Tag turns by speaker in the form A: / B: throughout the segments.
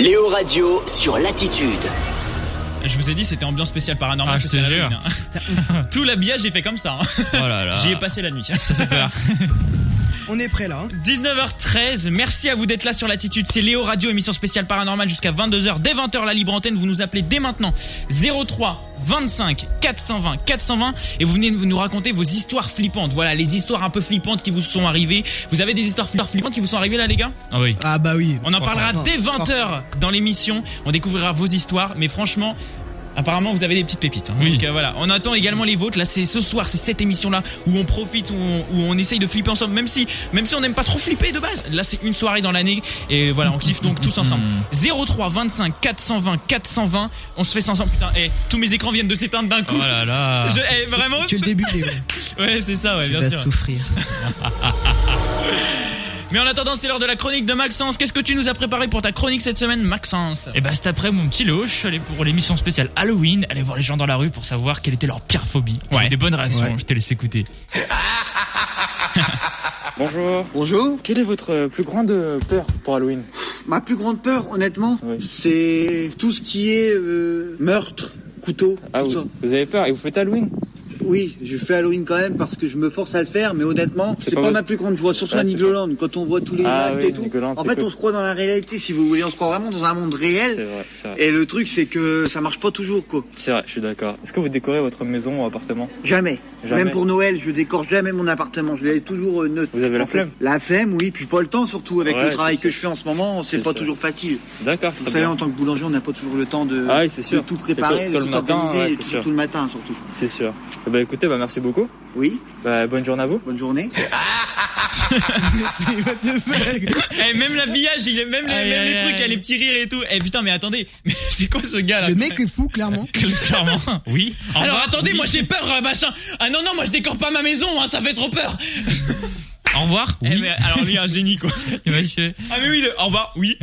A: Léo Radio sur Latitude.
B: Je vous ai dit, c'était ambiance spéciale paranormale.
C: Ah, je
B: parce
C: te
B: que c'est
C: jure.
B: Halloween, hein. Tout l'habillage, j'ai fait comme ça. hein.
C: Oh là là.
B: J'y ai passé la nuit.
D: On est prêt là. hein.
B: 19h13, merci à vous d'être là sur l'attitude. C'est Léo Radio, émission spéciale paranormale jusqu'à 22h. Dès 20h, la libre antenne, vous nous appelez dès maintenant. 03 25 420 420 et vous venez nous raconter vos histoires flippantes. Voilà, les histoires un peu flippantes qui vous sont arrivées. Vous avez des histoires flipp- flippantes qui vous sont arrivées là, les gars
C: Ah oui.
D: Ah bah oui.
B: On en parlera
D: Parfait.
B: dès 20h dans l'émission. On découvrira vos histoires, mais franchement. Apparemment, vous avez des petites pépites. hein.
C: Oui.
B: Donc euh, voilà, on attend également les vôtres. Là, c'est ce soir, c'est cette émission-là où on profite, où on, où on essaye de flipper ensemble, même si, même si on n'aime pas trop flipper de base. Là, c'est une soirée dans l'année et voilà, on kiffe donc tous ensemble.
C: Hmm.
B: 03 25 420 420. On se fait ça ensemble. Putain, eh, tous mes écrans viennent de s'éteindre d'un coup.
C: Oh là là.
B: Je- eh, vraiment
D: Tu es le début Léo.
B: Ouais, c'est ça, ouais,
D: Tu
B: bien
D: vas
B: sûr.
D: souffrir.
B: Mais en attendant, c'est l'heure de la chronique de Maxence. Qu'est-ce que tu nous as préparé pour ta chronique cette semaine, Maxence
C: Et bah cet après mon petit Léo, je suis allé pour l'émission spéciale Halloween, aller voir les gens dans la rue pour savoir quelle était leur pire phobie. J'ai
B: Ouais.
C: eu des bonnes réactions,
D: Ouais.
C: je te laisse écouter.
E: Bonjour.
F: Bonjour.
E: Quelle est votre plus grande peur pour Halloween
F: Ma plus grande peur, honnêtement,
E: Oui.
F: c'est tout ce qui est euh, meurtre, couteau,
E: Ah,
F: tout
E: vous,
F: ça.
E: vous avez peur et vous faites Halloween
F: Oui, je fais Halloween quand même parce que je me force à le faire, mais honnêtement,
E: C'est
F: c'est
E: pas
F: pas,
E: votre-
F: ma plus grande joie. Surtout
E: Ah,
F: à
E: c'est
F: Nigoland, quand on voit tous les
E: Ah
F: masques
E: oui,
F: et tout.
E: Nigoland,
F: en
E: c'est
F: fait,
E: cool.
F: on se croit dans la réalité, si vous voulez. On se croit vraiment dans un monde
E: C'est
F: réel.
E: vrai, c'est vrai.
F: Et le truc, c'est que ça marche pas toujours, quoi.
E: C'est vrai, je suis d'accord. Est-ce que vous décorez votre maison ou appartement
F: Jamais.
E: Jamais.
F: Même pour Noël, je décore jamais mon appartement. Je l'ai toujours euh, neutre.
E: Vous avez la
F: En fait,
E: flemme
F: La flemme, oui. Puis pas le temps, surtout avec
E: Ouais,
F: le travail
E: c'est
F: que je fais en ce moment, c'est
E: C'est
F: pas
E: sûr.
F: toujours facile.
E: D'accord,
F: Vous
E: très
F: savez,
E: bien.
F: en tant que boulanger, on n'a pas toujours le temps de,
E: Ah oui, c'est sûr.
F: de tout
E: C'est
F: préparer,
E: tôt- tôt le
F: de tout
E: matin,
F: organiser,
E: ouais,
F: et
E: c'est
F: tout,
E: sûr.
F: tout le matin surtout.
E: C'est sûr. Eh ben, écoutez, bah, merci beaucoup.
F: Oui,
E: Bah, bonne journée à vous.
F: bonne journée.
C: Ah,
D: What the fuck
B: Eh, même l'habillage, il est même les,
C: Aïe,
B: même
C: aïe,
B: les trucs,
C: aïe.
B: il y a les petits rires et tout. Eh putain, mais attendez, mais c'est quoi ce gars là
D: Le mec est fou clairement.
C: Clairement. Oui. Au
B: Alors
C: revoir.
B: attendez,
C: Oui.
B: moi j'ai peur, euh, machin. Ah non non, moi je décore pas ma maison, hein, ça fait trop peur.
C: Au revoir.
B: Eh,
C: Oui.
B: mais alors lui un génie quoi.
C: Il m'a fait-
B: Ah mais oui, le... au revoir, oui.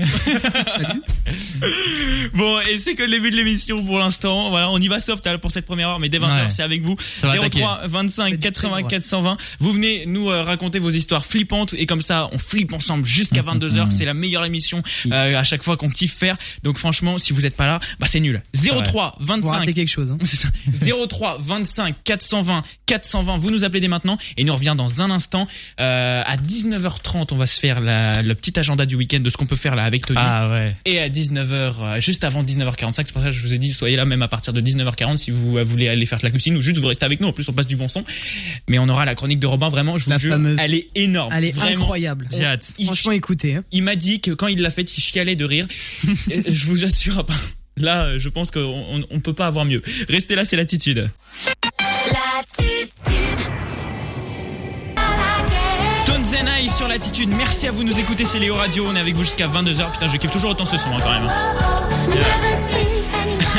B: bon, et c'est que le début de l'émission pour l'instant. Voilà, on y va soft hein, pour cette première heure, mais dès 20h,
C: Ouais.
B: c'est avec vous.
C: Ça va
B: 03
C: attaquer.
B: 25 80 420. Vous venez nous euh, raconter vos histoires flippantes et comme ça, on flippe ensemble jusqu'à 22h. C'est la meilleure émission euh, à chaque fois qu'on kiffe faire. Donc franchement, si vous n'êtes pas là, bah c'est nul. 03
D: Pour
B: 25
D: rater quelque chose. hein.
B: C'est ça. 03 25 420 420. Vous nous appelez dès maintenant et nous revient dans un instant Euh, à 19h30. On va se faire la, le petit agenda du week-end de ce qu'on peut faire là avec Tony.
C: Ah ouais.
B: Et à 19h, euh, juste avant 19h45, c'est pour ça que je vous ai dit, soyez là même à partir de 19h40 si vous euh, voulez aller faire de la cuisine ou juste vous restez avec nous. En plus, on passe du bon son. Mais on aura la chronique de Robin, vraiment, je vous
D: La
B: jure,
D: fameuse.
B: elle est énorme.
D: Elle est
B: Vraiment.
D: incroyable.
C: J'ai hâte.
B: Il-
D: Franchement, écoutez. hein.
B: il m'a dit que quand il l'a fait, il chialait de rire. Et je vous assure, à part- là, euh, je pense qu'on on, on peut pas avoir mieux. Restez là, c'est l'attitude. Tones and I sur l'attitude. Merci à vous de nous écouter, c'est Léo Radio. On est avec vous jusqu'à 22h. Putain, je kiffe toujours autant ce son hein, quand même.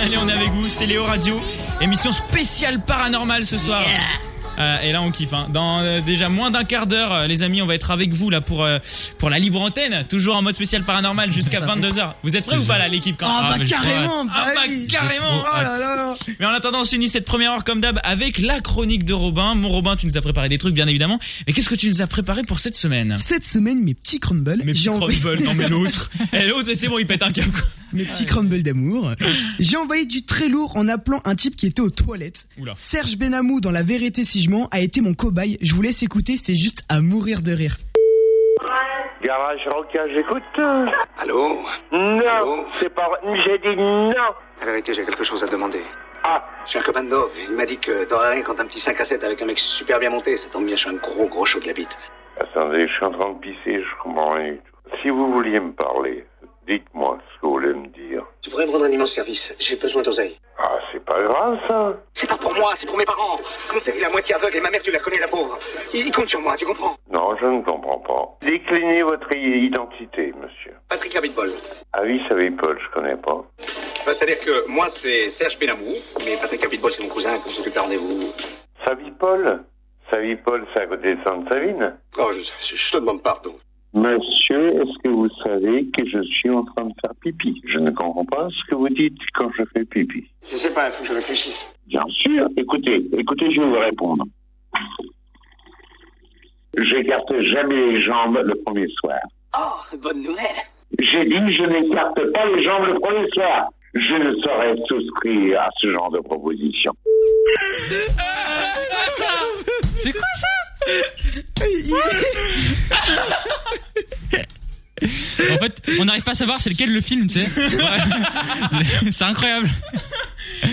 B: Allez, on est avec vous, c'est Léo Radio. Émission spéciale paranormale ce soir. Euh, et là on kiffe. hein. Dans euh, déjà moins d'un quart d'heure, euh, les amis, on va être avec vous là pour euh, pour la libre antenne, toujours en mode spécial paranormal jusqu'à
D: Ça va.
B: 22 h Vous êtes prêts ou pas là l'équipe quand
D: Ah bah
C: mais j'ai
D: carrément.
B: Ah bah
D: oui.
B: carrément.
D: Oh là là là.
B: Mais en attendant, on s'unit cette première heure comme d'hab avec la chronique de Robin. Mon Robin, tu nous as préparé des trucs bien évidemment. Mais qu'est-ce que tu nous as préparé pour cette semaine
D: Cette semaine, mes petits crumbles.
B: Mes petits
D: j'ai envoyé-
B: crumbles, non mais l'autre. Et l'autre, c'est bon, il pète un câble. quoi.
D: mes petits crumbles d'amour. J'ai envoyé du très lourd en appelant un type qui était aux toilettes.
B: Oula.
D: Serge Benamou dans La vérité si je mens a été mon cobaye. Je vous laisse écouter, c'est juste à mourir de rire.
G: Garage rock, hein, j'écoute.
H: Allô
G: Non,
H: Allô
G: c'est pas vrai. J'ai dit non.
H: La vérité, j'ai quelque chose à te demander.
G: Ah,
H: J'ai un copain de Dove, il m'a dit que dans la rue, quand t'as un petit 5 à 7 avec un mec super bien monté, ça tombe bien, je suis un gros gros chaud de la bite.
G: attendez, je suis en train de pisser, je comprends rien du tout. Si vous vouliez me parler, dites-moi ce que vous voulez me dire.
H: Tu pourrais me rendre un immense service, j'ai besoin d'oseille.
G: Ah, c'est pas grave ça.
H: C'est pas pour moi, c'est pour mes parents. Mon père, il est à moitié aveugle et ma mère, tu la connais, la pauvre. Il, il compte sur moi, tu comprends
G: Non, je ne comprends pas. Déclinez votre i- identité, monsieur.
H: Patrick Abitbol.
G: Ah oui, ça va, Paul, je connais pas.
H: Bah, C'est-à-dire que moi, c'est Serge Benamou, mais Patrick Abitbol, c'est mon cousin, qu'on s'occupe d'un rendez-vous.
G: Savipol Savipol, c'est à côté de Sainte-Savine
H: Oh, je, je- je te demande pardon.
G: Monsieur, est-ce que vous savez que je suis en train de faire pipi Je ne comprends pas ce que vous dites quand je fais pipi.
H: Je sais pas, il faut que je réfléchisse.
G: Bien sûr. Écoutez, écoutez, je vais vous répondre. J'écarte jamais les jambes le premier soir.
H: Oh, bonne nouvelle
G: J'ai dit, je n'écarte pas les jambes le premier soir. Je ne saurais souscrire à ce genre de proposition.
C: C'est quoi ça En fait, on n'arrive pas à savoir c'est lequel le film, tu sais. Ouais. C'est incroyable.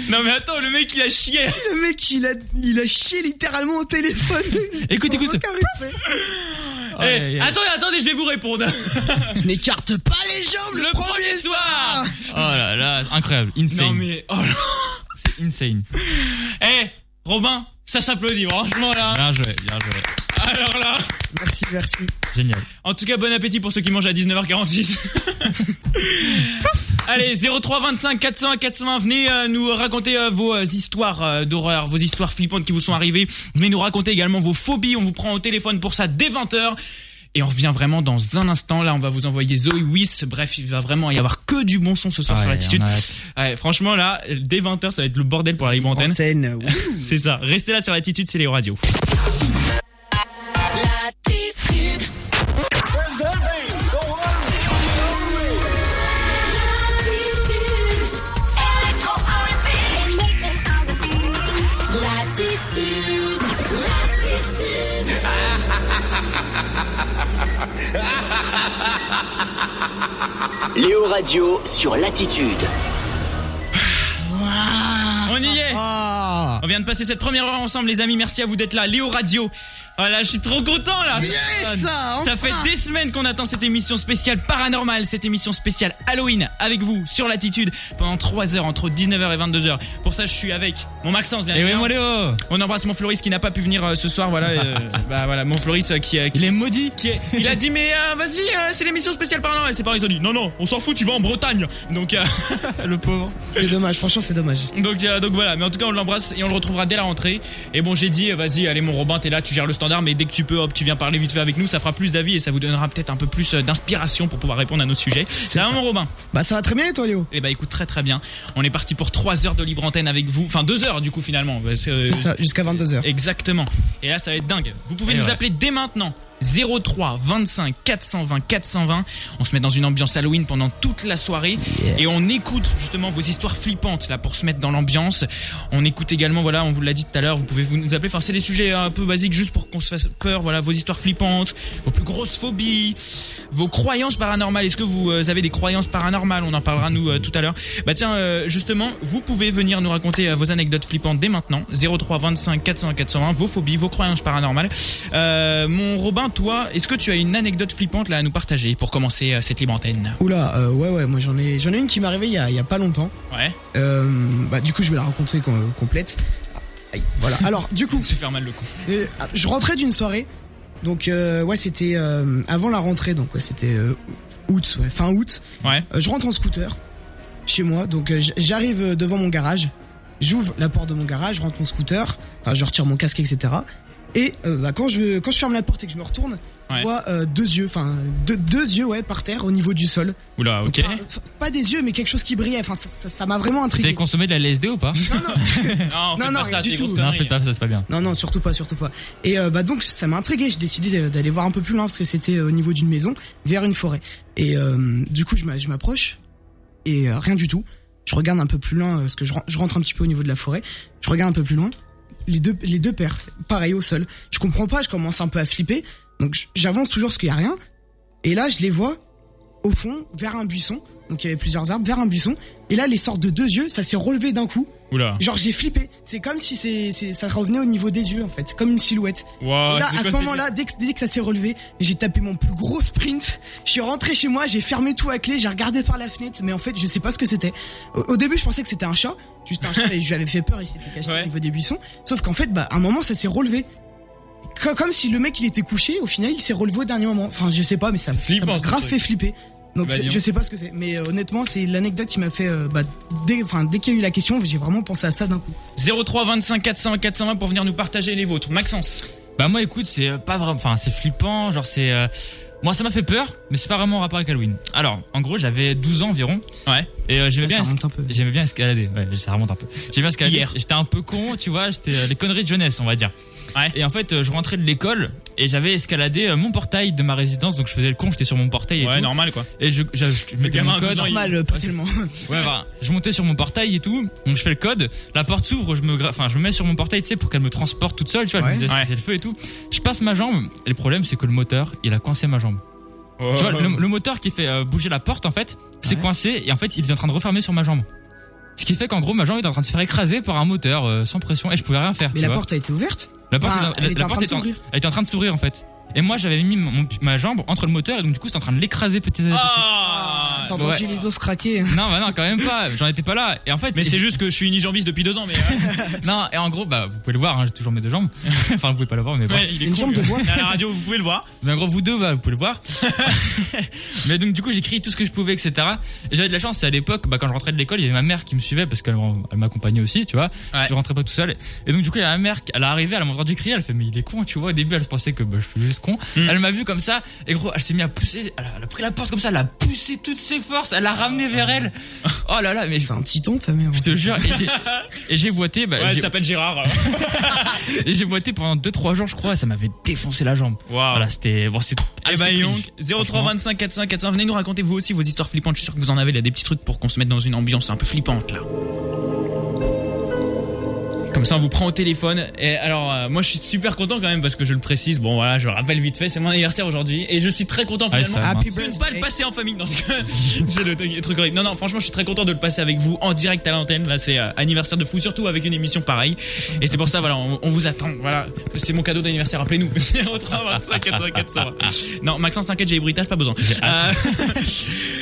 B: Non mais attends, le mec il a chié.
D: Le mec, il a, il a chié littéralement au téléphone.
C: Écoute,
D: Sans
C: écoute.
D: aucun respect.
B: Eh,
C: Ouais, ouais.
B: Attendez, attendez, je vais vous répondre.
D: Je n'écarte pas les jambes le,
B: Le premier
D: premier soir.
C: Oh là là, incroyable, insane,
B: Non mais oh là.
C: insane.
B: Eh, Robin, ça s'applaudit franchement là.
C: Bien joué, bien joué,
B: Alors là.
D: Merci, merci.
C: génial.
B: En tout cas, bon appétit pour ceux qui mangent à 19h46. Allez, 03 25 400 420, venez euh, nous raconter euh, vos euh, histoires euh, d'horreur, vos histoires flippantes qui vous sont arrivées. Venez nous raconter également vos phobies, on vous prend au téléphone pour ça dès 20h. Et on revient vraiment dans un instant. Là, on va vous envoyer Zoé Wiss. Bref, il va vraiment y avoir que du bon son ce soir sur
C: Ouais,
B: l'attitude.
C: on a hâte.
B: Ouais, franchement, là, dès 20h, ça va être le bordel pour la libre antenne.
D: Antenne, oui.
B: C'est ça. Restez là sur l'attitude, c'est les radios.
A: Léo Radio sur l'attitude.
B: On y est.
D: Ah.
B: On vient de passer cette première heure ensemble, les amis. Merci à vous d'être là. Léo Radio. Voilà, je suis trop content là.
D: Yes,
B: ça,
D: enfin.
B: fait des semaines qu'on attend cette émission spéciale paranormale, cette émission spéciale Halloween avec vous sur l'attitude pendant 3 heures entre 19h et 22h. Pour ça, je suis avec mon Maxence. Bien
C: Et Eh oui,
B: évidemment.
C: moi Léo
B: On embrasse mon Floris qui n'a pas pu venir euh, ce soir. Voilà, euh, bah voilà, mon Floris euh, qui, euh, qui-
C: Il est maudit
B: qui est- il a dit mais euh, vas-y euh, c'est l'émission spéciale paranormale. c'est pas ils ont dit non non on s'en fout tu vas en Bretagne donc euh,
C: Le pauvre.
D: C'est dommage, franchement, c'est dommage.
B: Donc, euh, donc voilà, mais en tout cas on l'embrasse et on le retrouvera dès la rentrée. Et bon j'ai dit, euh, vas-y, allez mon Robin, t'es là, tu gères le standard, mais dès que tu peux, hop, tu viens parler vite fait avec nous, ça fera plus d'avis et ça vous donnera peut-être un peu plus euh, d'inspiration pour pouvoir répondre à nos sujets. C'est va mon Robin
D: Bah, ça va très bien, et toi, Léo
B: Eh bah écoute très très bien, on est parti pour 3 heures de libre antenne avec vous, enfin 2 heures du coup finalement. parce que, euh,
D: C'est ça, jusqu'à 22h.
B: Exactement. Et là, ça va être dingue. Vous pouvez
C: Et
B: nous
C: ouais.
B: appeler dès maintenant. 03 25 420 420. On se met dans une ambiance Halloween pendant toute la soirée et on écoute justement vos histoires flippantes là pour se mettre dans l'ambiance. On écoute également voilà, on vous l'a dit tout à l'heure, vous pouvez vous nous appeler. Enfin, c'est des sujets un peu basiques juste pour qu'on se fasse peur. Voilà, vos histoires flippantes, vos plus grosses phobies, vos croyances paranormales. Est-ce que vous euh, avez des croyances paranormales On en parlera nous euh, tout à l'heure. Bah tiens, euh, justement, vous pouvez venir nous raconter euh, vos anecdotes flippantes dès maintenant. 03 25 400 401, vos phobies, vos croyances paranormales. Euh, mon Robin, toi, est-ce que tu as une anecdote flippante là à nous partager pour commencer euh, cette libre antenne
D: Oula, euh, ouais, ouais, moi j'en ai, j'en ai une qui m'est arrivée il y a, il y a pas longtemps.
B: Ouais.
D: Euh, bah, du coup, je vais la raconter com- euh, complète. Aïe, voilà. Alors, du coup,
B: C'est faire mal le coup.
D: euh, je rentrais d'une soirée. Donc, euh, ouais, c'était euh, avant la rentrée, donc ouais, c'était euh, août, ouais, fin août.
B: Ouais.
D: Euh, je rentre en scooter chez moi, donc euh, j- j'arrive euh, devant mon garage, j'ouvre la porte de mon garage, je rentre mon scooter, enfin je retire mon casque, etc. Et euh, bah, quand je quand je ferme la porte et que je me retourne,
B: Ouais.
D: je vois euh, deux yeux, enfin deux, deux yeux ouais par terre au niveau du sol.
B: Oula, ok.
D: Donc, enfin, f- pas des yeux, mais quelque chose qui brillait. Enfin ça- ça ça m'a vraiment
C: T'es
D: intrigué.
C: consommé de la LSD ou pas
D: Non
B: Non,
D: non, Non,
B: faites
D: non,
B: pas ça,
D: rien du
B: c'est
D: tout.
B: grosse
C: Non,
B: connerie. hein.
C: fais pas, ça c'est pas bien.
D: non non surtout pas surtout pas. Et euh, bah donc ça m'a intrigué. J'ai décidé d'aller voir un peu plus loin parce que c'était euh, au niveau d'une maison vers une forêt. Et euh, du coup je m'a- je m'approche et euh, rien du tout. Je regarde un peu plus loin, euh, parce que je, ren- je rentre un petit peu au niveau de la forêt. Je regarde un peu plus loin. Les deux, les deux paires, pareil au sol. Je comprends pas, je commence un peu à flipper. Donc j- j'avance toujours parce qu'il y a rien. Et là, je les vois au fond, vers un buisson. Donc il y avait plusieurs arbres, vers un buisson. Et là, les sortes de deux yeux, ça s'est relevé d'un coup.
B: Oula.
D: Genre j'ai flippé. C'est comme si c'est, c'est- ça revenait au niveau des yeux en fait. C'est comme une silhouette.
B: Wow,
D: Et là,
B: c'est
D: à
B: quoi
D: ce moment-là, dès que, dès que ça s'est relevé, j'ai tapé mon plus gros sprint. Je suis rentré chez moi, j'ai fermé tout à clé, j'ai regardé par la fenêtre, mais en fait, je sais pas ce que c'était. Au, au début, je pensais que c'était un chat, juste un chat, et je lui avais fait peur, il s'était caché
B: Ouais.
D: au niveau des buissons. Sauf qu'en fait, bah, à un moment, ça s'est relevé. Co- comme si le mec il était couché, au final il s'est relevé au dernier moment. Enfin, je sais pas, mais ça,
B: C'est
D: ça
B: flippant,
D: m'a
B: ce
D: grave
B: truc.
D: fait flipper. Donc
B: Bah, dis
D: je,
B: donc.
D: je sais pas ce que c'est, mais euh, honnêtement c'est l'anecdote qui m'a fait euh, bah, dès, enfin dès qu'il y a eu la question j'ai vraiment pensé à ça d'un coup.
B: 03 25 400 420 pour venir nous partager les vôtres. Maxence.
C: Bah moi écoute, c'est euh, pas vraiment, enfin c'est flippant, genre c'est... euh, Moi ça m'a fait peur, mais c'est pas vraiment en rapport avec Halloween. Alors, en gros j'avais 12 ans environ.
B: Ouais.
C: Et euh, j'aimais
D: Ça
C: bien...
D: remonte un peu.
C: J'aimais bien escalader, ouais, ça remonte un peu. J'aimais bien escalader.
B: Hier.
C: J'étais un peu con, tu vois, j'étais euh, les conneries de jeunesse, on va dire.
B: Ouais.
C: Et en fait, euh, je rentrais de l'école et j'avais escaladé euh, mon portail de ma résidence, donc je faisais le con, j'étais sur mon portail et
B: Ouais,
C: tout.
B: normal quoi.
C: Et je, je- je mettais
B: gamin
C: mon
B: a
C: code.
B: deux ans, il-
D: Normal, pas tellement.
C: Ouais, bah, je montais sur mon portail et tout. Donc je fais le code. La porte s'ouvre, je me, gra- enfin, je me mets sur mon portail, tu sais, pour qu'elle me transporte toute seule. Tu vois, je me disais,
B: Ouais.
C: c'est le feu et tout. Je passe ma jambe. Et le problème, c'est que le moteur, il a coincé ma jambe. Tu vois, le, le moteur qui fait euh, bouger la porte, en fait, c'est
D: Oh. Ouais.
C: coincé. Et en fait, il est en train de refermer sur ma jambe. Ce qui fait qu'en gros, ma jambe est en train de se faire écraser par un moteur euh, sans pression et je pouvais rien faire.
D: Mais
C: tu
D: la
C: vois.
D: porte a été ouverte
C: La porte,
D: Ah,
C: la-
D: elle
C: la-
D: était
C: la
D: en train
C: porte
D: de
C: est en-
D: s'ouvrir.
C: elle était en train de s'ouvrir en fait. Et moi j'avais mis mon- ma jambe entre le moteur et donc du coup c'était en train de l'écraser petit à petit. Oh
B: Ah
D: T'as entendu les os craquer
C: Non, bah non, quand même pas, j'en étais pas là. Et en fait,
B: Mais c'est
C: et-
B: juste que je suis unijambiste depuis deux ans, mais. euh,
C: Non, et en gros, bah vous pouvez le voir, hein, j'ai toujours mes deux jambes. enfin, vous pouvez pas le voir, mais bon.
B: ouais, il est
D: une
B: con,
D: jambe
B: lui.
D: de bois.
B: À la radio, vous pouvez le voir.
C: Mais en gros, vous deux, bah, vous pouvez le voir. mais donc, du coup, j'écris tout ce que je pouvais, etc. Et j'avais de la chance, c'est à l'époque, bah, quand je rentrais de l'école, il y avait ma mère qui me suivait parce qu'elle m'en- elle m'accompagnait aussi, tu vois.
B: Ouais.
C: Je rentrais pas tout seul. Et donc, du coup, il y a ma mère, elle est arrivée, elle m'a entendu crier, elle fait, mais il est con, tu vois. Au début, elle se pensait que bah, je suis juste con.
B: Mm.
C: Elle m'a vu comme ça, et gros, elle s'est mise à pousser, elle a, elle a pris la porte comme ça, elle a poussé toutes ses forces, elle l'a ramené vers elle. Oh là là, mais
D: C'est un titan, ta mère.
C: je te jure, et j'ai- et j'ai boité, bah,
B: Ouais,
C: j'ai-
B: il s'appelle Gérard.
C: et j'ai boité pendant 2-3 jours, je crois, et ça m'avait défoncé la jambe.
B: Waouh.
C: Voilà, c'était. Bon, c'est.
B: Eh ben,
C: c'est
B: Young,
C: cringe.
B: 0325 400 400. Venez nous raconter vous aussi vos histoires flippantes. Je suis sûr que vous en avez là des petits trucs pour qu'on se mette dans une ambiance un peu flippante là. Comme ça, on vous prend au téléphone. Et alors, euh, moi, je suis super content quand même parce que je le précise. Bon, voilà, je le rappelle vite fait, c'est mon anniversaire aujourd'hui et je suis très content
C: Ouais,
B: finalement.
C: ça,
D: Happy
B: de ne
D: birthday.
B: pas le passer en famille. Non, c'est que- c'est le truc- le truc horrible. Non, non, franchement, je suis très content de le passer avec vous en direct à l'antenne. Là, c'est euh, anniversaire de fou, surtout avec une émission pareille. Et c'est pour ça, voilà, on, on vous attend. Voilà, c'est mon cadeau d'anniversaire. Appelez-nous. 0325 400 400. Non, Maxence, t'inquiète, j'ai les bruitages, pas besoin. Euh,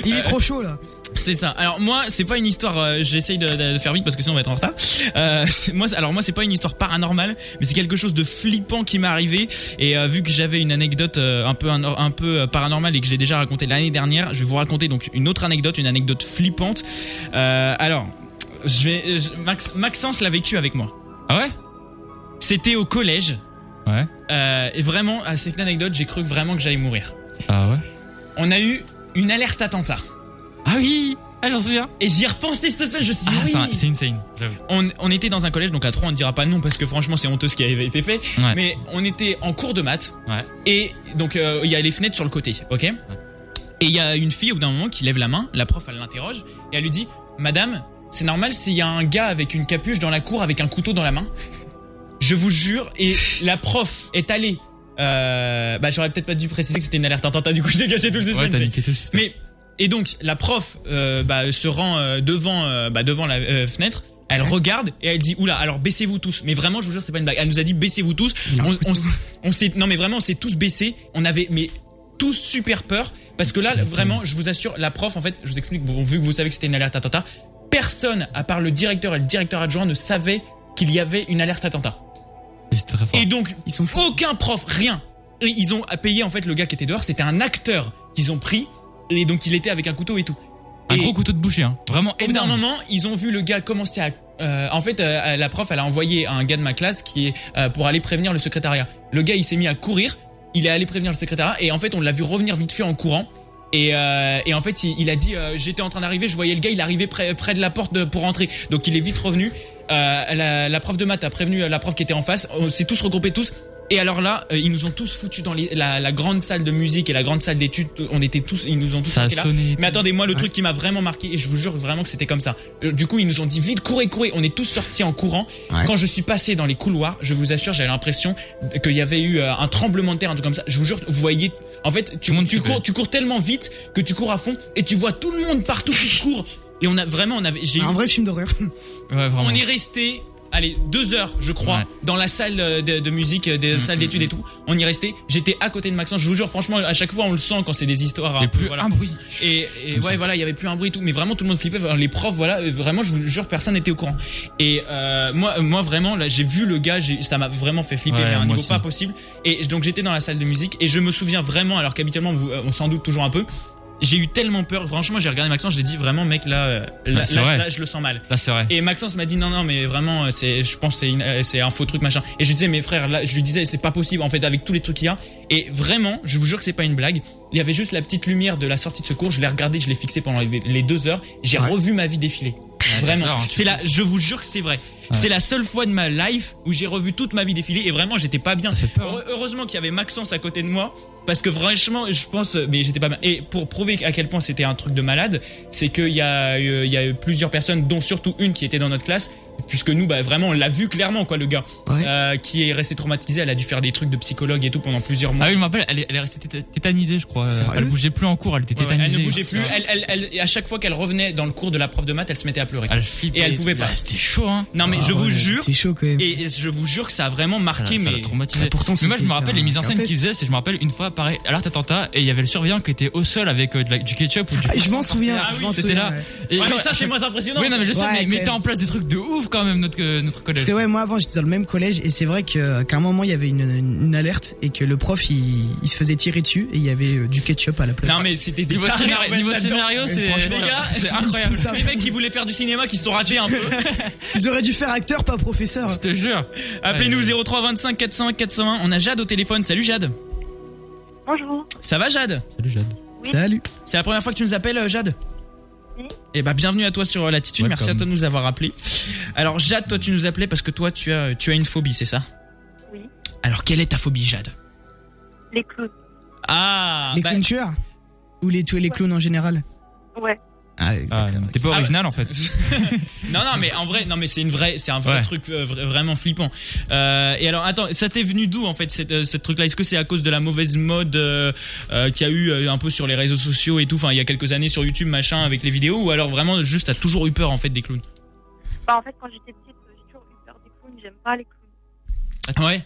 D: Il est trop chaud là.
B: c'est ça. Alors moi, c'est pas une histoire. euh, J'essaye de, de- de faire vite parce que sinon on va être en retard. Euh, c'est- moi, c'est- alors moi, c'est pas une histoire paranormale, mais c'est quelque chose de flippant qui m'est arrivé. Et euh, vu que j'avais une anecdote euh, un peu un, un peu euh, paranormale et que j'ai déjà raconté l'année dernière, je vais vous raconter donc une autre anecdote, une anecdote flippante. Euh, alors, je vais je- Max- Maxence l'a vécu avec moi.
C: Ah ouais
B: C'était au collège.
C: Ouais.
B: Euh, et vraiment, à cette anecdote, j'ai cru vraiment que j'allais mourir.
C: Ah ouais
B: On a eu une alerte attentat.
C: Ah oui Ah, j'en souviens
B: Et j'y ai repensé cette semaine, je me suis dit,
C: Ah, c'est
B: oui.
C: un- c'est insane, j'avoue.
B: on, on était dans un collège, donc à 3 on ne dira pas non parce que franchement c'est honteux ce qui avait été fait.
C: Ouais.
B: Mais on était en cours de maths
C: Ouais.
B: et donc euh, il y a les fenêtres sur le côté, ok Et il y a une fille au bout d'un moment qui lève la main, la prof elle l'interroge et elle lui dit Madame, c'est normal s'il y a un gars avec une capuche dans la cour avec un couteau dans la main Je vous jure, et la prof est allée. euh, bah j'aurais peut-être pas dû préciser que c'était une alerte attentat, du coup j'ai gâché tout le
C: Ouais,
B: suspense.
C: t'as niqué tout suspense.
B: Mais et donc la prof euh, bah, se rend euh, devant euh, bah, devant la euh, fenêtre. Elle regarde et elle dit oula alors baissez-vous tous mais vraiment je vous jure c'est pas une blague elle nous a dit baissez-vous tous on, on s- on s'est non mais vraiment on s'est tous baissés on avait mais tous super peur parce que là
C: Tu m'étonnes.
B: vraiment je vous assure la prof en fait je vous explique bon, vu que vous savez que c'était une alerte attentat personne à part le directeur et le directeur adjoint ne savait qu'il y avait une alerte attentat
C: Et c'était très fort.
B: et donc
D: Ils sont fous.
B: aucun prof, rien. Et ils ont payé en fait le gars qui était dehors, c'était un acteur qu'ils ont pris et donc il était avec un couteau et tout.
C: un
B: et- Oh,
C: gros couteau de boucher, hein. Vraiment
B: Au bout d'un
C: énorme.
B: moment, ils ont vu le gars commencer à. euh, en fait, euh, la prof, elle a envoyé un gars de ma classe qui est euh, pour aller prévenir le secrétariat. Le gars, il s'est mis à courir, il est allé prévenir le secrétariat et en fait, on l'a vu revenir vite fait en courant. Et, euh, et en fait, il, il a dit euh, j'étais en train d'arriver, je voyais le gars, il arrivait près, près de la porte de- pour rentrer. Donc il est vite revenu. Euh, la, la prof de maths a prévenu euh, la prof qui était en face. On s'est tous regroupés tous. Et alors là, euh, ils nous ont tous foutus dans les- la, la grande salle de musique et la grande salle d'études. On était tous, ils nous ont tous
C: Ça a
B: foutus là.
C: sonné.
B: Mais attendez, moi, le truc qui m'a vraiment marqué, et je vous jure vraiment que c'était comme ça. Euh, Du coup, ils nous ont dit vite, courez, courez. On est tous sortis en courant.
D: Ouais.
B: Quand je suis passé dans les couloirs, je vous assure, j'avais l'impression qu'il y avait eu euh, un tremblement de terre, un truc comme ça. Je vous jure, vous voyez. En fait, tu,
C: le monde
B: tu
C: flippait.
B: cours, tu cours tellement vite que tu cours à fond et tu vois tout le monde partout qui court. Et on a vraiment, on avait, j'ai eu
D: Un vrai film d'horreur.
C: Ouais,
B: on
C: vraiment.
B: est resté, allez, deux heures, je crois,
C: Ouais. Mm,
B: dans la salle euh, de, de musique, euh, des salles d'études et tout. On y restait. J'étais à côté de Maxence. Je vous jure, franchement, à chaque fois, on le sent quand c'est des histoires.
C: Il y
B: un
C: a
B: peu,
C: plus
B: voilà.
C: un bruit.
B: Et, et
C: Comme
B: ouais,
C: ça.
B: voilà, il y avait plus un bruit et tout, mais vraiment tout le monde flippait. Enfin, Les profs, voilà, euh, vraiment, je vous le jure, personne n'était au courant. Et euh, moi, euh, moi vraiment, là, j'ai vu le gars, j'ai- ça m'a vraiment fait flipper,
C: Ouais,
B: mais à un
C: moi
B: niveau
C: aussi.
B: pas possible. Et donc j'étais dans la salle de musique et je me souviens vraiment, alors qu'habituellement, vous- euh, on s'en doute toujours un peu. J'ai eu tellement peur, franchement, j'ai regardé Maxence, j'ai dit vraiment, mec, là, euh, là,
C: Ouais, c'est
B: là,
C: vrai.
B: là, je le sens mal.
C: Là, c'est vrai.
B: Et Maxence m'a dit non non mais vraiment euh, c'est je pense que c'est une- euh, c'est un faux truc machin et je disais mes frères là je lui disais c'est pas possible en fait avec tous les trucs qu'il y a et vraiment je vous jure que c'est pas une blague il y avait juste la petite lumière de la sortie de secours je l'ai regardé je l'ai fixé pendant les les deux heures j'ai
D: Ouais.
B: revu ma vie défiler Vraiment.
C: d'accord, hein, tu
B: C'est la, je vous jure que c'est vrai. C'est la seule fois de ma life où j'ai revu toute ma vie défiler et vraiment j'étais pas bien.
C: Ça fait peur, hein.
B: Heure- Heureusement qu'il y avait Maxence à côté de moi parce que franchement je pense mais j'étais pas bien. Et pour prouver à quel point c'était un truc de malade, c'est qu'il y a eu- il y a eu plusieurs personnes dont surtout une qui était dans notre classe puisque nous bah vraiment on l'a vu clairement quoi le gars
D: Ouais.
B: euh, qui est resté traumatisé, elle a dû faire des trucs de psychologue et tout pendant plusieurs mois.
C: Ah oui, je me rappelle, elle, est- elle est restée téta- tétanisée, je crois.
D: Sérieux
C: Elle bougeait plus en cours, elle était
B: Ouais, ouais,
C: tétanisée.
B: elle ne bougeait plus. Elle, elle- elle- et à chaque fois qu'elle revenait dans le cours de la prof de maths, elle se mettait à pleurer.
C: Elle flippait.
B: Et elle
C: tout.
B: pouvait pas.
C: Ah, C'était chaud, hein.
B: Non mais
D: Ah
B: je vous
D: ouais,
B: jure,
D: C'est chaud quand même.
B: et et je vous jure que ça a vraiment
C: Ça l'a-
B: marqué.
C: ça l'a
B: mais
C: traumatisé.
D: Mais pourtant,
C: mais moi je
D: c'était
C: me rappelle les mises en
D: un
C: scène
D: test.
C: qu'ils faisaient c'est je me rappelle une fois pareil alerte attentat et il y avait le surveillant qui était au sol avec euh, de la- du ketchup ou du
D: Ah, Je m'en
C: saucisson
D: souviens.
C: par terre.
D: je m'en
C: C'était
D: souviens,
C: là.
D: ouais. Ah,
C: Et
B: Ouais,
C: genre,
B: mais ça c'est moins impressionnant.
C: oui non mais je sais
D: Ouais,
C: mais
D: quand
C: il mettait
D: même.
C: en place des trucs de ouf quand même notre euh, notre collège
D: Parce que ouais, moi avant j'étais dans le même collège et c'est vrai que euh, qu'à un moment il y avait une, une alerte et que le prof il, il se faisait tirer dessus et il y avait euh, du ketchup à la place.
B: Non mais c'était des
C: niveau
B: tarés,
C: scénario,
B: ouais,
C: niveau
B: là-dedans.
C: scénario c'est
D: franchement,
B: Les gars,
C: c'est
B: c'est
C: incroyable
D: pousse à
B: Les
D: fond.
B: mecs qui voulaient faire du cinéma qui se sont ratés un peu.
D: Ils auraient dû faire acteur, pas professeur.
C: je te jure
B: Appelez-nous
C: Ouais.
B: 03 25 401 401. On a Jade au téléphone. Salut Jade.
I: Bonjour.
B: Ça va Jade
C: salut Jade
D: Salut.
B: C'est la première fois que tu nous appelles euh, Jade
I: Oui.
B: Eh ben bienvenue à toi sur euh, Latitude. Merci à
C: Welcome.
B: toi de nous avoir appelé. Alors Jade, toi tu nous appelais parce que toi tu as tu as une phobie, c'est ça
I: Oui.
B: Alors quelle est ta phobie Jade
I: Les clowns.
B: Ah
D: les
B: bah,
D: clowns tueurs Ou les, tous les clowns en général
I: Ouais.
D: Ah,
C: Ah,
D: d'accord.
C: t'es pas
B: Ah,
C: original en fait
B: Non, non, mais en vrai, non, mais c'est une vraie, c'est un vrai
C: Ouais.
B: truc euh, vra- vraiment flippant. Euh, et alors, attends, ça t'est venu d'où en fait cette, euh, cette truc-là Est-ce que c'est à cause de la mauvaise mode euh, euh, qu'il y a eu euh, un peu sur les réseaux sociaux et tout, enfin, il y a quelques années sur YouTube, machin, avec les vidéos, ou alors vraiment juste t'as toujours eu peur en fait des clowns
I: Bah, en fait, quand j'étais petite, j'ai toujours eu peur des clowns. J'aime pas les clowns.
B: Ouais.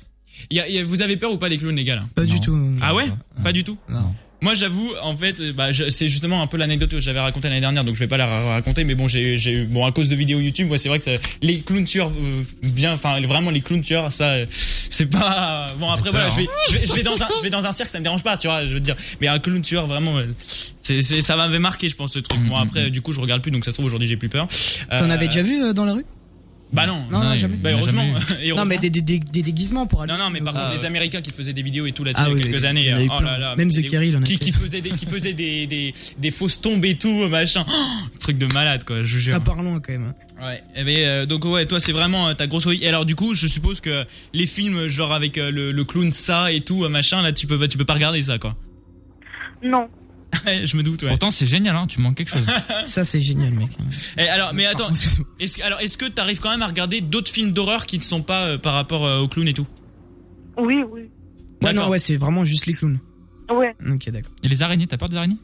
B: Il y a- il y a- vous avez peur ou pas des clowns, les gars là
D: Pas
C: Non.
D: du tout.
B: Ah ouais Pas du tout
D: Non.
B: Moi j'avoue, en fait, euh, bah, je- c'est justement un peu l'anecdote que j'avais racontée l'année dernière, donc je vais pas la ra- raconter, mais bon, j'ai, j'ai eu- bon, à cause de vidéos YouTube, ouais, c'est vrai que ça- les clowns tueurs, euh, bien, enfin, vraiment les clowns tueurs, ça, euh, c'est pas. euh, Bon, après,
C: peur,
B: voilà, je vais, je, vais, je vais dans un, je vais dans un cirque, ça me dérange pas, tu vois, je veux te dire. Mais un clown tueur, vraiment, euh, c'est, c'est- ça m'avait marqué, je pense, ce truc.
C: Mm-hmm.
B: Bon, après, du coup, je regarde plus, donc ça se trouve, aujourd'hui, j'ai plus peur. Euh,
D: T'en avais déjà vu euh, dans la rue
B: Bah non.
D: Non,
C: il-
D: jamais.
C: il
B: Bah,
C: en a
B: heureusement.
C: jamais eu.
B: Et
D: Non, mais
B: heureusement.
D: des, des, des- des déguisements pour aller.
B: Non, non, mais par
D: Ah,
B: contre,
C: ouais.
B: les Américains qui te faisaient des vidéos et tout là-dessus il
D: Ah
B: y a
D: oui,
B: quelques
D: oui,
B: années.
D: il y en a eu
B: oh
D: plein.
B: là là,
D: Même
B: mais
D: The
B: des-
D: Kerry, il en a
B: qui,
D: fait.
B: qui faisait des, qui faisait des, des, des fausses tombes et tout, machin. Oh, truc de malade, quoi, je vous jure.
D: Ça part loin quand même.
B: Ouais, eh ben, euh, donc ouais, toi c'est vraiment euh, ta grosse phobie. Et alors du coup, je suppose que les films genre avec euh, le, le clown ça et tout, euh, machin, là tu peux, pas- tu peux pas regarder ça, quoi.
I: Non.
B: je me doute, ouais.
C: pourtant c'est génial hein tu manques quelque chose
D: Ça, c'est génial, mec.
B: Eh, alors, mais attends,
D: Pardon, excuse-moi.
B: est-ce, que- alors est-ce que t'arrives quand même à regarder d'autres films d'horreur qui ne sont pas euh, par rapport euh, au clown et tout
I: Oui, oui.
D: Ouais,
B: D'accord.
D: non, ouais, c'est vraiment juste les clowns.
I: Ouais.
D: Ok, d'accord.
C: et les araignées t'as peur des araignées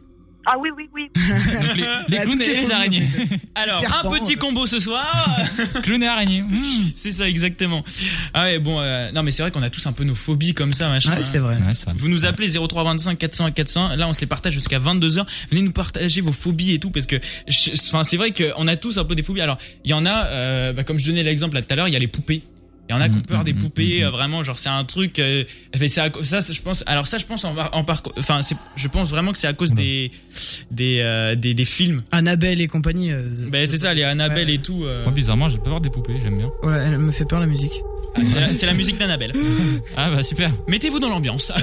I: Ah oui, oui, oui.
C: donc les, les
D: Bah,
C: clowns
D: toutes
C: et
D: les
C: les
D: phobies,
C: araignées
B: Alors, un
D: Serpent,
B: petit
D: euh.
B: combo ce soir.
C: clowns et araignées Mmh.
B: C'est ça, exactement. Ah ouais, bon, euh, non, mais c'est vrai qu'on a tous un peu nos phobies comme ça, machin. hein.
D: Ouais, c'est vrai.
C: Ouais, ça-
B: Vous nous appelez 0325 400 400. Là, on se les partage jusqu'à 22h. Venez nous partager vos phobies et tout, parce que, je- enfin, c'est vrai qu'on a tous un peu des phobies. Alors, il y en a, euh, bah, comme je donnais l'exemple là tout à l'heure, il y a les poupées. Il y en a qui ont
C: Mm,
B: peur
C: mm,
B: des
C: mm,
B: poupées,
C: mm.
B: euh, vraiment, genre c'est un truc. euh, mais c'est à co- ça, c'est- je pense. Alors ça, je pense en, par- en par- enfin, c'est- je pense vraiment que c'est à cause
C: Oula.
B: des des, euh, des des films.
D: Annabelle et compagnie. euh,
B: Ben c'est ça, les Annabelle
D: Ouais.
B: et tout. euh,
C: moi bizarrement j'ai peur des poupées j'aime bien
D: Voilà, elle me fait peur la musique.
B: Ah, c'est la- c'est la musique d'Annabelle.
C: ah bah super
B: Mettez-vous dans l'ambiance.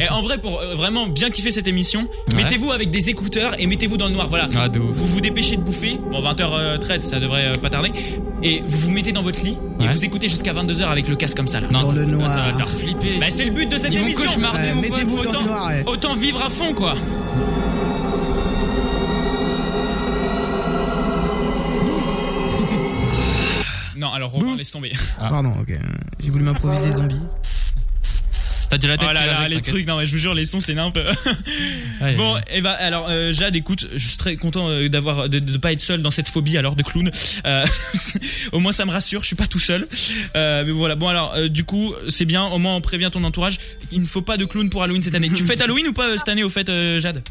B: et en vrai, pour euh, vraiment bien kiffer cette émission,
C: Ouais.
B: mettez-vous avec des écouteurs et mettez-vous dans le noir. Voilà.
C: ah de ouf
B: Vous vous dépêchez de bouffer. Bon, 20h13, ça devrait euh, pas tarder. Et vous vous mettez dans votre lit et
C: Ouais.
B: vous écoutez jusqu'à 22h avec le casque comme ça là.
D: Dans
B: ça-
D: le
B: ça,
D: noir.
B: Ça va faire.
C: flipper
B: Bah, c'est le but de cette
C: Ils vont
B: émission.
C: cauchemarder. Pardon,
D: Ouais,
C: mon pote,
D: Mettez-vous dans
B: autant-
D: le noir. ouais.
B: Autant vivre à fond quoi. Non, alors Romain,
C: Bouh.
B: laisse tomber.
C: Ah.
D: Pardon, ok. J'ai voulu
B: Ah.
D: m'improviser des zombies.
C: t'as déjà la tête
B: Oh là
C: qui va
B: là,
C: avec,
B: les
C: t'inquiète.
B: trucs, non mais je vous jure, les sons c'est nimpe.
C: Ouais,
B: Bon,
C: ouais.
B: et bah alors euh, Jade, écoute, je suis très content euh, d'avoir de, de pas être seul dans cette phobie alors de clown. Euh, au moins ça me rassure, je suis pas tout seul. Euh, mais voilà, bon alors euh, du coup c'est bien, au moins on prévient ton entourage. Il ne faut pas de clown pour Halloween cette année. tu fêtes Halloween ou pas euh, cette année au fait, euh, Jade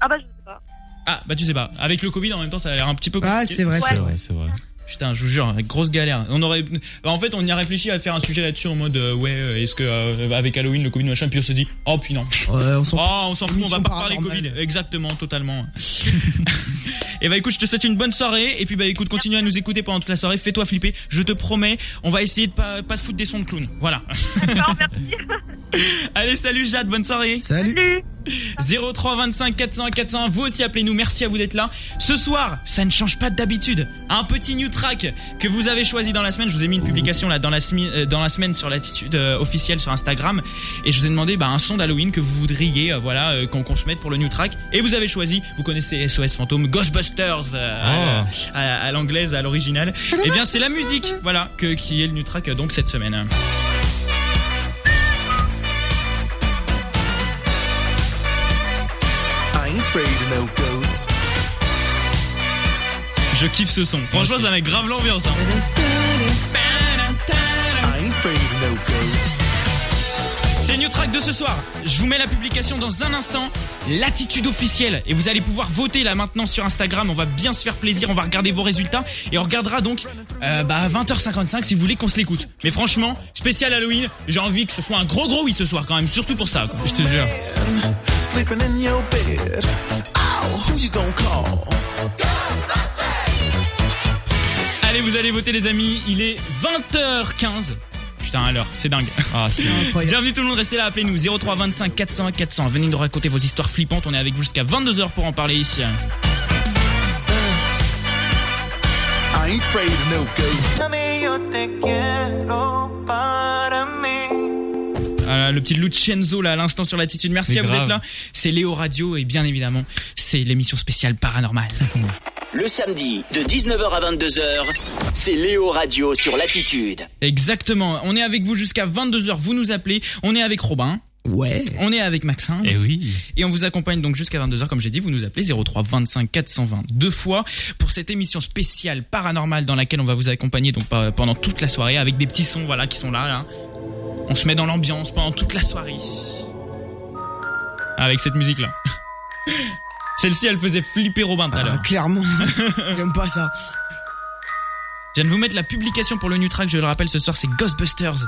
I: Ah bah, je sais pas.
B: Ah bah tu sais pas. Avec le Covid en même temps, ça a l'air un petit peu.
D: Ah,
B: compliqué.
D: c'est vrai.
C: c'est
D: c'est-
C: vrai c'est vrai
B: Putain, je vous jure, hein, grosse galère. On aurait, en fait, on y a réfléchi à faire un sujet là-dessus en mode, euh, ouais, euh, est-ce que euh, avec Halloween le Covid machin, puis on se dit, oh puis non.
D: Ouais, on s'en fout.
B: Oh, on s'en fout, on va
D: Mission
B: pas parler
D: paranormale.
B: Covid. Exactement, totalement. et bah écoute, je te souhaite une bonne soirée. Et puis bah écoute, continue à nous écouter pendant toute la soirée. Fais-toi flipper. Je te promets, on va essayer de pas, pas te foutre des sons de clown. Voilà.
I: Non, merci.
B: Allez, salut Jade, bonne soirée.
D: Salut.
I: Salut.
B: 03 25 400 401 vous aussi appelez-nous, merci à vous d'être là. Ce soir, ça ne change pas d'habitude. Un petit new track que vous avez choisi dans la semaine, je vous ai mis une publication là dans la, semi- euh, dans la semaine sur l'attitude euh, officielle sur Instagram et je vous ai demandé bah, un son d'Halloween que vous voudriez euh, voilà euh, qu'on qu'on se mette pour le new track et vous avez choisi, vous connaissez SOS Fantôme, Ghostbusters euh, à la- à, à l'anglaise, à l'original. Et bien c'est la musique, voilà, que, qui est le new track euh, donc cette semaine. Je kiffe ce son. Franchement, ça met grave l'ambiance. hein. C'est le new track de ce soir. Je vous mets la publication dans un instant. L'attitude officielle. Et vous allez pouvoir voter là maintenant sur Instagram. On va bien se faire plaisir. On va regarder vos résultats. Et on regardera donc euh, bah, à 20h55 si vous voulez qu'on se l'écoute. Mais franchement, spécial Halloween. J'ai envie que ce soit un gros gros oui ce soir quand même. Surtout pour ça. quoi. Je te jure.
J: Sleeping in your bed. Oh, who you gonna call?
B: Allez, vous allez voter les amis. Il est 20h15. Putain, à l'heure, c'est dingue. Ah, c'est
D: Incroyable.
B: Bienvenue tout le monde, restez là, appelez-nous 03 25 400 400. Venez nous raconter vos histoires flippantes, on est avec vous jusqu'à 22h pour en parler ici.
J: I ain't afraid of no ghost.
B: Euh, le petit Lucenzo là à l'instant sur l'attitude. Merci
C: Mais
B: à vous
C: grave.
B: d'être là. C'est Léo Radio et bien évidemment, c'est l'émission spéciale paranormale.
A: Le samedi, de 19h à 22h, c'est Léo Radio sur Latitude.
B: Exactement, on est avec vous jusqu'à 22h, vous nous appelez. On est avec Robin,
D: Ouais.
B: on est avec Maxime.
C: Eh oui.
B: Et on vous accompagne donc jusqu'à 22h, comme j'ai dit, vous nous appelez 03 25 420 deux fois pour cette émission spéciale paranormale dans laquelle on va vous accompagner donc pa- pendant toute la soirée avec des petits sons voilà qui sont là. là. On se met dans l'ambiance pendant toute la soirée. Avec cette musique là. Celle-ci, elle faisait flipper Robin tout à l'heure.
D: Ah, clairement. J'aime pas ça.
B: Je viens de vous mettre la publication pour le new track, je le rappelle ce soir, c'est Ghostbusters.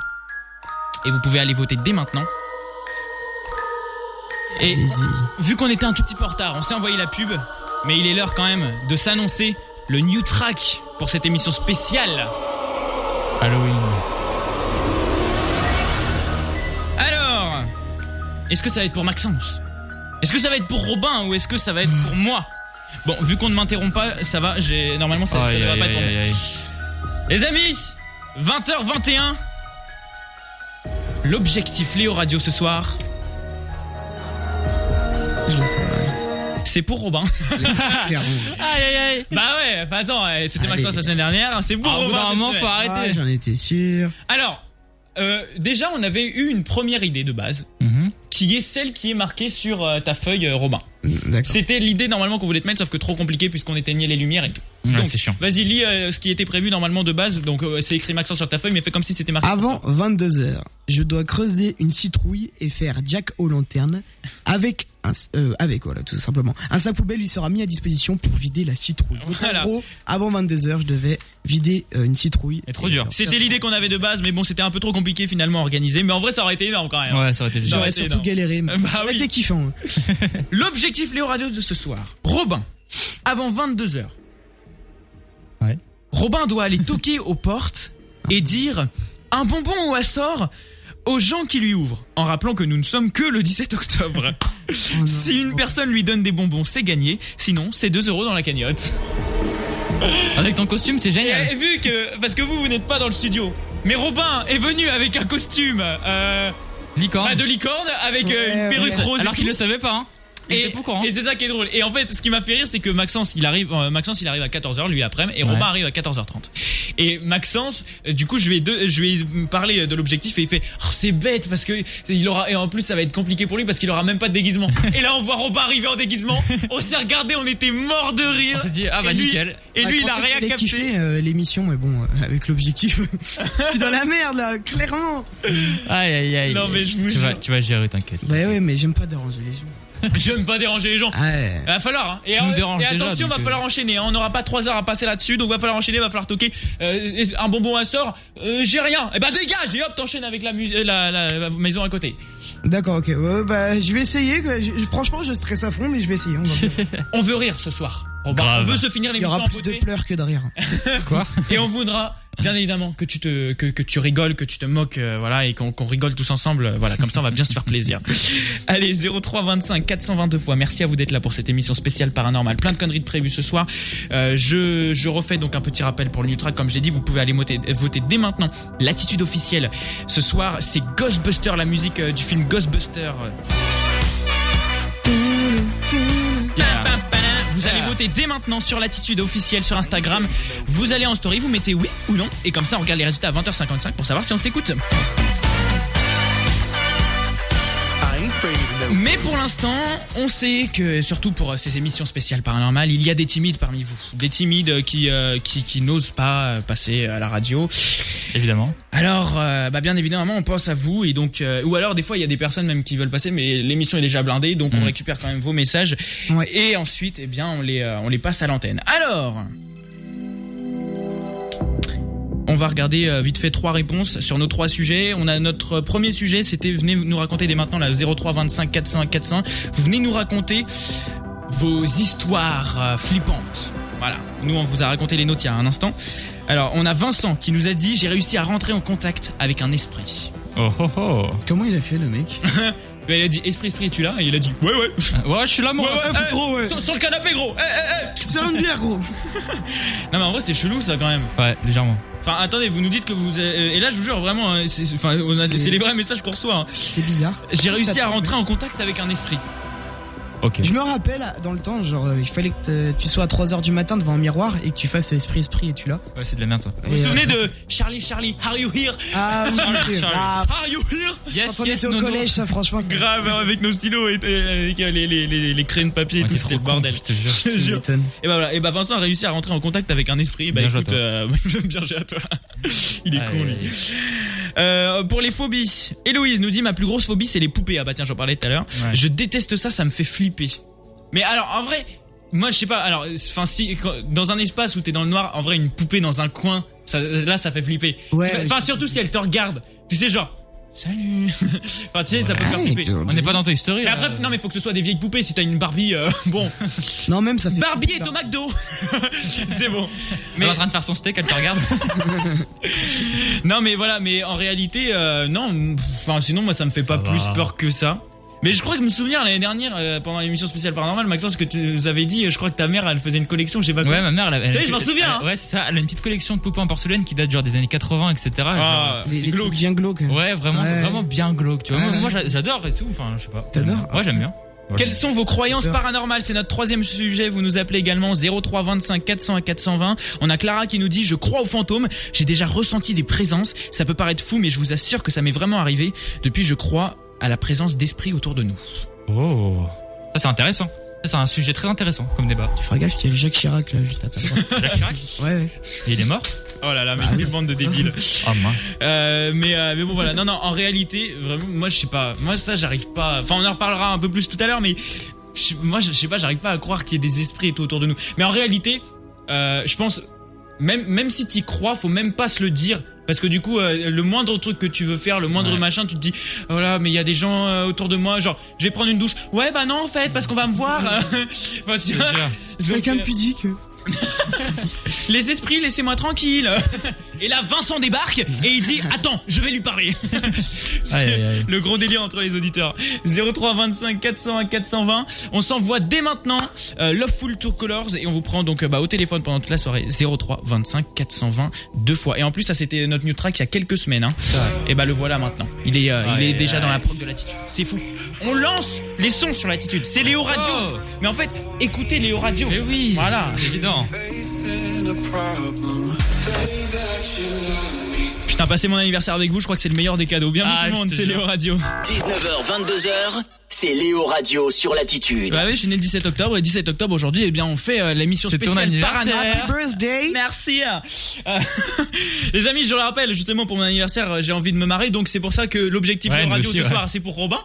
B: Et vous pouvez aller voter dès maintenant. Et vu qu'on était un tout petit peu en retard, on s'est envoyé la pub, mais il est l'heure quand même de s'annoncer le new track pour cette émission spéciale.
C: Halloween.
B: Alors, est-ce que ça va être pour Maxence Est-ce que ça va être pour Robin ou est-ce que ça va être pour moi Bon, vu qu'on ne m'interrompt pas, ça va, j'ai normalement ça, ça
C: Aïe,
B: devrait
C: aïe,
B: pas être pour
C: aïe,
B: moi.
C: aïe, aïe.
B: Les amis, 20h21. L'objectif Léo Radio ce soir,
D: Je le sais. ouais.
B: c'est pour Robin.
D: Clairement.
B: Aïe aïe aïe. Bah ouais, enfin, attends, euh, c'était
D: Allez.
B: Maxence la semaine dernière, hein, c'est pour
C: Ah, au bout
B: Robin.
C: d'un
B: cette
C: moment,
B: semaine.
C: faut arrêter.
D: Ah, j'en étais sûr.
B: Alors, euh, déjà, on avait eu une première idée de base,
C: Mhm.
B: qui est celle qui est marquée sur euh, ta feuille, euh, Robin.
D: D'accord.
B: C'était l'idée normalement qu'on voulait te mettre, sauf que trop compliqué puisqu'on éteignait les lumières et tout.
C: Ouais,
B: Donc,
C: c'est chiant.
B: Vas-y, lis euh, ce qui était prévu normalement de base. Donc, euh, c'est écrit Maxence sur ta feuille, mais fais comme si c'était
C: Ah,
B: marqué.
D: Avant 22h, je dois creuser une citrouille et faire Jack aux lanternes avec un, euh, avec voilà tout simplement. Un sac poubelle lui sera mis à disposition pour vider la citrouille. Donc,
B: Voilà.
D: En gros, avant 22h, je devais vider euh, une citrouille.
C: Mais trop dur.
B: C'était l'idée qu'on avait de base, mais bon, c'était un peu trop compliqué finalement à organiser. Mais en vrai, ça aurait été énorme quand même.
C: Ouais, ça aurait été
B: Genre-
C: génial.
D: J'aurais
B: été
D: surtout
B: énorme.
D: galéré. mais
B: Euh, bah
D: ça aurait
B: oui.
D: été kiffant.
B: L'objectif Léo Radio de ce soir. Robin, avant 22h.
C: Ouais.
B: Robin doit aller toquer aux portes et dire un bonbon au assort aux gens qui lui ouvrent, en rappelant que nous ne sommes que le 17 octobre.
D: Oh non.
B: si une personne lui donne des bonbons, c'est gagné, sinon c'est 2 euros dans la cagnotte.
C: Avec ton costume, c'est
B: Et,
C: génial.
B: euh, vu que, parce que vous, vous n'êtes pas dans le studio, mais Robin est venu avec un costume euh,
C: Licorne.
B: bah, de licorne, avec euh,
D: Ouais,
B: une perruque
D: ouais.
B: rose. et
C: Alors qu'il
B: tout.
C: le savait pas, hein. Il
B: Et,
C: était pas au courant.
B: et c'est ça qui est drôle. Et en fait, ce qui m'a fait rire, c'est que Maxence, il arrive, euh, Maxence, il arrive à 14h, lui après, et
C: Ouais.
B: Robin arrive à 14h30. Et Maxence, euh, du coup, je lui ai, de- je lui ai parlé de l'objectif et il fait, oh, c'est bête parce que il aura, et en plus, ça va être compliqué pour lui parce qu'il aura même pas de déguisement. et là, on voit Robin arriver en déguisement. On s'est regardé, on était mort de rire.
C: On s'est dit, ah
B: Et
C: bah
B: lui-
C: nickel.
B: Et
D: Ah,
B: lui,
D: je
B: il a
D: pensais qu'il
B: rien
D: allait
B: capté.
D: kiffer, euh, l'émission, mais bon, euh, avec l'objectif, je suis dans la merde là, clairement.
C: Aïe aïe aïe.
B: Non, mais je vous
C: tu vas,
B: jure.
C: tu vas gérer, t'inquiète.
D: Bah ouais, mais j'aime pas déranger les gens.
B: J'aime pas déranger les gens.
D: Ouais.
B: Va falloir. hein. Et,
C: Ah Tu nous déranges
B: et
C: déjà,
B: attention,
C: donc,
B: va
C: euh.
B: falloir enchaîner. hein. On n'aura pas trois heures à passer là-dessus, donc va falloir enchaîner. Va falloir toquer euh, un bonbon à sort. Euh, J'ai rien. Et bah dégage et hop, t'enchaînes avec la, mus- euh, la, la- la maison à côté.
D: D'accord, ok. Ouais, bah, je vais essayer. quoi. Je- franchement, je stresse à fond, mais je vais essayer. On va voir.
B: On veut rire ce soir. Robin.
C: Grave.
B: On veut se finir
D: Il y
B: l'émission
D: aura
B: en
D: plus de
B: beauté
D: pleurs que de rires.
C: Quoi
B: et on voudra bien évidemment, que tu te, que, que tu rigoles, que tu te moques, euh, voilà, et qu'on qu'on rigole tous ensemble, euh, voilà, comme ça on va bien se faire plaisir. Allez, 03 25 422 fois. Merci à vous d'être là pour cette émission spéciale paranormale. Plein de conneries de prévues ce soir. Euh, je, je refais donc un petit rappel pour le Nutra. Comme je l'ai dit, vous pouvez aller voter, voter dès maintenant. L'attitude officielle ce soir, c'est Ghostbuster, la musique euh, du film Ghostbuster. Yeah. Vous allez voter dès maintenant sur l'attitude officielle sur Instagram. Vous allez en story, vous mettez oui ou non, et comme ça on regarde les résultats à 20h55 pour savoir si on s'écoute. Mais pour l'instant, on sait que, surtout pour euh, ces émissions spéciales paranormales, il y a des timides parmi vous. Des timides euh, qui, euh, qui, qui n'osent pas euh, passer à la radio.
C: évidemment.
B: Alors, euh, bah, bien évidemment, on pense à vous. et donc euh, Ou alors, des fois, il y a des personnes même qui veulent passer, mais l'émission est déjà blindée, donc on
C: Mhm.
B: récupère quand même vos messages.
D: Ouais.
B: Et ensuite, eh bien, on les, euh, on les passe à l'antenne. Alors on va regarder euh, vite fait trois réponses sur nos trois sujets. On a notre premier sujet, c'était venez nous raconter dès maintenant la 03 25 400 400. Vous venez nous raconter vos histoires euh, flippantes. Voilà, nous on vous a raconté les nôtres il y a un instant. Alors on a Vincent qui nous a dit j'ai réussi à rentrer en contact avec un esprit.
C: Oh oh oh.
D: Comment il a fait le mec
B: Et il a dit esprit esprit tu là et il a dit ouais ouais
C: Ouais, je suis là, mon ref.
B: Eh, sur, sur le canapé gros. Eh, eh, eh.
D: C'est une bière gros
B: Non mais en vrai c'est chelou ça quand même.
C: Ouais, légèrement.
B: Enfin attendez vous nous dites que vous euh, et là je vous jure vraiment hein, c'est enfin, on a-
D: C'est-
B: c'est les vrais messages qu'on reçoit. hein.
D: C'est bizarre.
B: J'ai
D: Ça
B: réussi
D: te
B: à
D: plaît
B: rentrer en contact avec un esprit.
C: Ok.
D: Je me rappelle dans le temps, genre euh, il fallait que te- tu sois à 3h du matin devant un miroir et que tu fasses esprit esprit et tu l'as.
C: Ouais, c'est de la merde ça.
B: Vous vous
D: Et, euh,
B: souvenez de Charlie Charlie Are you here
D: Ah oui,
B: Charlie,
D: ok.
B: Charlie.
D: Ah,
B: Are you here Yes
D: quand on
B: yes
D: était au
B: no no.
D: collège, ça franchement c'est
B: Grave hein, avec nos stylos et, et avec euh, les, les, les, les crayons de papier et
C: Ouais,
B: tout
C: t'es
B: c'était
C: trop
B: le
C: con,
B: bordel.
C: je te jure.
B: Je te
D: tu
B: jure.
D: m'étonnes.
B: Et bah voilà, et bah Vincent a réussi à rentrer en contact avec un esprit. Bah
C: Bien joué à
B: écoute,
C: toi.
B: euh, bien joué à toi. Il est
C: Aïe,
B: con
C: aïe,
B: lui.
C: aïe.
B: Euh, pour les phobies, Héloïse nous dit ma plus grosse phobie c'est les poupées. Ah bah tiens, j'en parlais tout à l'heure.
C: Ouais.
B: Je déteste ça, ça me fait flipper. Mais alors en vrai, moi je sais pas. Alors, enfin si quand- dans un espace où t'es dans le noir, en vrai une poupée dans un coin, ça, là ça fait flipper.
D: Ouais,
B: C'est pas-
D: ouais,
B: Enfin surtout si elle te regarde. Tu sais genre salut. enfin tu sais ça peut faire flipper.
C: On n'est pas dans Toy Story. euh.
B: Mais
C: là.
B: après, non mais faut que ce soit des vieilles poupées. Si t'as une Barbie, euh, bon.
D: Non même ça fait
B: Barbie est au McDo. c'est bon.
C: Elle est en train de faire son steak, elle te regarde.
B: Non mais voilà, mais en réalité, euh, non. pff, Enfin, sinon moi ça me fait pas
C: va.
B: plus peur que ça. Mais je crois que je me souviens l'année dernière euh, pendant l'émission spéciale paranormale, Maxence, que tu nous avais dit, euh, je crois que ta mère elle faisait une collection, je sais pas quoi.
C: Ouais, ma mère, elle, elle-
B: Tu sais, je m'en souviens, hein.
C: Ouais, c'est ça. Elle a une petite collection de poupées en porcelaine qui date genre des années 80, etc.
B: Ah,
D: les,
B: c'est
D: les
B: glauque.
D: trucs bien glauque.
C: Genre, ouais, vraiment,
D: Ouais.
C: vraiment bien glauque. Tu vois, Moi,
D: Ouais.
C: moi, j'a- j'adore et tout. Enfin, je sais pas.
D: T'adores
C: Ouais, j'aime bien.
B: Quelles sont vos croyances paranormales C'est notre troisième sujet. Vous nous appelez également 03 25 400 à 420. On a Clara qui nous dit Je crois aux fantômes. J'ai déjà ressenti des présences. Ça peut paraître fou, mais je vous assure que ça m'est vraiment arrivé. Depuis, je crois à la présence d'esprits autour de nous.
C: Oh. Ça, c'est intéressant. Ça, c'est un sujet très intéressant comme débat.
D: Tu feras gaffe qu'il y a le Jacques Chirac là juste à ta droite.
C: Jacques Chirac,
D: Ouais, ouais.
C: il est mort
B: Oh là là, mais une bande de débiles.
C: Oh mince.
B: Euh, mais, euh, mais bon voilà, non non, en réalité, vraiment, moi je sais pas, moi ça j'arrive pas, enfin on en reparlera un peu plus tout à l'heure, mais je- moi je sais pas, j'arrive pas à croire qu'il y ait des esprits et tout autour de nous. Mais en réalité, euh, je pense, même, même si t'y crois, faut même pas se le dire. Parce que du coup, euh, le moindre truc que tu veux faire, le moindre
C: Ouais.
B: machin, tu te dis, voilà, mais il y a des gens euh, autour de moi, genre, je vais prendre une douche. Ouais, bah non, en fait, parce qu'on va me voir. Enfin, tu vois, donc,
D: Quelqu'un de
B: euh,
D: pudique.
B: les esprits, laissez-moi tranquille. Et là, Vincent débarque et il dit Attends, je vais lui parler. C'est
C: Aïe, aïe, aïe.
B: le gros délire entre les auditeurs. 03 25 401 420. On s'envoie dès maintenant euh, Loveful Tour Colors et on vous prend donc euh, bah, au téléphone pendant toute la soirée. 03 25 420 deux fois. Et en plus, ça c'était notre new track il y a quelques semaines. hein. Et bah le voilà maintenant. Il est, euh, il est
C: Aïe,
B: déjà
C: aïe.
B: dans la prog de l'attitude. C'est fou.
C: Bah,
B: On lance les sons sur l'attitude. C'est Léo Radio.
C: Oh.
B: Mais en fait, écoutez Léo Radio.
C: Mais oui.
B: Voilà.
C: C'est évident.
B: Putain, passer mon anniversaire avec vous, je crois que c'est le meilleur des cadeaux. Bienvenue
C: Ah,
B: tout le monde,
C: je te
B: c'est
C: jure.
B: Léo Radio.
A: 19h, 22h, c'est Léo Radio sur Latitude.
B: Bah oui, je suis né le 17 octobre et 17 octobre aujourd'hui, eh bien on fait euh, l'émission
C: C'est ton
B: spéciale
C: anniversaire.
B: Parana.
D: birthday.
B: Merci. Euh, les amis, je le rappelle, justement pour mon anniversaire, euh, j'ai envie de me marrer, donc c'est pour ça que l'objectif
C: Ouais,
B: Léo
C: nous
B: Radio
C: aussi,
B: ce
C: ouais.
B: soir, c'est pour Robin.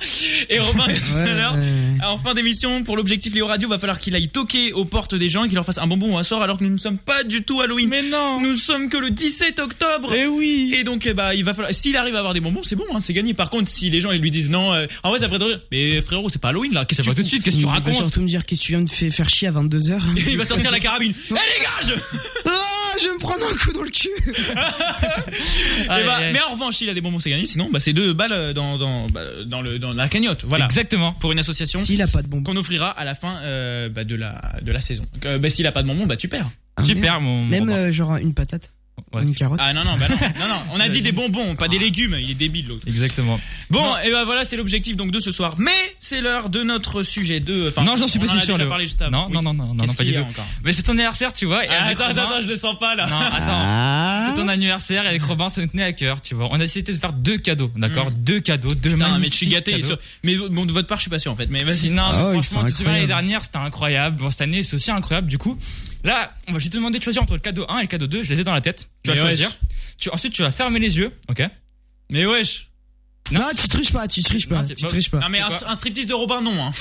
B: Et Robin, tout à l'heure, en fin d'émission, pour l'objectif Léo Radio, va falloir qu'il aille toquer aux portes des gens et qu'il leur fasse un bonbon ou un sort alors que nous ne sommes pas du tout Halloween. Mais non Nous sommes que le 17 octobre
C: Eh oui.
B: Et donc, eh bah, il va falloir. S'il arrive à avoir des bonbons, c'est bon, hein, c'est gagné. Par contre, si les gens ils lui disent non, euh, en vrai, ça ferait drôle. Mais frérot, c'est pas Halloween là. Qu'est-ce que tu
C: C'est pas tout de
B: fous
C: suite, qu'est-ce que
D: Il
C: tu
D: va
C: racontes
D: surtout me dire qu'est-ce que tu viens de fa- faire chier à 22h.
B: Il va sortir la carabine. Eh les gars, je-
D: Ah, je vais me prendre un coup dans le cul.
B: Eh ben,
C: Aïe, aïe.
B: Mais en revanche, il a des bonbons, c'est gagné. Sinon, bah, c'est deux balles euh, dans, dans, bah, dans, le, dans la cagnotte. Voilà.
C: Exactement.
B: Pour une association
D: S'il a pas de bonbons.
B: qu'on offrira à la fin euh, bah, de, la, de la saison. Donc, euh, bah, S'il a pas de bonbons, bah, tu perds.
D: Ah,
C: tu
D: merde.
C: perds mon. mon
D: Même
C: repas.
D: euh, genre une patate,
C: Ouais.
D: une carotte.
B: Ah non, non, bah, non, non, non. On a dit des bonbons, pas des légumes. Il est débile l'autre.
C: Exactement.
B: Bon, et ben voilà, c'est l'objectif donc de ce soir. Mais c'est l'heure de notre sujet de. Enfin,
C: non, j'en suis
B: on
C: pas
B: en
C: si
B: a
C: sûr.
B: déjà
C: Léo.
B: parlé juste avant.
C: non, non, non, non, non, non,
B: Qu'est-ce
C: pas
B: qu'il
C: du
B: y a
C: tout.
B: encore
C: Mais c'est ton anniversaire, tu vois. et
B: Ah,
C: avec
B: Attends,
C: Robin-
B: attends, attends, je le sens pas là.
C: Non,
D: Ah.
C: attends. C'est
B: Ah.
C: ton anniversaire et avec Robin, c'est tenait à cœur, tu vois. On a décidé de faire deux cadeaux, d'accord
B: Mm.
C: Deux cadeaux, deux
B: Putain, mais
C: magnifiques
B: je suis gâté.
C: cadeaux.
B: sur- Mais bon, de votre part, je suis pas sûr en fait. Mais vas-y.
C: Sinon,
D: Ah oui,
C: franchement,
D: c'est
C: tu te souviens
D: incroyable.
C: l'année dernière, c'était incroyable. Bon, cette année, c'est aussi incroyable. Du coup, là, on va juste te demander de choisir entre le cadeau 1 et le cadeau 2. Je les ai dans la tête. Tu vas
B: Mais ouais.
C: choisir. Tu, ensuite, tu vas fermer les yeux, ok
B: Mais wesh.
D: Non, tu triches pas, tu triches pas,
C: Non,
D: tu
C: tu-
D: triches pas.
B: Non, Ah, mais
C: C'est
B: un,
C: quoi
B: un striptease de Robin, non. hein.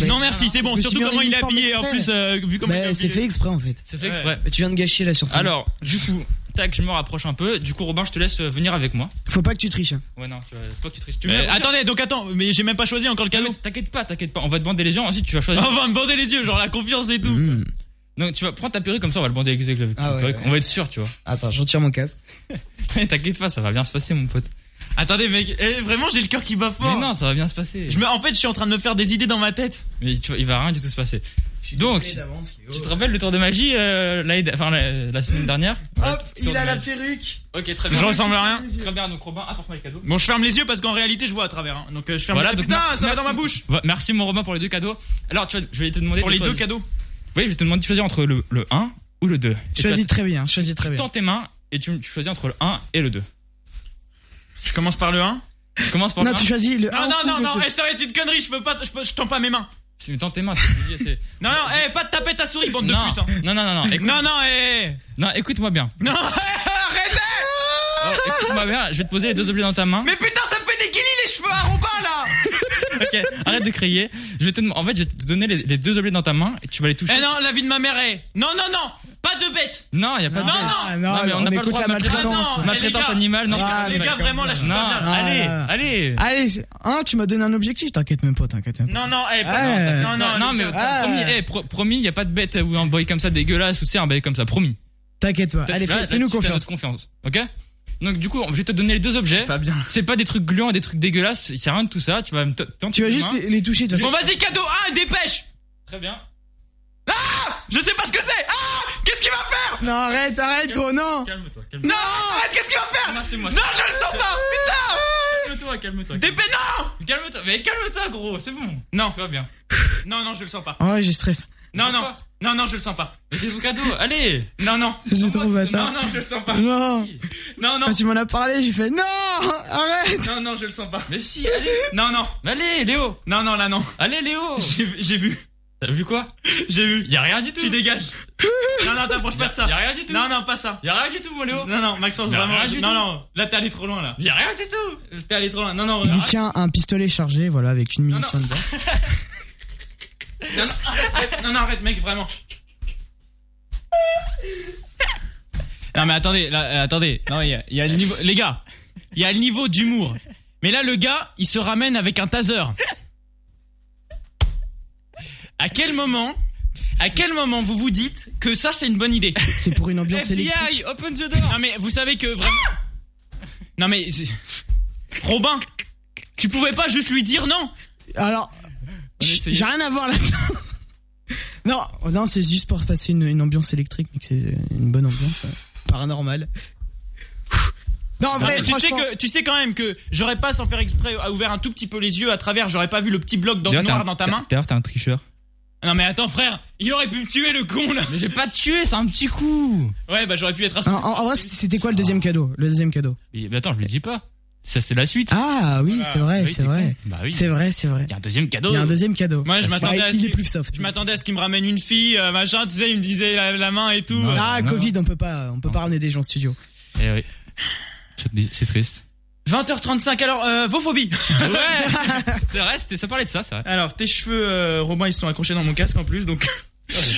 D: Mais-
B: non, merci, c'est bon.
D: Je me
B: Surtout
D: suis mis en
B: comment il est
D: uniforme
B: habillé en
D: exprès.
B: plus. euh, vu comment il est
D: Mais c'est
B: habillé.
D: fait exprès en fait.
C: C'est fait
B: Ouais.
C: exprès.
D: Mais Tu viens de gâcher la surprise.
C: Alors, du coup, tac, je me rapproche un peu. Du coup, Robin, je te laisse euh, venir avec moi.
D: faut pas que tu triches. hein.
C: Ouais, non, tu vas- faut que tu triches. Tu
B: Mais
C: veux-
B: attendez, donc Euh, attends, mais j'ai même pas choisi encore le cadeau.
C: T'inquiète- Ah, T'inquiète pas, t'inquiète pas. On va te bander les gens, ensuite tu vas
B: On
C: choisir.
B: va me bander les yeux, genre la confiance et tout.
D: Mmh.
C: Donc tu vas prendre ta perruque comme ça, on va le bander avec avec la
D: Ah ouais,
C: perruque.
D: ouais.
C: On va être sûr, tu vois.
D: Attends, je retire mon casque.
C: T'inquiète pas, ça va bien se passer, mon pote.
B: Attendez, mec, eh, vraiment, j'ai le cœur qui bat fort.
C: Mais non, ça va bien se passer.
B: Je me- en fait, je suis en train de me faire des idées dans ma tête.
C: Mais tu vois, il va rien du tout se passer. Donc,
D: désolé
C: tu
D: d'avance, Léo.
C: te rappelles le tour de magie euh, l'année- enfin, la, la semaine dernière
D: Hop,
C: tour
D: il
C: de
D: a la
C: magie.
D: perruque.
C: Ok, très
B: Je
C: bien.
B: ressemble à rien.
C: Très bien, donc Robin, apporte-moi les cadeaux.
B: Bon, je ferme les yeux parce qu'en réalité, je vois à travers. hein. Donc, euh, je ferme
C: Voilà,
B: les yeux.
C: donc
B: Putain,
C: merci-
B: ça va dans ma
C: merci.
B: bouche.
C: Ouais, merci, mon Robin, pour les deux cadeaux. Alors, tu vois, je vais te demander.
B: Pour
C: de
B: les deux
C: choisir.
B: cadeaux.
C: Oui, je vais te demander de choisir entre le, le 1 ou le 2. Et tu
D: Choisis très bien, choisis très
C: vas- tu
D: bien.
C: tends tes mains et tu, tu choisis entre le 1 et le 2.
B: Je commence par le 1.
C: Tu commences par
D: Non,
C: le 1.
D: tu choisis le.
B: Non, non,
D: un ou
B: non,
D: le
B: non,
D: deux.
B: eh, ça va être une connerie, je peux pas, je, peux- je tends pas mes mains.
C: Si, mais tends tes mains. tu- c'est-
B: Non, non, eh, pas de taper ta souris, bande de
C: non,
B: putes. hein.
C: non, non, non, non, écoute-
B: Non, non, eh.
C: non, écoute-moi bien.
B: Non, arrête
C: Oh, écoute-moi bien, je vais te poser les deux objets dans ta main.
B: Mais putain, ça me fait des guillis les cheveux
C: hein,
B: à Robin là
C: Ok, arrête de crier. Je vais te, dem- en fait, je vais te donner les, les deux objets dans ta main et tu vas les toucher.
B: Eh non, la vie de ma mère est. Non, non, non Pas de bête
C: Non, y a pas de.
B: Non,
D: Ah,
C: Non, mais on n'a pas le
D: écoute
C: droit
D: la
C: de maltraitance.
B: Ah, non.
D: maltraitance.
C: Maltraitance
B: Eh, les gars.
C: animale, non,
D: Ah,
B: Les gars,
D: d'accord.
B: vraiment, là, je
C: c'est-
B: suis
C: Non,
B: pas bien.
D: Ah,
C: allez,
D: là, là.
C: allez.
D: Allez, c'est- hein, tu m'as donné un objectif, t'inquiète même pas, t'inquiète même pas.
B: Non, non, eh, pas-
D: Ah,
B: non, non,
C: non, mais
B: les gars.
D: Ah.
C: promis, eh, pro- promis, y a pas de bête euh, ou un boy comme ça dégueulasse ou tu sais, un bail comme ça, promis.
D: T'inquiète pas. Allez,
C: Là,
D: fais- fais-nous
C: là-dessus,
D: confiance.
C: fais-nous confiance, ok Donc du coup, je vais te donner les deux objets.
B: Pas bien.
C: C'est pas des trucs gluants et des trucs dégueulasses. C'est rien de tout ça. Tu vas me t- tenter
D: Tu vas
C: tes
D: juste
C: mains.
D: les, les toucher, de toute
B: Bon,
D: façon.
B: vas-y, cadeau 1, dépêche
C: Très bien.
B: Je sais pas ce que c'est Ah Qu'est-ce qu'il va faire
D: Non, arrête, arrête, gros, non.
C: Calme-toi, calme-toi.
B: Non Arrête, qu'est-ce qu'il va faire Non,
C: Merci Ah. moi.
B: je le sens pas
C: Calme-toi, calme-toi.
B: Putain Dépêche, non
C: Calme-toi, mais calme-toi, gros, c'est bon.
B: Non.
C: Tu vas bien.
B: Non, non, je le sens pas.
D: Oh, j'ai stress.
B: Non, non,
C: Pourquoi
B: non, non, je le sens pas.
C: Mais c'est ton cadeau, allez
B: Non, non.
D: J'ai trop
B: Non,
D: bâtard.
B: non, je le sens pas.
D: Non.
B: Non, non,
D: Quand tu m'en as parlé, j'ai fait non, Hein, arrête.
B: non, non, je le sens pas.
C: Mais si, allez
B: Non, non,
C: Mais allez, Léo
B: non, non, là, non.
C: Allez, Léo
B: J'ai j'ai vu,
C: T'as vu quoi
B: j'ai vu.
C: Y'a rien du tout
B: Tu dégages. Non, non, t'approches pas de ça.
C: Y'a rien du tout
B: Non, non, pas ça.
C: Y'a rien du tout, mon Léo
B: Non, non, Maxence,
C: Mais
B: vraiment.
C: rien du
B: Non,
C: tout.
B: non, là, t'es allé trop loin, là.
C: Y'a rien du tout
B: T'es allé trop loin. Non, non,
D: Il lui
B: arrête.
D: tient un pistolet chargé, voilà, avec une
B: non.
D: munition dedans.
B: non, non, arrête, non, non, arrête, mec, vraiment. Non, mais attendez, là, euh, attendez. Non, il y, a- il y a le niveau. Les gars, il y a le niveau d'humour. Mais là, le gars, il se ramène avec un taser. À quel moment. À quel moment vous vous dites que ça c'est une bonne idée
D: C'est pour une ambiance électrique.
C: FBI, open the door
B: Non mais vous savez que vraiment. Non mais c'est- Robin, tu pouvais pas juste lui dire non.
D: Alors,
C: On essaye.
D: j'ai rien à voir là-dedans. Non, oh non, c'est juste pour passer une, une ambiance électrique, mais que c'est une bonne ambiance euh, paranormale. Ouh. Non, en
B: Non,
D: vrai,
B: mais tu sais
D: franchement,
B: que tu sais quand même que j'aurais pas sans faire exprès a ouvert un tout petit peu les yeux à travers, j'aurais pas vu le petit bloc dans
C: D'ailleurs, t'as
B: noir
C: un-
B: dans ta
C: t'as-
B: main.
C: D'ailleurs, t'es un tricheur.
B: Non mais attends frère, il aurait pu me tuer le con là.
C: Mais j'ai pas tué, c'est un petit coup
B: Ouais bah j'aurais pu être.
D: en,
B: assassiné.
D: en- en vrai, c'était c'était quoi le deuxième cadeau Le deuxième cadeau.
C: Mais mais attends, je le dis pas. Ça, c'est la suite.
D: Ah oui, c'est vrai,
C: Oui,
D: c'est
C: t'es
D: vrai,
C: con. Bah oui.
D: c'est vrai, c'est vrai.
C: Y'a un deuxième cadeau.
D: Il y a un deuxième cadeau.
B: Moi, je
D: Bah,
B: m'attendais à ce
D: Il est
B: qu'il-
D: plus soft.
B: Je m'attendais à ce qu'il me ramène une fille, euh, machin, tu sais, il me disait la, la main et tout.
C: Non.
D: Ah,
C: non,
D: Covid, on peut pas, on peut pas
C: Non.
D: ramener des gens en studio.
C: Eh oui. Je te dis, C'est triste.
B: 20h35 alors euh, vos phobies.
C: Ouais C'est vrai, c'était- ça parlait de ça, ça.
B: Alors tes cheveux euh, Robin ils sont accrochés dans mon casque en plus donc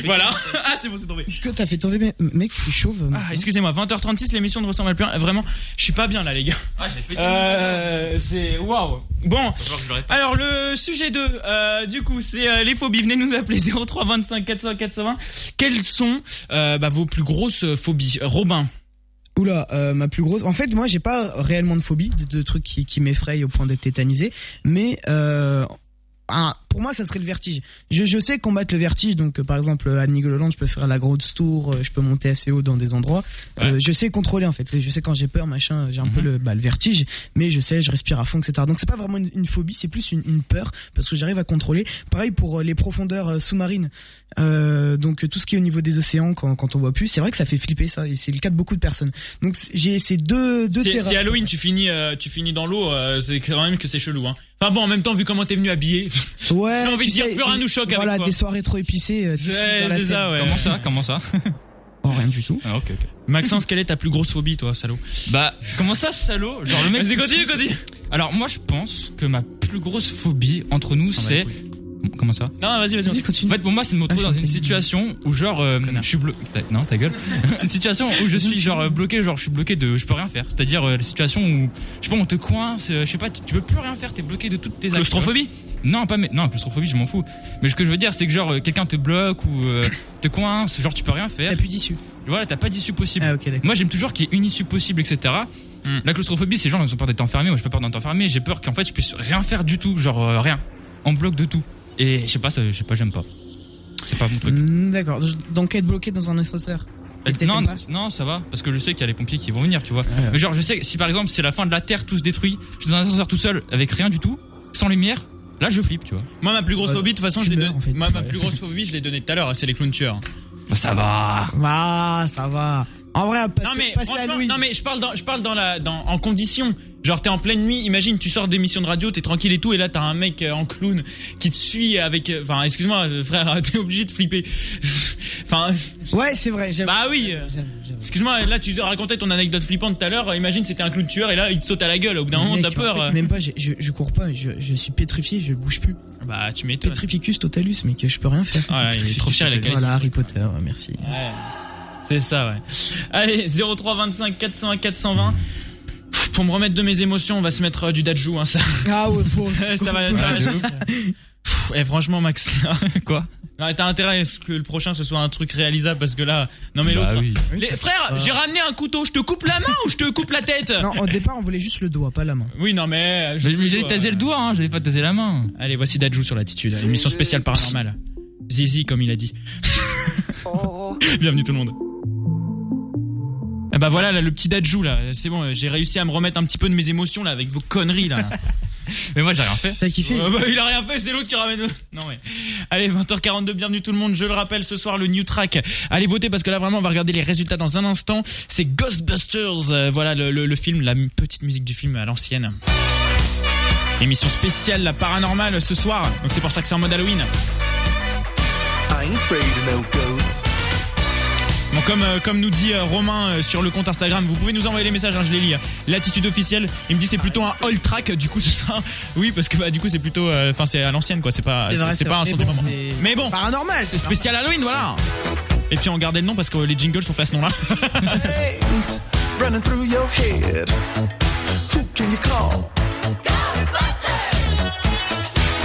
B: voilà. ah c'est bon c'est tombé.
D: Est-ce que t'as fait tomber, mes- mec, je suis chauve.
B: Ah, excusez-moi, 20h36, l'émission de Ressemble à plein. Vraiment, je suis pas bien là, les gars.
C: Ah, j'ai pété.
B: Euh, c'est waouh. Bon, alors le sujet 2, euh, du coup, c'est euh, les phobies. Venez nous appeler 03 25 400 420. Quelles sont euh, bah, vos plus grosses euh, phobies, Euh, Robin
D: Oula, euh, ma plus grosse. En fait, moi, j'ai pas réellement de phobie, de, de trucs qui, qui m'effrayent au point d'être tétanisé. Mais euh, ah, pour moi, ça serait le vertige. Je, je sais combattre le vertige. Donc, euh, par exemple, à Nigoland, je peux faire la grosse tour, euh, je peux monter assez haut dans des endroits. Euh, je sais contrôler, en fait. Je sais quand j'ai peur, machin, j'ai un
B: Mhm.
D: peu le, bah, le vertige. Mais je sais, je respire à fond, etc. Donc, c'est pas vraiment une, une phobie, c'est plus une, une peur parce que j'arrive à contrôler. Pareil pour euh, les profondeurs euh, sous-marines. Euh, donc, euh, tout ce qui est au niveau des océans quand, quand on voit plus, c'est vrai que ça fait flipper ça. Et c'est le cas de beaucoup de personnes. Donc, c'est- j'ai ces deux, deux
B: Si,
D: terrains.
B: si Halloween, tu finis, euh, tu finis dans l'eau, euh, c'est quand même que c'est chelou. Hein. Enfin bon, en même temps, vu comment t'es venu habillé,
D: Ouais,
B: J'ai envie
D: tu
B: de dire,
D: sais,
B: plus rien nous choque avec
D: Voilà,
B: toi.
D: des soirées trop épicées. euh, tu finis
B: c'est
D: dans la
B: c'est ça,
D: scène.
B: ouais.
C: Comment ça Comment ça
D: Oh, rien du tout.
C: Ah, ok, ok.
B: Maxence, quelle est ta plus grosse phobie, toi, salaud
C: Bah, comment ça, salaud Genre le mec.
B: Vas-y, continue, continue.
C: Alors, moi, je pense que ma plus grosse phobie entre nous,
B: S'en bat
C: c'est.
B: les
C: Comment ça
B: Non, vas-y, vas-y.
D: Vas-y,
C: En
D: continue.
C: fait, pour moi, c'est de me retrouver
D: Ah,
C: dans
D: c'est
C: une
D: une-
C: situation où, genre, euh,
B: Connard.
C: je suis bloqué. Non, ta gueule. une situation où je suis, genre, euh, bloqué, genre, je suis bloqué de. Je peux rien faire. C'est-à-dire, euh, la situation où, je sais pas, on te coince, euh, je sais pas, tu, tu peux plus rien faire, t'es bloqué de toutes tes actions.
B: Claustrophobie
C: Non, pas mais non, claustrophobie, je m'en fous. Mais ce que je veux dire, c'est que, genre, euh, quelqu'un te bloque ou euh, te coince, genre, tu peux rien faire.
D: T'as plus d'issue.
C: Voilà, t'as pas d'issue possible.
D: Ah, ok, d'accord.
C: Moi, j'aime toujours qu'il y ait une issue possible, etc.
B: Hmm.
C: La claustrophobie, c'est genre, ils ont peur d'être enfermés. Moi, j'ai pas peur d'être enfermé. J'ai peur qu'en fait, je puisse rien faire du tout. Genre, euh, rien. On me bloque de tout. Et je sais pas, ça- je sais pas, j'aime pas. C'est pas mon truc.
D: Mm, D'accord. Donc, être bloqué dans un ascenseur. Mm. Et t'aimes
C: Non,
D: pas
C: non, ça va, parce que je sais qu'il y a les pompiers qui vont venir, tu vois. Mais genre, je sais que si par exemple, c'est la fin de la Terre, tout se détruit, je suis dans un ascenseur tout seul, avec rien du tout, sans lumière, là, je flippe, tu vois.
B: Moi, ma plus grosse
D: Ouais,
B: phobie, de toute façon,
D: Euh, tu
B: je l'ai
D: meurs,
B: donnée.
D: en fait.
B: Moi, ma plus grosse phobie, je l'ai donnée tout à l'heure, hein, c'est les clowns tueurs.
C: Bah, ça va.
D: Ah, ça va. En vrai, pas,
B: Non mais,
D: passer à
B: franchement,
D: Louis.
B: non mais je parle dans, je parle dans la, dans, en condition. Genre t'es en pleine nuit, imagine tu sors d'émission de radio, t'es tranquille et tout, et là t'as un mec euh, en clown qui te suit avec, euh, enfin excuse-moi euh, frère, t'es obligé de flipper. Enfin,
D: Ouais, c'est vrai. j'avoue.
B: bah oui. euh,
D: J'avoue, j'avoue.
B: Excuse-moi, là tu racontais ton anecdote flippante tout à l'heure. euh, Imagine c'était un clown tueur et là il te saute à la gueule. Au bout d'un moment
D: Mec,
B: t'as peur.
D: en fait,
B: euh.
D: Même pas, j'ai- je, je cours pas, je, je suis pétrifié, je bouge plus.
B: Bah tu m'étonnes.
D: Pétrificus totalus, mais que je peux rien faire.
B: Ah, il est trop fier, il a calé
D: Voilà, Harry Potter, merci.
B: Ouais. C'est ça, ouais. Allez, 03 25 401 420. Pff, Pour me remettre de mes émotions, on va se mettre euh, du dadjou, hein, ça.
D: Ah ouais, pour.
B: ça va, ça va. Pff, eh, franchement, Max.
C: Quoi
B: Non, mais t'as intérêt à ce que le prochain ce soit un truc réalisable parce que là, non mais l'autre.
C: Bah oui.
B: Les- Frère, j'ai ramené un couteau. Je te coupe la main ou je te coupe la tête
D: Ah. Non, au départ, on voulait juste le doigt, pas la main.
B: Oui, non mais. euh, je-
C: Mais mais j'allais taser le doigt, hein, j'allais pas taser la main.
B: Allez, voici Dadjou sur l'attitude. Une mission spéciale paranormale. Zizi, comme il a dit. Bienvenue tout le monde. Ah bah voilà, là, le petit Dadjou, là. C'est bon, euh, j'ai réussi à me remettre un petit peu de mes émotions, là, avec vos conneries, là.
C: Mais moi, j'ai rien fait.
D: T'as kiffé
B: Ah bah, il a rien fait, c'est l'autre qui ramène. l'autre. Non, ouais. Allez, 20h42, bienvenue tout le monde. Je le rappelle, ce soir, le new track. Allez voter parce que là, vraiment, on va regarder les résultats dans un instant. C'est Ghostbusters. euh, voilà le, le- le film, la m- petite musique du film à l'ancienne. Émission spéciale, la paranormale ce soir. Donc c'est pour ça que c'est en mode Halloween.
J: I ain't afraid of no ghosts.
B: Bon, comme, euh, comme nous dit euh, Romain euh, sur le compte Instagram, vous pouvez nous envoyer les messages, hein, je les lis. L'attitude officielle, il me dit c'est plutôt un all track, du coup ce sera. Oui, parce que bah, du coup c'est plutôt. euh, Enfin, c'est à l'ancienne quoi, Ah, c'est pas,
D: C'est vrai,
B: c'est
D: c'est
B: pas un
D: vrai.
B: son
D: Mais
B: du
D: bon,
B: moment.
D: c'est-
B: Mais bon,
D: Paranormal, c'est
B: C'est spécial Halloween, voilà Et puis on gardait le nom parce que les jingles sont faits à ce nom-là.
J: Things running through your head. Who can you call? Ghostbusters!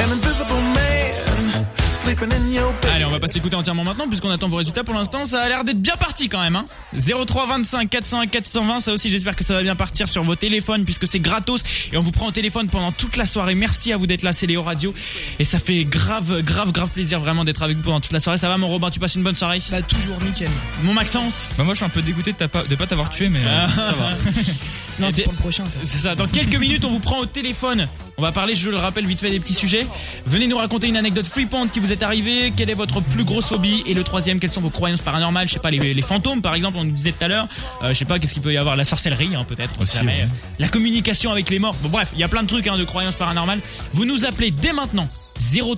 J: An invisible man sleeping in your bed.
B: Allez, on va pas s'écouter entièrement maintenant puisqu'on attend vos résultats. Pour l'instant, ça a l'air d'être bien parti quand même. Hein 03 25 401 420, ça aussi j'espère que ça va bien partir sur vos téléphones puisque c'est gratos et on vous prend au téléphone pendant toute la soirée. Merci à vous d'être là, c'est Léo Radio et ça fait grave, grave, grave plaisir vraiment d'être avec vous pendant toute la soirée. Ça va mon Robin, tu passes une bonne soirée
D: Bah, toujours nickel.
B: Mon Maxence
C: Bah, moi, je suis un peu dégoûté de, ta pas- de pas t'avoir tué, mais euh, ça va.
D: Ah. Non,
B: Eh
D: c'est
B: bien-
D: pour le prochain, ça.
B: C'est ça, dans quelques minutes on vous prend au téléphone. On va parler, je le rappelle vite fait, des petits sujets. Venez nous raconter une anecdote flippante qui vous est arrivée, quelle est votre plus grosse phobie et le troisième, quelles sont vos croyances paranormales, je sais pas, les, les fantômes par exemple, on nous disait tout à l'heure, Euh, je sais pas, qu'est-ce qu'il peut y avoir, la sorcellerie hein, peut-être, on sait
C: Aussi,
B: jamais.
C: ouais.
B: la communication avec les morts, bon bref, il y a plein de trucs hein, de croyances paranormales. Vous nous appelez dès maintenant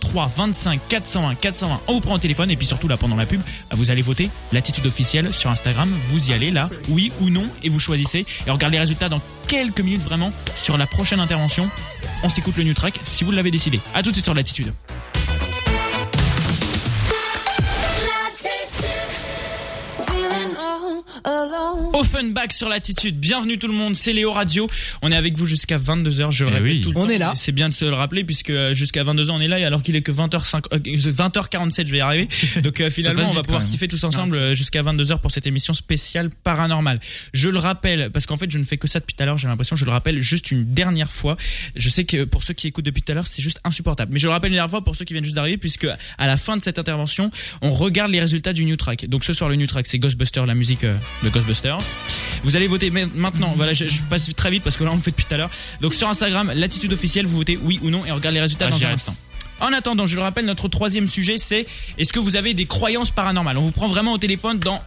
B: 03 25 401 420, on vous prend au téléphone et puis surtout là pendant la pub, ah, vous allez voter l'attitude officielle sur Instagram, vous y allez là, oui ou non, et vous choisissez. Et on regarde les résultats dans quelques minutes vraiment sur la prochaine intervention. On s'écoute le new track si vous l'avez décidé. A tout de suite sur l'attitude.
K: Feeling all alone.
B: Offenbach sur l'attitude. Bienvenue tout le monde, c'est Léo Radio. On est avec vous jusqu'à 22h, je le
C: Eh
B: répète
C: oui.
B: tout le
D: On
B: temps.
D: est là.
B: C'est bien de se le rappeler puisque euh, jusqu'à 22h on est là et alors qu'il est que 20h5 euh, 20h47, je vais y arriver. Donc euh, finalement,
C: passe
B: on va
C: vite,
B: pouvoir
C: quand même.
B: kiffer tous ensemble euh, jusqu'à 22h pour cette émission spéciale paranormale. Je le rappelle parce qu'en fait, je ne fais que ça depuis tout à l'heure, j'ai l'impression je le rappelle juste une dernière fois. Je sais que pour ceux qui écoutent depuis tout à l'heure, c'est juste insupportable. Mais je le rappelle une dernière fois pour ceux qui viennent juste d'arriver puisque à la fin de cette intervention, on regarde les résultats du new track. Donc ce soir le new track, c'est Ghostbuster, la musique euh, de Ghostbuster. Vous allez voter ma-
C: Mhm.
B: maintenant. Voilà, je, je passe très vite parce que là on le fait depuis tout à l'heure. Donc sur Instagram, l'attitude officielle, vous votez oui ou non et on regarde les résultats
C: Ah,
B: dans
C: j'y
B: un
C: reste.
B: instant. En attendant, je le rappelle, notre troisième sujet, c'est est-ce que vous avez des croyances paranormales On vous prend vraiment au téléphone dans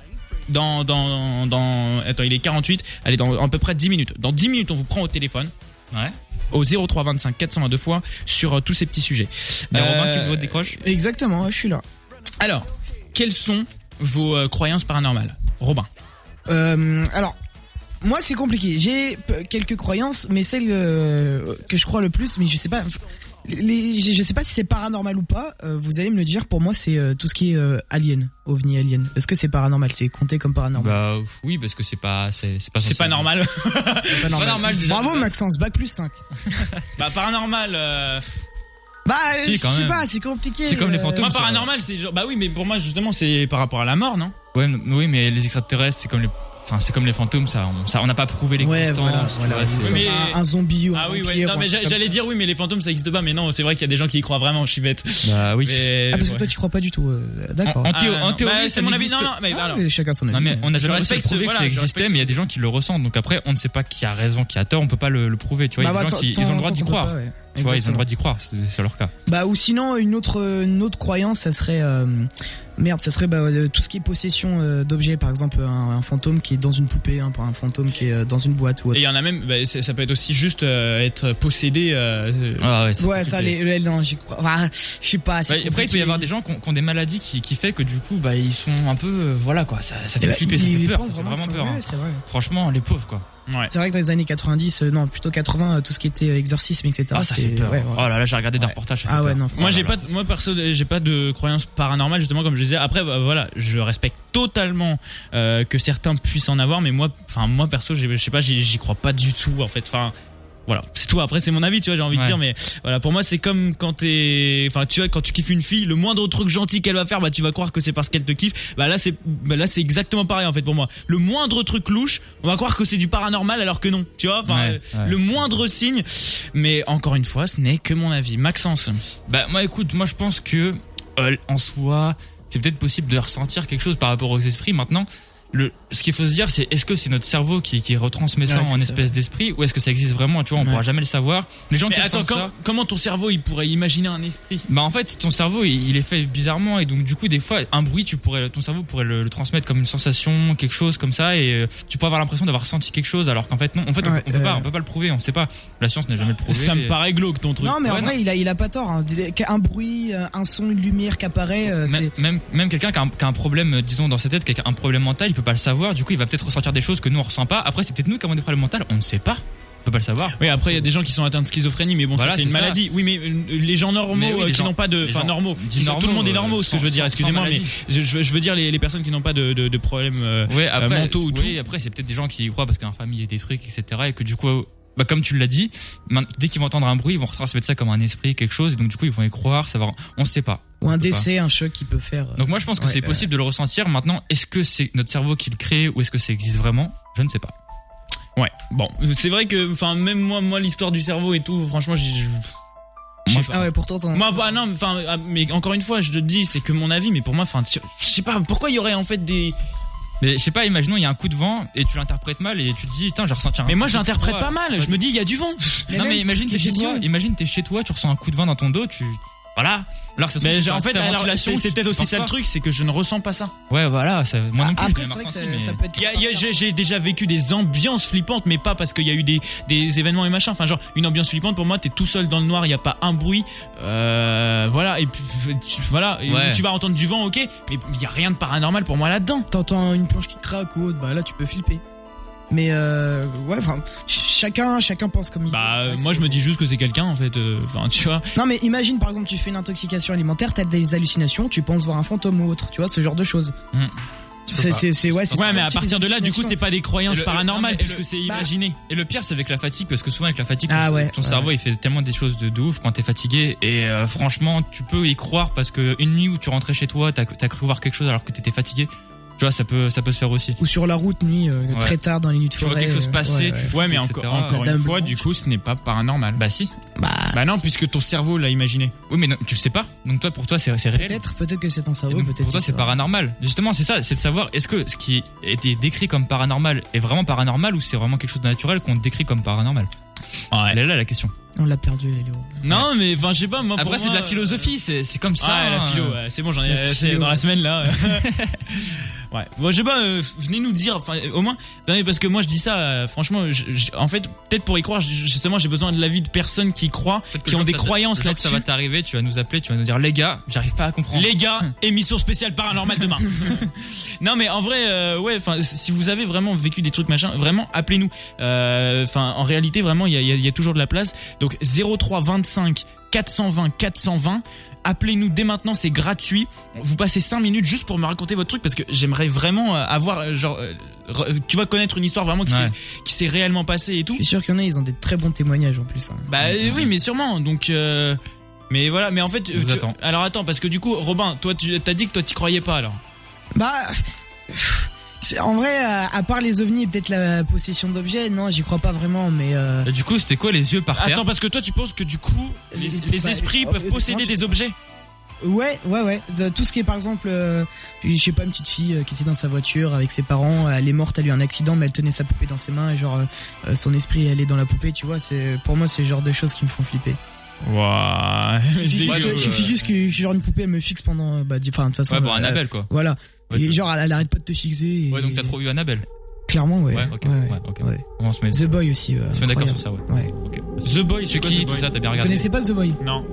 B: dans dans dans attends, il est 48. Allez, dans à peu près 10 minutes. Dans 10 minutes, on vous prend au téléphone
C: Ouais.
B: au 03 25 422 fois sur euh, tous ces petits sujets.
C: Il y a Romain
B: Euh,
C: qui vous décroche.
D: Exactement, ouais, je suis là.
B: Alors, quelles sont vos euh, croyances paranormales Robin.
D: Euh, alors, moi, c'est compliqué. J'ai p- quelques croyances, mais celle euh, que je crois le plus, mais je sais pas. Les, je je sais pas si c'est paranormal ou pas. euh, vous allez me le dire. Pour moi, c'est euh, tout ce qui est euh, alien, ovni, alien. Est-ce que c'est paranormal C'est compté comme paranormal.
C: Bah oui, parce que c'est pas, c'est c'est pas.
B: C'est
C: censé-
B: pas normal.
D: C'est pas
B: normal, Bah. déjà,
D: Bravo
C: Bah,
B: de base.
D: Maxence, bac plus 5
B: bah paranormal. euh,
D: Bah,
C: Si,
D: je
C: quand
D: sais
C: même.
D: pas, c'est compliqué.
C: C'est comme les
D: euh,
C: fantômes.
B: Moi
C: ça,
B: paranormal, c'est genre bah oui, mais pour moi justement c'est par rapport à la mort, non
C: Ouais, mais- oui, mais les extraterrestres, c'est comme les, enfin, c'est comme les fantômes, ça, on, ça, on n'a pas prouvé
D: Ouais,
C: l'existence.
D: voilà,
C: tu
D: voilà.
C: vois, c'est-
D: Comme
B: mais-
D: un, un zombie ou un
B: Ah oui, ouais.
D: vampire
B: Non
D: ou un
B: mais
D: truc
B: j'a-
D: comme
B: j'allais
D: ça.
B: dire oui, mais les fantômes ça existe pas. Mais non, c'est vrai qu'il y a des gens qui y croient vraiment. Je suis bête.
C: Bah oui.
B: Mais,
D: Ah, parce que
B: ouais.
D: toi, tu crois pas du tout. euh, D'accord.
C: En- en théo-
B: Ah,
C: en
B: non.
C: théorie,
B: Bah,
C: ça
B: c'est mon avis. Non,
C: n'existe
B: non, mais
D: Ah,
B: alors.
D: mais chacun son avis.
C: Non mais on n'a
B: Je
C: jamais réussi à le
B: respecte ce-
C: prouver que
B: voilà,
C: ça
B: je
C: existait,
B: respecte
C: mais il y a des gens qui le ressentent. Donc après, on ne sait pas qui a raison, qui a tort. On peut pas le, le prouver. Tu vois, il y a
D: Bah,
C: des gens
D: bah,
C: qui
D: t'en-
C: ils ont
D: t'en
C: le droit d'y
D: peux
C: croire.
D: pas, ouais.
C: Tu vois, ils ont
D: Exactement.
C: le droit d'y croire. C'est c'est leur cas.
D: Bah ou sinon une autre euh, une autre croyance, ça serait euh, merde, ça serait bah, euh, tout ce qui est possession euh, d'objets, par exemple un, un fantôme qui est dans une poupée, hein, pas un fantôme qui est euh, dans une boîte ou
B: Et
D: autre.
B: il y en a même. bah, c'est- ça peut être aussi juste euh, être possédé. euh,
C: Ah ouais.
D: Ouais, ça les, les- non, j'y crois. Enfin, je sais pas. c'est
C: Bah, après, il peut
D: compliqué.
C: y avoir des gens qui ont, qui ont des maladies qui, qui fait que du coup, bah, ils sont un peu, euh, voilà quoi, ça, ça
D: Eh
C: fait
D: bah,
C: flipper, ça
D: ils-
C: fait
D: ils
C: peur,
D: pensent
C: ça fait
D: vraiment que ça-
C: vraiment peur. hein.
D: ouais, c'est vrai.
C: Franchement, les pauvres quoi.
B: Ouais.
D: C'est vrai que dans les années 90, euh, non, plutôt 80, euh, tout ce qui était euh, exorcisme, etc.
C: Ah, ça fait
D: c'était-
C: peur.
D: ouais, ouais.
C: Oh là là, j'ai regardé des
D: Ouais.
C: reportages. ça fait
D: Ah ouais,
C: peur.
D: non.
B: Moi
C: Oh
B: j'ai
C: là
B: pas, moi perso j'ai pas de croyance paranormale justement comme je disais. Après bah, voilà, je respecte totalement euh, que certains puissent en avoir, mais moi, enfin moi perso, j'ai- je sais pas, j'y j'y crois pas du tout en fait. Enfin voilà, c'est tout. Après c'est mon avis, tu vois, j'ai envie de
C: Ouais.
B: dire, mais voilà pour moi c'est comme quand t'es, enfin tu vois quand tu kiffes une fille, le moindre truc gentil qu'elle va faire, bah tu vas croire que c'est parce qu'elle te kiffe. Bah là c'est, bah, là c'est exactement pareil en fait pour moi. Le moindre truc louche, on va croire que c'est du paranormal alors que non, tu vois. Enfin
C: Ouais,
B: euh,
C: ouais.
B: le moindre signe, mais encore une fois ce n'est que mon avis. Maxence.
C: Bah moi écoute, moi je pense que euh, en soi, c'est peut-être possible de ressentir quelque chose par rapport aux esprits. Maintenant, le, ce qu'il faut se dire, c'est est-ce que c'est notre cerveau qui, qui retransmet ça
D: Ouais, c'est
C: en
D: ça.
C: espèce d'esprit ou est-ce que ça existe vraiment Tu vois, on
D: Ouais.
C: pourra jamais le savoir. Les gens
B: Mais
C: qui
B: attends,
C: ressentent
B: quand-
C: ça.
B: comment ton cerveau il pourrait imaginer un esprit
C: Bah en fait, ton cerveau il, il est fait bizarrement et donc du coup des fois un bruit, tu pourrais, ton cerveau pourrait le, le transmettre comme une sensation, quelque chose comme ça et euh, tu pourrais avoir l'impression d'avoir senti quelque chose alors qu'en fait non. En fait, on-
D: Ouais,
C: on, peut
D: euh.
C: pas, on peut pas le prouver, on sait pas. La science n'a jamais le prouvé.
B: Ça me
C: et-
B: paraît glauque ton truc.
D: Non, mais en
C: Ouais,
D: vrai, il a, il a pas tort. hein. Des- Un bruit, euh, un son, une lumière qui apparaît, euh,
C: Même,
D: c'est.
C: même, même quelqu'un qui a, un, qui a un problème, euh, disons, dans sa tête, quelqu'un un problème mental, il peut pas le savoir. Du coup, il va peut-être ressentir des choses que nous on ressent pas. Après, c'est peut-être nous qui avons des problèmes mentaux, on ne sait pas. On peut pas le savoir.
B: Oui, après il y a des gens qui sont atteints de schizophrénie, mais bon,
C: Voilà,
B: ça c'est une
C: c'est ça.
B: maladie. Oui, mais euh, les gens normaux
C: Mais oui,
B: euh,
C: les
B: qui
C: gens-
B: n'ont pas de,
C: les
B: enfin
C: gens
B: normaux,
C: dits
B: qui sont- tout le
C: normaux,
B: monde est normaux,
C: euh,
B: ce que je veux
C: sans-
B: dire.
C: sans-
B: Excusez-moi,
C: sans
B: mais
C: maladie.
B: je, je- je veux dire les, les personnes qui n'ont pas de, de, de problèmes. euh,
C: Ouais, après,
B: mentaux ou
C: oui, après c'est peut-être des gens qui y croient parce qu'en famille il y a des trucs, etc. Et que du coup, bah, comme tu l'as dit, main- dès qu'ils vont entendre un bruit, ils vont retransmettre ça comme un esprit, quelque chose. Et donc, du coup, ils vont y croire, savoir. On sait pas.
D: Ou un
C: On peut pas.
D: décès, un choc qui peut faire. euh,
C: Donc, moi, je pense que
D: Ouais,
C: c'est
D: bah,
C: possible de le ressentir. Maintenant, est-ce que c'est notre cerveau qui le crée ou est-ce que ça existe vraiment Je ne sais pas.
B: Ouais. Bon, c'est vrai que, enfin, même moi, moi l'histoire du cerveau et tout, franchement, j'ai. je- je sais
C: Moi, je-
B: pas.
D: Ah ouais, pourtant, t'en-
B: Moi, bah, non, mais, enfin, ah, mais encore une fois, je te dis, c'est que mon avis, mais pour moi, enfin, tu- je sais pas, pourquoi il y aurait en fait des.
C: Mais je sais pas, imaginons, il y a un coup de vent et tu l'interprètes mal et tu te dis, putain, j'ai ressenti un.
B: Mais moi, je
C: coup de
B: l'interprète
C: froid.
B: pas mal. Je me dis, il y a du vent.
D: Mais
C: non
D: même tout
C: mais
D: ce
C: imagine
D: qui
C: t'es
D: est
C: chez
D: vision.
C: toi, imagine t'es chez toi, tu ressens un coup de vin dans ton dos, tu voilà. Alors que ça se trouve,
B: Mais
C: c'est
B: en
C: un-
B: fait,
C: c'est un
B: alors,
C: ventilation,
B: c'est c'est
C: tu-
B: peut-être
C: tu
B: aussi
C: penses
B: ça le
C: pas.
B: truc, c'est que je ne ressens pas ça.
C: Ouais voilà, ça, moi non plus.
D: Ah, Après,
C: je l'ai
D: c'est vrai que ça,
C: ressenti,
D: ça
C: mais-
D: peut être.
B: Il y a- il y a- j'ai- J'ai déjà vécu des ambiances flippantes, mais pas parce qu'il y a eu des, des événements et machin. Enfin, genre, une ambiance flippante, pour moi, t'es tout seul dans le noir, il n'y a pas un bruit. Euh, voilà, et puis, tu- voilà, Et
C: Ouais.
B: Euh, tu vas entendre du vent, ok, mais il n'y a rien de paranormal pour moi là-dedans.
D: t'entends une planche qui craque ou autre, bah là tu peux flipper. Mais euh, ouais, enfin, ch- chacun, chacun pense comme il
B: Bah,
D: veut. C'est
B: euh,
D: vrai que
B: moi,
D: c'est-
B: je me dis juste que c'est quelqu'un, en fait. euh, Enfin, tu vois.
D: Non, mais imagine par
B: Hmm.
D: exemple, tu fais une intoxication alimentaire, t'as des hallucinations, tu penses voir un fantôme ou autre, tu vois, ce genre de choses.
C: Mm.
D: C'est, c'est, c'est- ouais, c'est
B: Ouais, mais à partir de là, du coup, c'est pas des croyances
C: Et le-
B: paranormales
C: et le- bah,
B: puisque c'est imaginé.
C: Et le pire, c'est avec la fatigue, parce que souvent avec la fatigue,
D: Ah
C: ton,
D: ouais,
C: ton
D: ouais.
C: cerveau il fait tellement des choses de, de ouf quand t'es fatigué. Et euh, franchement, tu peux y croire parce que une nuit où tu rentrais chez toi, t'as as cru voir quelque chose alors que t'étais fatigué. Tu vois, ça peut, ça peut se faire aussi.
D: Ou sur la route, nuit, euh,
C: Ouais.
D: très tard dans les nuits de
C: Tu vois
D: forêt.
C: quelque chose
D: euh,
C: passer,
D: ouais,
C: tu
D: ouais.
B: Ouais, mais
C: etc.
B: encore, encore
D: La
B: une
D: dame
B: fois,
D: blanche.
B: du coup, ce n'est pas paranormal.
C: Bah si.
D: Bah,
B: Bah non, puisque ton cerveau l'a imaginé.
C: Oui, mais non, tu le sais pas. Donc toi, pour toi, c'est c'est réel.
D: peut-être, peut-être que c'est ton
C: Et
D: cerveau,
C: donc,
D: peut-être.
C: pour toi,
D: que
C: c'est
D: ça-
C: paranormal. Justement, c'est ça, c'est de savoir est-ce que ce qui était décrit comme paranormal est vraiment paranormal ou c'est vraiment quelque chose de naturel qu'on décrit comme paranormal. Elle est là la question.
D: On l'a perdu, les Léo.
B: Non, mais enfin, je sais pas, moi, pour
C: Après, c'est de
B: moi,
C: la philosophie, c'est c'est comme ça.
B: Ah, la
C: hein.
B: philo, ouais, c'est bon, j'en ai
D: La
B: euh,
D: philo.
B: c'est dans la semaine là. ouais, bon, je sais pas, euh, venez nous dire, enfin, euh, au moins, non, mais parce que moi je dis ça, euh, franchement, je- je- en fait, peut-être pour y croire, j- justement, j'ai besoin de l'avis de personnes qui croient,
C: Peut-être
B: qui
C: que le
B: ont
C: jour
B: des
C: que ça-
B: croyances
C: le jour que
B: là-dessus.
C: Ça va t'arriver, tu vas nous appeler, tu vas nous dire les gars, j'arrive pas à comprendre.
B: Les gars, émission spéciale paranormale demain. non mais en vrai, euh, ouais, enfin, si vous avez vraiment vécu des trucs machin, vraiment appelez-nous. Euh, Enfin, en réalité, vraiment, il y a, il y a- il y a toujours de la place. Donc 03 25 420 420. Appelez-nous dès maintenant, c'est gratuit. Vous passez 5 minutes juste pour me raconter votre truc parce que j'aimerais vraiment euh, avoir, euh, genre, euh, re- tu vois, connaître une histoire vraiment qui
C: Ouais.
B: s'est- qui s'est réellement passée et tout.
D: Je suis sûr qu'il y en a, ils ont des très bons témoignages en plus. hein.
B: Bah euh, oui, mais sûrement. Donc, euh, mais voilà. Mais en fait,
C: vous
B: tu-
C: attend.
B: alors attends, parce que du coup, Robin, toi, tu t'as dit que toi, t'y croyais pas alors.
D: Bah. pff, c'est- En vrai, à à part les ovnis et peut-être la possession d'objets, non, j'y crois pas vraiment, mais. euh,
C: Et du coup, c'était quoi les yeux par terre
B: Attends, parce que toi, tu penses que du coup, les,
D: Les-
B: les esprits
D: bah,
B: peuvent
D: euh,
B: posséder
D: non,
B: des objets
D: Ouais, ouais, ouais. De- tout ce qui est par exemple, euh, je sais pas, une petite fille euh, qui était dans sa voiture avec ses parents, elle est morte, elle a eu un accident, mais elle tenait sa poupée dans ses mains et genre euh, euh, son esprit elle est dans la poupée, tu vois. C'est pour moi c'est le genre de choses qui me font flipper.
B: Waouh.
D: Il suffit juste que- il
C: euh,
D: suffit juste que genre une poupée elle me fixe pendant, euh, bah, di- enfin de toute façon.
C: Ouais, bon,
D: euh,
C: Annabelle quoi.
D: Voilà.
C: Ouais,
D: et
C: donc-
D: genre elle, elle arrête pas de te fixer. Et,
C: Ouais, donc t'as trop eu Annabelle.
D: Clairement, ouais.
C: Ouais, ok, ouais, ok.
D: ouais.
C: On se met,
D: The Boy aussi. euh,
C: on se met d'accord
D: incroyable.
C: sur ça, ouais.
D: Ouais.
C: Ok.
B: The Boy,
C: C'est qui tout ça, t'as bien
D: Vous
C: regardé.
D: connaissez pas The Boy
B: Non.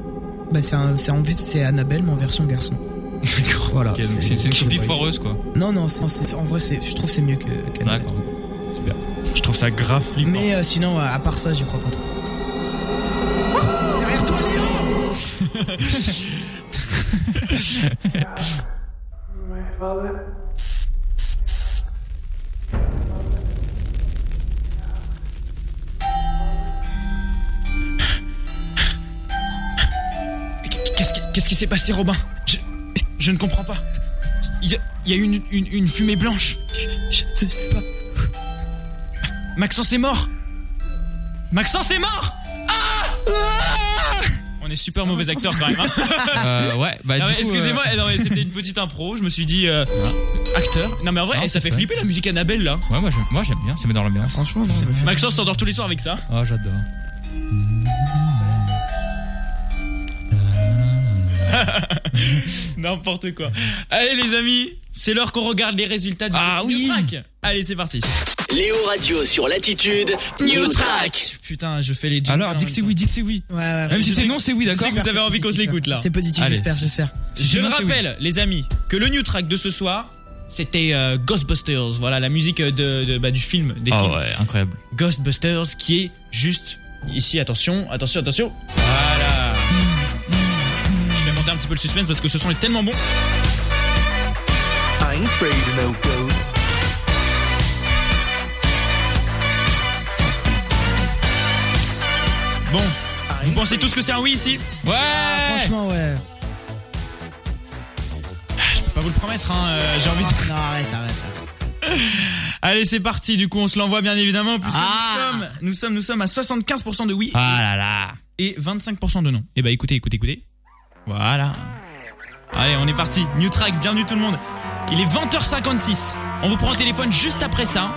D: Bah c'est un, c'est en fait c'est Annabelle mais en version garçon. D'accord. Voilà.
C: Ok, donc c'est c'est une
D: The
C: copie
D: Boy.
C: foireuse quoi.
D: Non non, c'est- c'est- en vrai c'est, je trouve c'est mieux que. qu'Annabelle.
C: D'accord.
B: Je trouve ça grave flippant.
D: Mais euh, sinon, à à part ça, j'y crois pas trop. Derrière toi, Léo
B: Qu'est-ce qui, qu'est-ce qui s'est passé, Robin je, je ne comprends pas. Il y a, il y a eu une, une- une fumée blanche.
D: Je sais pas.
B: Maxence est mort. Maxence est mort. Ah On est super mauvais acteurs quand même. hein.
C: Euh, ouais, bah
B: Ah
C: du
B: ouais,
C: coup,
B: Excusez-moi, eh, non, mais c'était une petite impro. Je me suis dit euh, acteur. Non mais en vrai,
C: Ah. Non,
B: eh, ça
C: c'est
B: fait
C: vrai.
B: flipper la musique Annabelle là.
C: euh, Ouais, moi j'aime- moi, j'aime bien, ça met dans l'ambiance.
D: Franchement, non. mais-
B: Maxence s'endort tous les soirs avec ça.
C: Oh, j'adore.
B: N'importe quoi. Allez les amis, c'est l'heure qu'on regarde les résultats du
C: Ah
B: New
C: oui.
B: Track. Allez, c'est parti.
A: Léo Radio sur Latitude, New Track.
B: Putain, je fais les jingles en
C: Alors,
B: même
C: dis que c'est
B: temps.
C: oui, dis que c'est oui.
D: Ouais, ouais, ouais.
C: Même si c'est non, c'est oui, d'accord
B: que vous avez envie qu'on se l'écoute, là.
D: C'est positif,
C: Allez,
D: j'espère, j'espère.
B: Je
C: Si c'est
B: le
C: non, c'est oui.
B: rappelle, les amis, que le new track de ce soir, c'était euh, Ghostbusters. Voilà, la musique de, de- bah, du film, des
C: Ah
B: films.
C: ouais, incroyable.
B: Ghostbusters, qui est juste ici. Attention, attention, attention. Voilà. Je vais monter un petit peu le suspense parce que ce son est tellement bon.
J: I ain't afraid of no ghosts.
B: Bon, vous pensez tous que c'est un oui ici Ouais.
D: Ah, Franchement, ouais.
B: je peux pas vous le promettre. hein, euh, J'ai envie de.
D: Ah, Non, arrête, arrête. arrête.
B: Allez, c'est parti. Du coup, on se l'envoie bien évidemment puisque
D: Ah.
B: nous, sommes, nous sommes, nous sommes à 75% de oui
C: Ah là là.
B: et 25% de non. Et bah écoutez, écoutez, écoutez. Voilà. Allez, on est parti. New track, bienvenue tout le monde. Il est 20h56. On vous prend le téléphone juste après ça.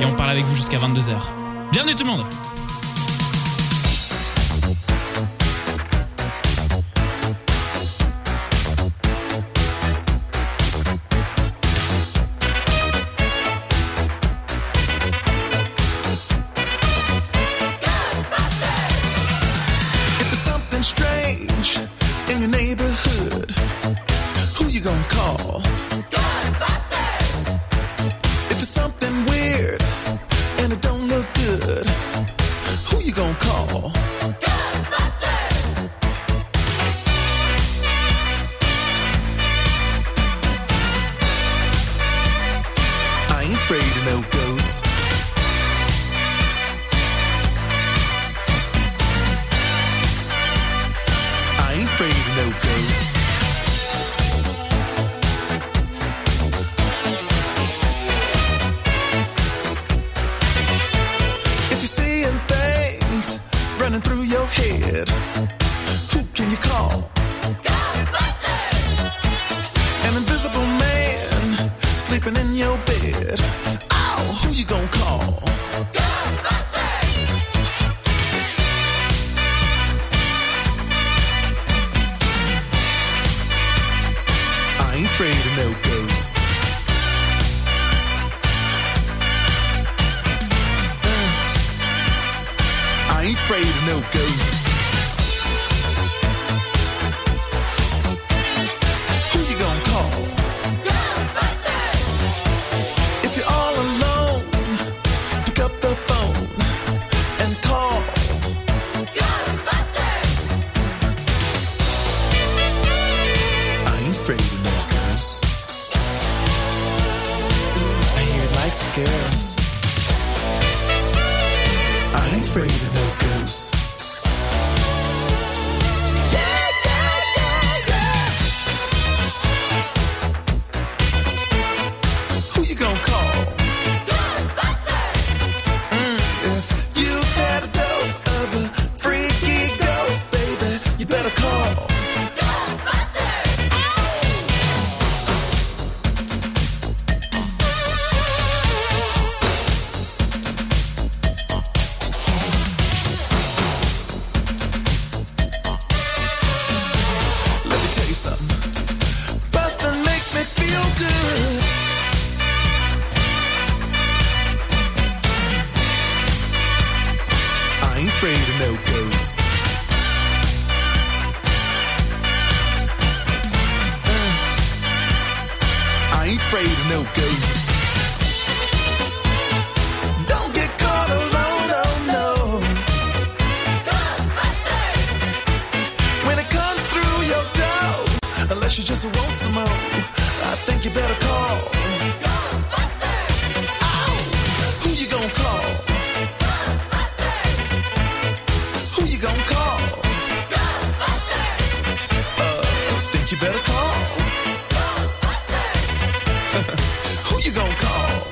B: Et on parle avec vous jusqu'à 22h. Bienvenue tout le monde.
J: If there's something strange in your neighborhood, who you gonna call? Ghostbusters! If it's something weird and it don't look good, afraid of no ghosts. I ain't afraid of no ghosts. If you're seeing things running through your head, who can you call? An invisible man sleeping in your bed. Oh, who you gonna call? I ain't afraid of no ghosts. Uh, I ain't afraid of no ghosts. Who you gonna call? If you're all alone, pick up the phone and call. I ain't afraid of no ghosts. I hear it likes the girls. I ain't afraid of no ghosts. Who you gonna call? Mm, if you've had a dose of a freaky ghost, baby, you better call. Let me tell you something. Bustin' makes me feel good. I ain't afraid of no ghosts. Uh, I ain't afraid of no ghosts. Don't get caught alone, oh no. When it comes through your door, unless you just want some more, I think you better call. Ghostbusters! Who you gonna call? Who you gonna call? Ghostbusters. Uh, think you better call. Ghostbusters. Who you gonna call?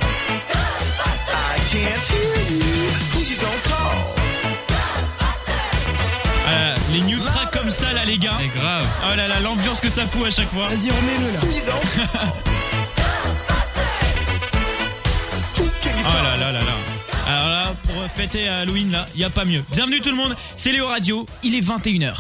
J: Ghostbusters. I can't hear you. Who you gonna call?
B: Ah, les new tracks comme ça là les gars.
C: C'est grave.
B: Oh là là, l'ambiance que ça fout à chaque fois.
D: Vas-y, remets-le là.
J: Who you gonna call? Who can you
B: Oh
J: call?
B: là là là là. Alors là, pour fêter euh, Halloween là, y a pas mieux. Bienvenue tout le monde, c'est Léo Radio, il est 21h.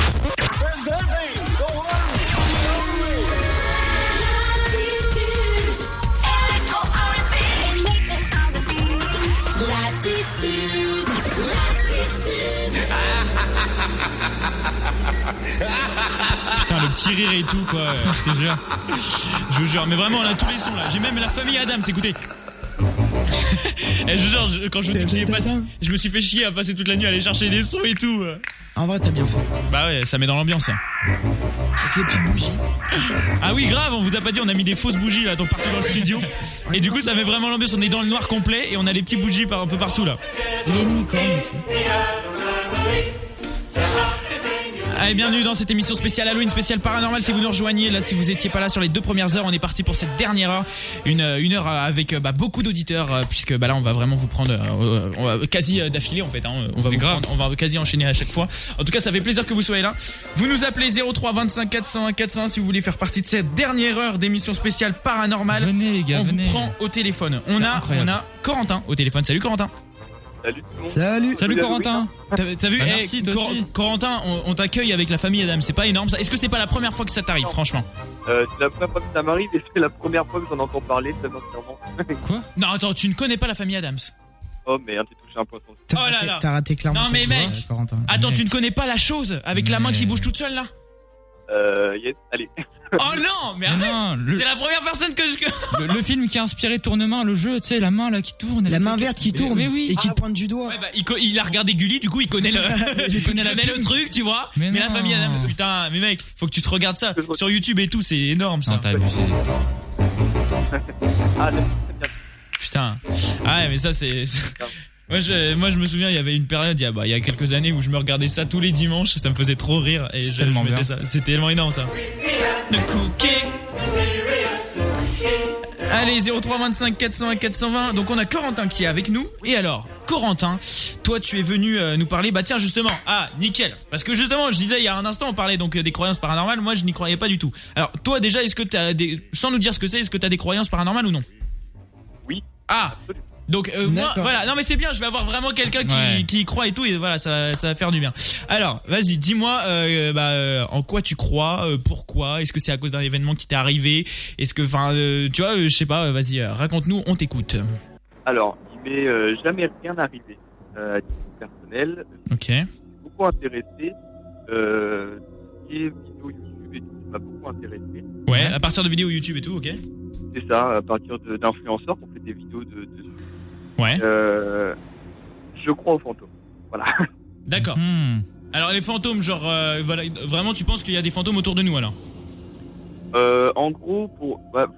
B: Putain, le petit rire et tout quoi, euh, je te jure. Je vous jure, mais vraiment on a tous les sons là. J'ai même la famille Adams, écoutez. Eh, je vous jure, je- quand je vous dis que j'ai passé- je me suis fait chier à passer toute la nuit à aller chercher des sons et tout. euh.
D: En vrai, t'as bien fait.
B: Bah ouais, ça met dans l'ambiance.
D: Avec les petites bougies.
B: Ah oui, grave, on vous a pas dit, on a mis des fausses bougies là, donc partout dans le studio. Et du coup, ça met vraiment l'ambiance. On est dans le noir complet et on a les petites bougies par un peu partout là.
D: Et une licorne aussi.
B: Allez, bienvenue dans cette émission spéciale Halloween, spéciale paranormal. Si vous nous rejoignez, là, si vous étiez pas là sur les deux premières heures, on est parti pour cette dernière heure. Une, euh, une heure euh, avec euh, bah, beaucoup d'auditeurs, euh, puisque bah, là, on va vraiment vous prendre euh, euh, on va- quasi euh, d'affilée en fait. hein. on, va vous
C: grave.
B: prendre- on va quasi enchaîner à chaque fois. En tout cas, ça fait plaisir que vous soyez là. Vous nous appelez 03 25 401 401 si vous voulez faire partie de cette dernière heure d'émission spéciale paranormal.
C: Venez, les gars,
B: on
C: venez.
B: vous prend au téléphone. On
C: C'est
B: a, on
C: incroyable.
B: a Corentin au téléphone. Salut Corentin.
G: Salut tout le monde.
D: Salut.
C: Salut Corentin.
B: T'as t'as vu
C: Bah,
B: eh,
C: merci, toi aussi.
B: Corentin, on, on t'accueille avec la famille Adam. C'est pas énorme. ça Est-ce que c'est pas la première fois que ça t'arrive, franchement
G: Euh, c'est la première fois que ça m'arrive et c'est la première fois que j'en entends parler, très sincèrement.
C: Quoi
B: Non, attends, tu ne connais pas la famille Adams.
G: Oh merde, j'ai touché un poisson.
D: T'as
B: Oh là
D: raté-
B: là.
D: T'as raté clairement.
B: Non,
D: ton
B: mais
D: coup,
B: mec.
D: euh, Corentin.
B: Attends,
C: mec.
B: tu ne connais pas la chose avec la main qui
C: Mais-
B: bouge toute seule là
G: Euh, yes, allez.
B: Oh non, mais
C: Mais
B: arrête
C: non,
B: T'es
C: le,
B: la première personne que je.
C: le- le film qui a inspiré Tournement, le jeu, tu sais, la main là qui tourne.
D: La main verte qui
C: Mais-
D: tourne
C: mais
B: Ah
C: oui.
D: et qui te pointe du doigt.
B: Ouais, bah, il, co- il a regardé Gulli, du coup, il connaît le, il connaît
C: la
B: le
C: plume.
B: truc, tu vois. Mais,
C: Mais
B: la
C: non.
B: famille Adams, putain, mais mec, faut que tu te regardes ça sur YouTube et tout, c'est énorme ça.
C: Non, t'as abusé.
G: Ah, là,
B: Putain. Ah ouais, mais ça c'est. Moi je, moi je me souviens, il y avait une période, il y, a, bah, il y a quelques années, où je me regardais ça tous les dimanches, ça me faisait trop rire. Et je, je
C: tellement
B: mettais
C: bien.
B: ça. C'était tellement énorme ça. Allez, 0325 401 420. Donc on a Corentin qui est avec nous. Et alors, Corentin, toi tu es venu euh, nous parler. Bah tiens justement, ah nickel. Parce que justement, je disais il y a un instant, on parlait donc euh, des croyances paranormales. Moi je n'y croyais pas du tout. Alors toi déjà, est-ce que t'as des, sans nous dire ce que c'est, est-ce que t'as des croyances paranormales ou non
G: Oui.
B: Ah. Donc euh, moi,
D: D'accord.
B: voilà. Non mais c'est bien. Je vais avoir vraiment quelqu'un qui,
C: Ouais.
B: qui y croit et tout. Et voilà, ça, ça va faire du bien. Alors, vas-y, dis-moi euh, bah, euh, en quoi tu crois, euh, pourquoi, est-ce que c'est à cause d'un événement qui t'est arrivé, est-ce que, enfin, euh, tu vois, euh, je sais pas, euh, vas-y, euh, raconte-nous, on t'écoute.
G: Alors, il m'est euh, jamais rien arrivé euh, à titre personnel.
B: Ok.
G: beaucoup intéressé. Euh, tout ce qui est vidéo YouTube et tout, ça m'a beaucoup intéressé.
B: Ouais. À partir de vidéos YouTube et tout, ok.
G: C'est ça, à partir de- d'influenceurs, on fait des vidéos de. de-
B: Ouais.
G: Euh, je crois aux fantômes.
B: D'accord.
C: Hmm.
B: Alors les fantômes, genre, euh, voilà, vraiment, tu penses qu'il y a des fantômes autour de nous alors
G: Euh, en gros, pour bah,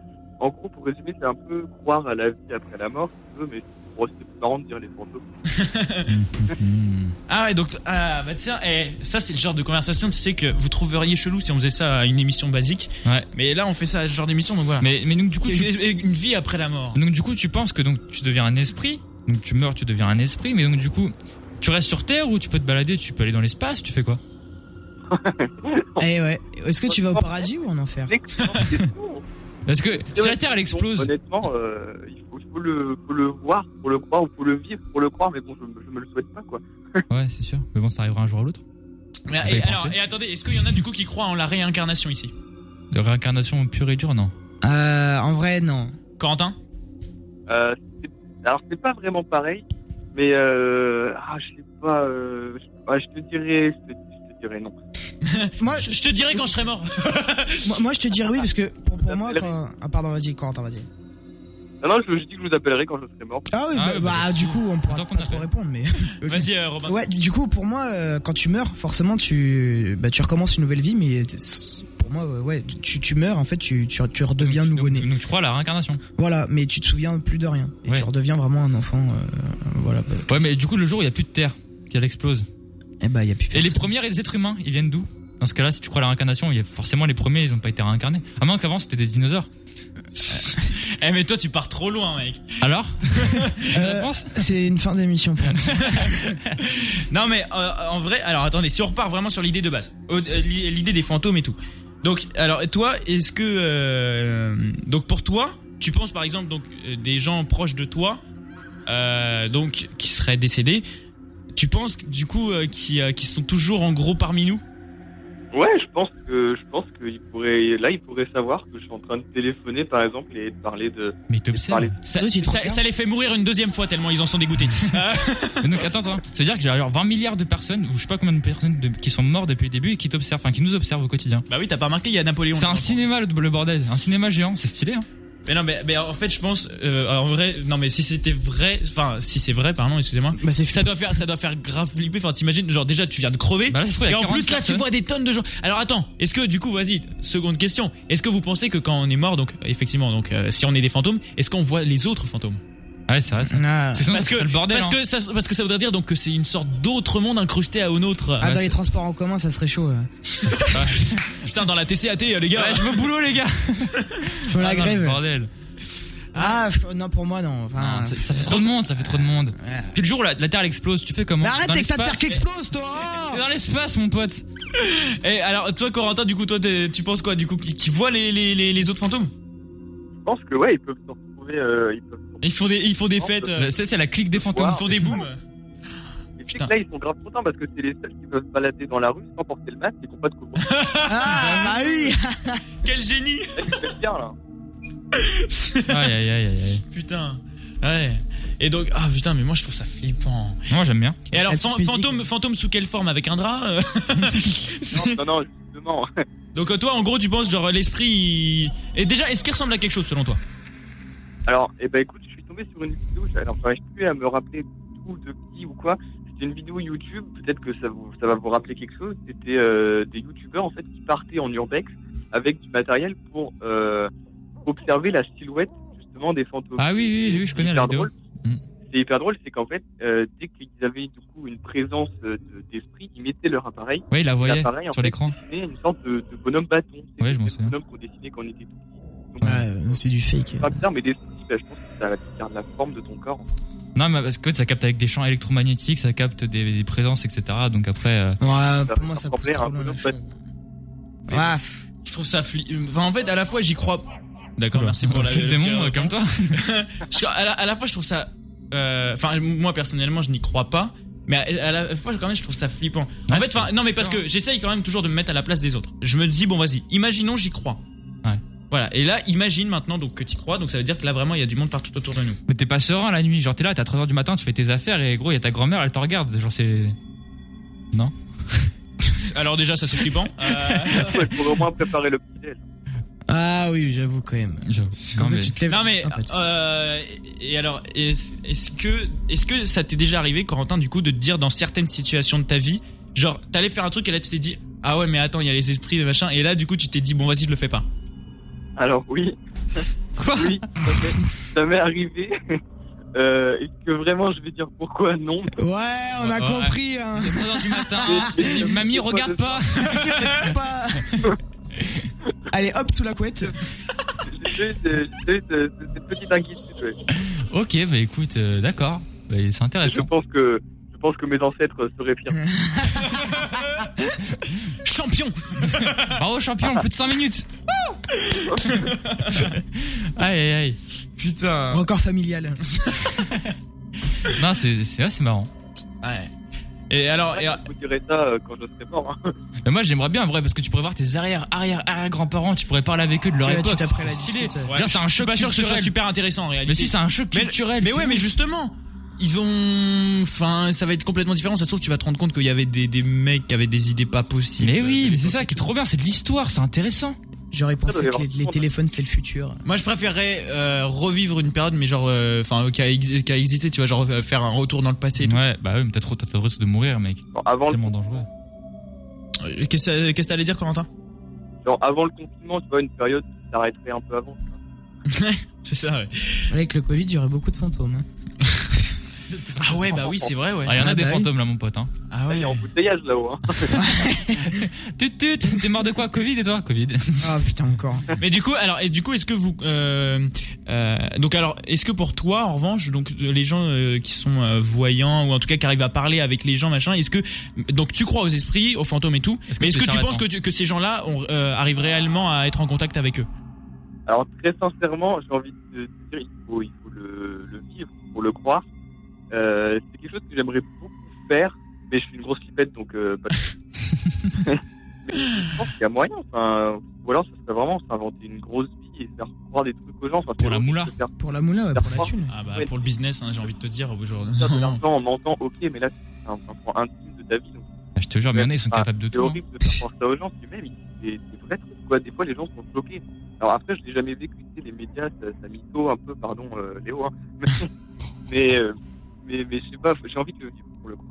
G: en gros, pour résumer, c'est un peu croire à la vie après la mort, si tu veux, mais bon, c'est plus marrant de dire les fantômes.
C: Hmm.
B: Ah ouais, donc, ah bah tiens, eh, ça c'est le genre de conversation, tu sais que vous trouveriez chelou si on faisait ça à une émission basique.
C: Ouais.
B: Mais là, on fait ça à ce genre d'émission, donc voilà.
C: Mais, mais donc du coup, tu,
B: une vie après la mort.
C: donc du coup, tu penses que donc tu deviens un esprit, donc tu meurs, tu deviens un esprit, mais donc du coup, tu restes sur Terre ou tu peux te balader, tu peux aller dans l'espace, tu fais quoi
D: Eh ouais. Est-ce que tu vas au paradis ou en enfer
G: Excellente question.
C: Parce que si la Terre elle
G: Bon,
C: explose,
G: honnêtement, euh, il faut, faut le, faut le voir, faut le croire, ou faut le vivre, faut le croire, mais bon, je, me- je me le souhaite pas, quoi.
C: ouais, c'est sûr. Mais bon, ça arrivera un jour ou l'autre.
B: Mais,
C: Vous
B: et,
C: avez
B: alors,
C: pensé
B: et attendez, est-ce qu'il y en a du coup qui croient en la réincarnation ici
C: De réincarnation pure et dure, non
D: Euh, en vrai, non.
B: Corentin
G: Euh, c'est- alors c'est pas vraiment pareil, mais euh, ah, je sais pas, euh, je, ouais, je te dirais, je te, je te dirais non.
D: Moi,
B: je, je te dirai quand je serai mort.
D: moi, moi, je te dirais oui parce que pour, pour moi, quand... ah pardon, vas-y, Corentin, vas-y.
G: Ah Non, non, je, je dis que je vous appellerai quand je serai mort.
D: Ah oui,
C: Ah
D: bah,
C: ouais,
D: bah,
C: bah,
D: du coup, on pourra
C: Attends,
D: pas
C: t'en as
D: trop
C: fait.
D: répondre, mais.
B: Vas-y, euh, Robin.
D: Ouais, du coup, pour moi, euh, quand tu meurs, forcément, tu, bah, tu recommences une nouvelle vie, mais t- c'est- pour moi, ouais, ouais, tu, tu meurs, en fait, tu, tu, tu redeviens
C: Donc,
D: nouveau-né.
C: donc, donc, tu crois à la réincarnation
D: Voilà, mais tu te souviens plus de rien. Et
C: Ouais.
D: tu redeviens vraiment un enfant, euh, voilà. Bah,
C: Ouais, mais du coup, le jour où il n'y a plus de Terre, qu'elle explose.
D: et bah, y a plus
C: Et les
D: personne.
C: premiers êtres humains, ils viennent d'où Dans ce cas-là, si tu crois à la réincarnation, il y a forcément les premiers, ils n'ont pas été réincarnés. À moins qu'avant, c'était des dinosaures.
B: Eh, mais toi, tu pars trop loin, mec.
C: Alors
D: Euh,
C: réponse
D: C'est une fin d'émission pour nous.
B: Non, mais euh, en vrai, alors attendez, si on repart vraiment sur l'idée de base, au- euh, l'i- l'idée des fantômes et tout. Donc, alors, toi, est-ce que. euh, donc, pour toi, tu penses par exemple donc euh, des gens proches de toi, euh, donc qui seraient décédés, tu penses du coup euh, qui, euh, qui sont toujours en gros parmi nous
G: Ouais, je pense que je pense qu'il pourrait, là, il pourrait savoir que je suis en train de téléphoner, par exemple, et de parler de.
C: Mais ils
G: de
C: t'observent.
G: parler de-
B: ça,
D: Eux, tu te
B: ça-
D: regardes
B: ça les fait mourir une deuxième fois tellement ils en sont dégoûtés. Euh,
C: Mais donc, attends, attends. C'est-à-dire que j'ai alors 20 milliards de personnes, ou je sais pas combien de personnes de- qui sont mortes depuis le début et qui t'observent, enfin qui nous observent au quotidien.
B: bah oui, t'as pas remarqué, il y a Napoléon.
C: C'est
B: dans
C: un
B: le temps.
C: cinéma le, le bordel, un cinéma géant, c'est stylé. Hein.
B: Mais non, mais, mais en fait, je pense, euh, en vrai, non, mais si c'était vrai, enfin, si c'est vrai, pardon, excusez-moi,
D: bah, c'est
B: ça doit faire, ça doit faire grave flipper. Enfin, t'imagines, genre déjà, tu viens de crever.
C: Bah là, ça se trouve, il y
B: et
C: a
B: en
C: 40
B: plus, là, tu
C: personnes.
B: vois des tonnes de gens. Alors attends, est-ce que du coup, vas-y, seconde question. Est-ce que vous pensez que quand on est mort, donc effectivement, donc euh, si on est des fantômes, est-ce qu'on voit les autres fantômes
C: Ouais, c'est vrai. ça.
D: Ah,
C: C'est sinon,
B: Parce
C: ça serait
B: que
C: le bordel.
B: parce
C: hein.
B: que ça, parce que ça voudrait dire donc que c'est une sorte d'autre monde incrusté à au nôtre.
D: ah,
B: Ouais,
D: dans les transports en commun, ça serait chaud. euh. là.
B: c'est- Putain, dans la TCAT, euh, les gars.
C: Ouais, je veux boulot, les gars.
D: Faut la
C: Ah, non, le
D: grève.
C: bordel.
D: Ah, f- non, pour moi, non. Enfin,
C: Non, ça, ça fait trop de monde, ça fait trop de monde.
D: ouais.
C: Puis le jour où la, la Terre elle explose, tu fais comment
D: Mais arrête
C: Dans
D: avec ta terre
C: l'espace
D: qui explose, toi!
C: T'es Dans l'espace, mon pote.
B: Et Eh, alors, toi, Corentin, du coup, toi, t'es- tu penses quoi, du coup, qui, qui voit les, les, les, les autres fantômes
G: Je pense que ouais, ils peuvent se retrouver. euh, ils peuvent. se retrouver.
B: Ils font des, ils font des fêtes, euh,
C: Là, Ça, c'est la clique des fantômes.
B: ils font des booms.
G: Et tu sais
B: putain.
G: que là, ils sont grave contents parce que c'est les seuls qui peuvent se balader dans la rue sans porter le masque et qui n'ont pas de coupon.
D: Ah, bah oui!
B: Quel génie
G: C'est bien là.
C: Aïe, aïe, aïe, aïe, aïe.
B: Putain. Ouais. Et donc, ah putain, mais moi je trouve ça flippant.
C: Moi, j'aime bien.
B: Et alors,
D: La petite
B: fan-
D: musique.
B: fantôme, fantôme sous quelle forme Avec un drap euh C'est-
G: Non, non, non, justement.
B: Donc, euh, toi, en gros, tu penses, genre, l'esprit. il- Et déjà, est-ce qu'il ressemble à quelque chose selon toi
G: Alors, eh ben écoute, je suis tombé sur une vidéo, j'ai- alors j'arrive plus à me rappeler tout de qui ou quoi. C'était une vidéo YouTube, peut-être que ça, vous, ça va vous rappeler quelque chose. C'était euh, des youtubeurs en fait qui partaient en urbex avec du matériel pour euh, observer la silhouette justement justement des fantômes.
C: Ah oui, oui, oui, oui, je connais
G: C'est
C: la
G: hyper
C: vidéo. Mm.
G: drôle. C'est hyper drôle, c'est qu'en fait, euh, dès qu'ils avaient du coup une présence euh, de- d'esprit, ils mettaient leur appareil.
C: Oui, il la voyait
G: L'appareil, en
C: sur
G: fait,
C: l'écran.
G: dessinait une sorte de, de bonhomme bâton. C'est
C: Ouais, je m'en
G: des
C: souviens.
G: bonhommes qu'on dessinait quand on était tout petit. Donc,
K: Ouais, euh, c'est du fake.
G: c'est pas bizarre, mais l'esprit, bah, je pense que ça garde la forme de ton corps.
C: Non, mais parce que ça capte avec des champs électromagnétiques, ça capte des, des présences, etc. Donc après. euh,
D: Ouais,
G: Ça
D: pour moi, ça pousse
G: ressemblait à
D: trop
G: un
D: loin, la
G: bonhomme
D: chose.
G: bâton.
D: Ah, pff,
B: Je trouve ça fli... Enfin, en fait, à la fois, j'y crois. D'accord,
C: Oula.
B: merci pour la.
C: Quel
B: le
C: démon
B: tireur
C: euh,
B: au fond.
D: hein.
C: comme toi
B: Je- à, la, à la fois, je trouve ça. euh, Enfin, moi personnellement, je n'y crois pas. Mais à, à la fois, quand même, je trouve ça flippant. En
C: Ouais,
B: fait,
C: c'est-
B: enfin,
C: c'est
B: non, mais parce
C: flippant.
B: que j'essaye quand même toujours de me mettre à la place des autres. Je me dis, bon, vas-y, imaginons, j'y crois.
C: Ouais.
B: Voilà. Et là, imagine maintenant donc que tu crois. Donc ça veut dire que là, vraiment, il y a du monde partout autour de nous.
C: Mais t'es pas serein la nuit. Genre, t'es là, t'es à 3h du matin, tu fais tes affaires et gros, il y a ta grand-mère, elle te regarde. Genre, c'est.
B: Alors déjà, ça c'est flippant. Euh,
G: Ouais, je pourrais au moins préparer le petit
K: Ah oui, j'avoue quand même.
C: J'avoue.
K: Comme
C: Non,
K: ça,
C: mais-
K: tu te lèves.
B: Non mais
K: Ah, pas du tout.
B: euh, et alors est-ce est-ce que est-ce que ça t'est déjà arrivé Corentin du coup de te dire dans certaines situations de ta vie genre t'allais faire un truc et là tu t'es dit ah ouais mais attends il y a les esprits et machin et là du coup tu t'es dit bon vas-y je le fais pas
G: Alors oui.
C: Quoi
G: Oui, ça m'est- ça m'est arrivé. Euh, Est-ce que vraiment je vais dire pourquoi non
D: Ouais, on a
C: Ouais.
D: compris. Hein.
C: 3h du matin,
G: je te dis,
C: mamie, regarde pas
D: Pas- Allez, hop, sous la couette.
G: J'ai eu ce- j'ai eu ce- ce- cette petite inquiétude. ouais.
C: Ok, bah écoute, euh, d'accord. Bah, c'est
G: Je
C: intéressant.
G: pense que je pense que mes ancêtres seraient fiers.
B: champion
C: Bravo champion, plus de 5 minutes Wouh Aïe aïe aïe.
B: putain
D: Record familial.
C: Non, c'est c'est ouais, c'est marrant.
B: ouais et alors et,
G: Je vous dirai ça euh, quand je serai mort. hein.
C: Mais moi, j'aimerais bien en vrai parce que tu pourrais voir tes arrière, arrière, arrière grands-parents, tu pourrais parler avec eux de leur
D: Tu vois, tu
C: époque.
D: t'apprends la
C: C'est stylé.
D: discute, ouais.
C: Genre, c'est un
B: je suis
C: choc
B: pas sûr que ce soit
C: culturel.
B: super intéressant en réalité
C: Mais si, c'est un choc culturel.
B: mais
C: c'est
B: ouais
C: bon.
B: mais justement ils ont enfin ça va être complètement différent ça se trouve tu vas te rendre compte qu'il y avait des, des mecs qui avaient des idées pas possibles
C: Mais oui,
B: de
C: mais c'est
B: l'époque.
C: ça qui est trop bien, c'est de l'histoire, c'est intéressant.
D: J'aurais
G: Ça
D: pensé
G: doit y
D: que les,
G: avoir
D: les
G: tout le
D: téléphones c'était le futur.
B: Moi, je préférerais euh, revivre une période, mais genre, euh, enfin, qui, a ex- qui a existé, tu vois, genre euh, faire un retour dans le passé. et tout.
C: Ouais, bah oui, mais t'as trop, t'as trop de risque de mourir, mec.
G: Bon,
C: C'est
G: avant, le,
C: tellement dangereux.
B: Euh, Qu'est-ce que qu'est-ce que t'allais dire, Corentin
G: genre, avant le confinement, tu vois, une période qui s'arrêterait un peu avant. tu vois.
B: C'est ça. Ouais.
D: Avec le Covid, il y aurait beaucoup de fantômes. hein.
B: Ah ouais, bah oui, c'est vrai, ouais.
C: Ah, y en a
D: Ah,
C: des
D: bah oui.
C: fantômes là, mon pote. Hein.
B: Ah
G: Il y
B: ouais.
G: a embouteillage là-haut. hein.
C: Tut tut, t'es mort de quoi Covid et toi Covid.
D: Ah putain, encore.
B: Mais du coup, alors, et du coup, est-ce que vous, euh, euh, donc, alors, est-ce que pour toi, en revanche, donc, euh, les gens euh, qui sont euh, voyants ou en tout cas qui arrivent à parler avec les gens, machin, est-ce que, donc, tu crois aux esprits, aux fantômes et tout,
C: Est-ce que
B: mais est-ce
C: c'est
B: que tu
C: charlatan
B: penses que, tu- que ces gens-là ont, euh, arrivent réellement à être en contact avec eux
G: Alors très sincèrement, j'ai envie de te dire, il faut, il faut le, le vivre, pour le croire. Euh, c'est quelque chose que j'aimerais beaucoup faire, mais je suis une grosse flippette, donc euh, pas de... Mais je pense qu'il y a moyen. Enfin, ou alors, ça serait vraiment s'inventer une grosse vie et faire croire des trucs aux gens. Enfin,
C: Pour la
G: c'est
C: moula.
G: se Faire
D: Pour la moula, ouais, pour la thune.
B: Ah bah,
G: Ouais.
B: pour le business, hein, j'ai envie de te dire aujourd'hui.
G: faire de l'argent en mentant, ok, mais là, c'est un un point intime de ta vie. donc
C: Ah, Je te jure, mais il y en a, ils sont
G: Ah,
C: capables de
G: C'est
C: tout. hein.
G: horrible de faire croire ça aux gens, mais même, c'est c'est vrai truc, quoi. Des fois, les gens sont choqués. Alors après, je l'ai jamais vécu, tu sais, les médias, ça, ça mytho un peu, pardon, euh, Léo, hein. Mais, mais, euh, mais, mais je sais pas, faut- j'ai envie de le vivre, pour le coup.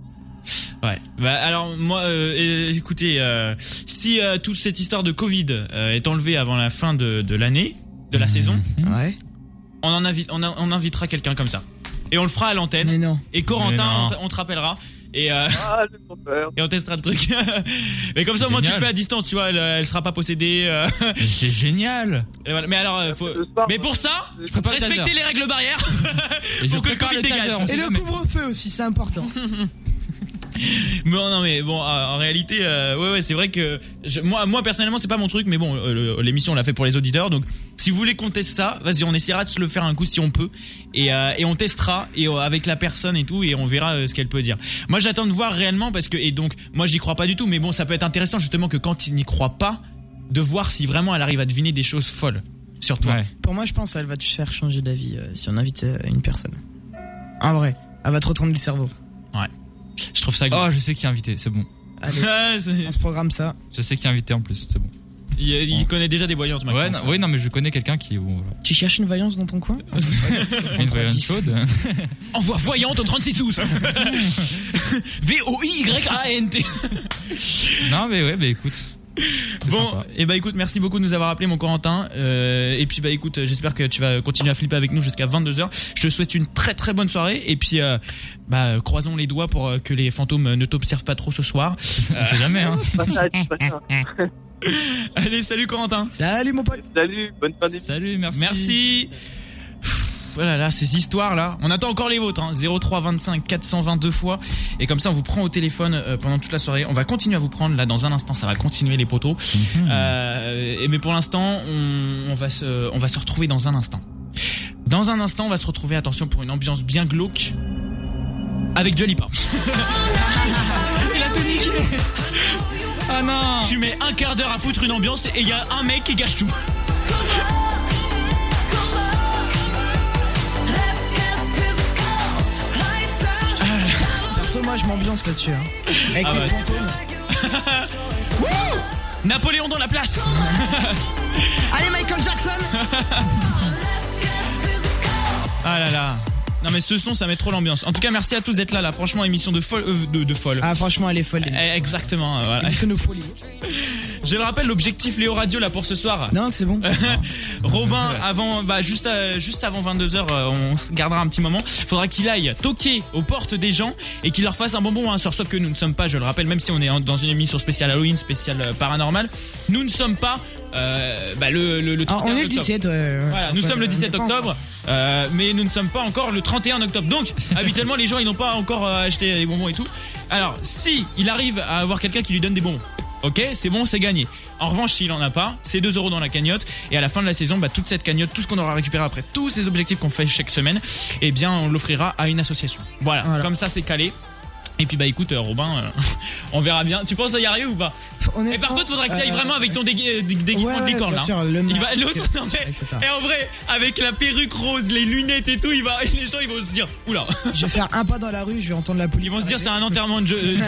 B: Ouais. Bah alors moi, euh, euh, écoutez, euh, si euh, toute cette histoire de Covid euh, est enlevée avant la fin de, de l'année, de la saison,
C: Mhm.
D: Ouais.
B: on en invite, on, a- on invitera quelqu'un comme ça. Et on le fera à l'antenne.
D: Mais non.
B: Et
C: Mais
B: Corentin,
C: non.
B: on, t- on te rappellera. Et, euh,
G: Ah, j'ai trop peur.
B: et on testera le truc. Mais comme ça, au moins, tu le
C: Génial.
B: fais à distance, tu vois, elle, elle sera pas possédée. euh,
C: Mais C'est génial.
B: et voilà. Mais alors, euh, faut...
G: Le soir,
B: Mais pour ça,
G: je
C: prépare le
B: respectez
C: taser.
B: les règles barrières.
C: Et je
B: Pour que le
C: prépare
B: Covid
C: le
B: dégage.
C: taser. on
D: Et
C: sait
D: le
C: jamais.
D: couvre-feu aussi, c'est important.
B: Bon, non, mais bon, euh, en réalité, euh, ouais, ouais, c'est vrai que je- moi, moi personnellement, c'est pas mon truc, mais bon, euh, le- l'émission on l'a fait pour les auditeurs, donc si vous voulez qu'on teste ça, vas-y, on essaiera de se le faire un coup si on peut, et, euh, et on testera et euh, avec la personne et tout, et on verra euh, ce qu'elle peut dire. Moi, j'attends de voir réellement parce que et donc, moi, j'y crois pas du tout, mais bon, ça peut être intéressant justement que quand il n'y croit pas, de voir si vraiment elle arrive à deviner des choses folles sur toi.
C: Ouais.
D: Pour moi, je pense elle va te faire changer d'avis euh, si on invite euh, une personne. En vrai, elle va te retourner le cerveau.
B: Je trouve ça.
C: Oh, je sais qui est invité, c'est bon.
D: Allez,
B: Ah, c'est-
D: on se programme ça.
C: Je sais qui est invité en plus, c'est bon.
B: il, il connaît déjà des voyantes,
C: Ouais,
B: Maxence.
C: non, oui, non, mais je connais quelqu'un qui. Bon, voilà.
D: Tu cherches une vaillance dans ton coin
C: Une variante chaude.
B: Envoie voyante au 3612 V O I Y A N T.
C: Non, mais ouais, bah écoute.
B: Bon, et bah écoute, merci beaucoup de nous avoir appelé mon Corentin. Euh, et puis bah écoute, j'espère que tu vas continuer à flipper avec nous jusqu'à 22h. Je te souhaite une très très bonne soirée. Et puis euh, bah croisons les doigts pour euh, que les fantômes ne t'observent pas trop ce soir.
C: On sait jamais, hein.
B: Bah, Allez, salut Corentin.
D: Salut mon pote.
G: Salut, bonne fin d'émission.
C: Salut, merci.
B: Merci. Pff, Voilà, Oh là, ces histoires là. On attend encore les vôtres. Hein. 03 25 422 fois. Et comme ça, on vous prend au téléphone euh, pendant toute la soirée. On va continuer à vous prendre là dans un instant. Ça va continuer les poteaux. Euh, et mais pour l'instant, on, on va se, on va se retrouver dans un instant. Dans un instant, on va se retrouver. Attention pour une ambiance bien glauque avec Dua Lipa. Il a tout niqué. Ah non Tu mets un quart d'heure à foutre une ambiance et il y a un mec qui gâche tout.
D: Perso, moi, je m'ambiance là-dessus. hein. Avec
B: Ah
D: les
B: ouais.
D: fantômes.
B: Napoléon dans la place
D: Allez, Michael Jackson
B: Ah là là Non mais ce son ça met trop l'ambiance. En tout cas merci à tous d'être là là, franchement émission de folle... euh, de, de folle.
D: Ah, franchement, elle est folle.
B: Eh, Exactement, euh, voilà.
D: Émission de folie.
B: Je le rappelle, l'objectif Léo Radio là pour ce soir.
D: Non, c'est bon.
B: Robin, avant, bah, juste, euh, juste avant 22h, euh, on se gardera un petit moment. Faudra qu'il aille toquer aux portes des gens et qu'il leur fasse un bonbon à un sort. Sauf que nous ne sommes pas, je le rappelle, même si on est en- dans une émission spéciale Halloween, spéciale euh, paranormale, nous ne sommes pas euh, bah, le, le, le
D: Ah,
B: 31
D: on est le
B: octobre.
D: 17, ouais, ouais.
B: Voilà, nous
D: Ouais,
B: sommes le
D: on est
B: 17
D: pas encore.
B: octobre, euh, mais nous ne sommes pas encore le 31 octobre. Donc, habituellement, les gens, ils n'ont pas encore euh, acheté les bonbons et tout. Alors, si il arrive à avoir quelqu'un qui lui donne des bonbons, ok, c'est bon, c'est gagné. En revanche, s'il en a pas, c'est 2 euros dans la cagnotte. Et à la fin de la saison, bah, toute cette cagnotte, tout ce qu'on aura récupéré après tous ces objectifs qu'on fait chaque semaine, eh bien, on l'offrira à une association. Voilà,
D: Voilà.
B: comme ça, c'est calé. Et puis bah écoute euh, Robin, euh, on verra bien. Tu penses à y arriver ou pas
D: Honnêtement,
B: Et par contre, faudra que tu ailles
D: euh,
B: vraiment avec ton dégui- euh, dé- déguisement
D: ouais,
B: de licorne
D: bien
B: là. hein.
D: sûr, le
B: Il
D: masque,
B: va l'autre non mais
D: etc.
B: et en vrai avec la perruque rose, les lunettes et tout, il va les gens ils vont se dire oula,
D: Je vais faire un pas dans la rue, je vais entendre la police.
B: ils vont se dire c'est un enterrement de jeu.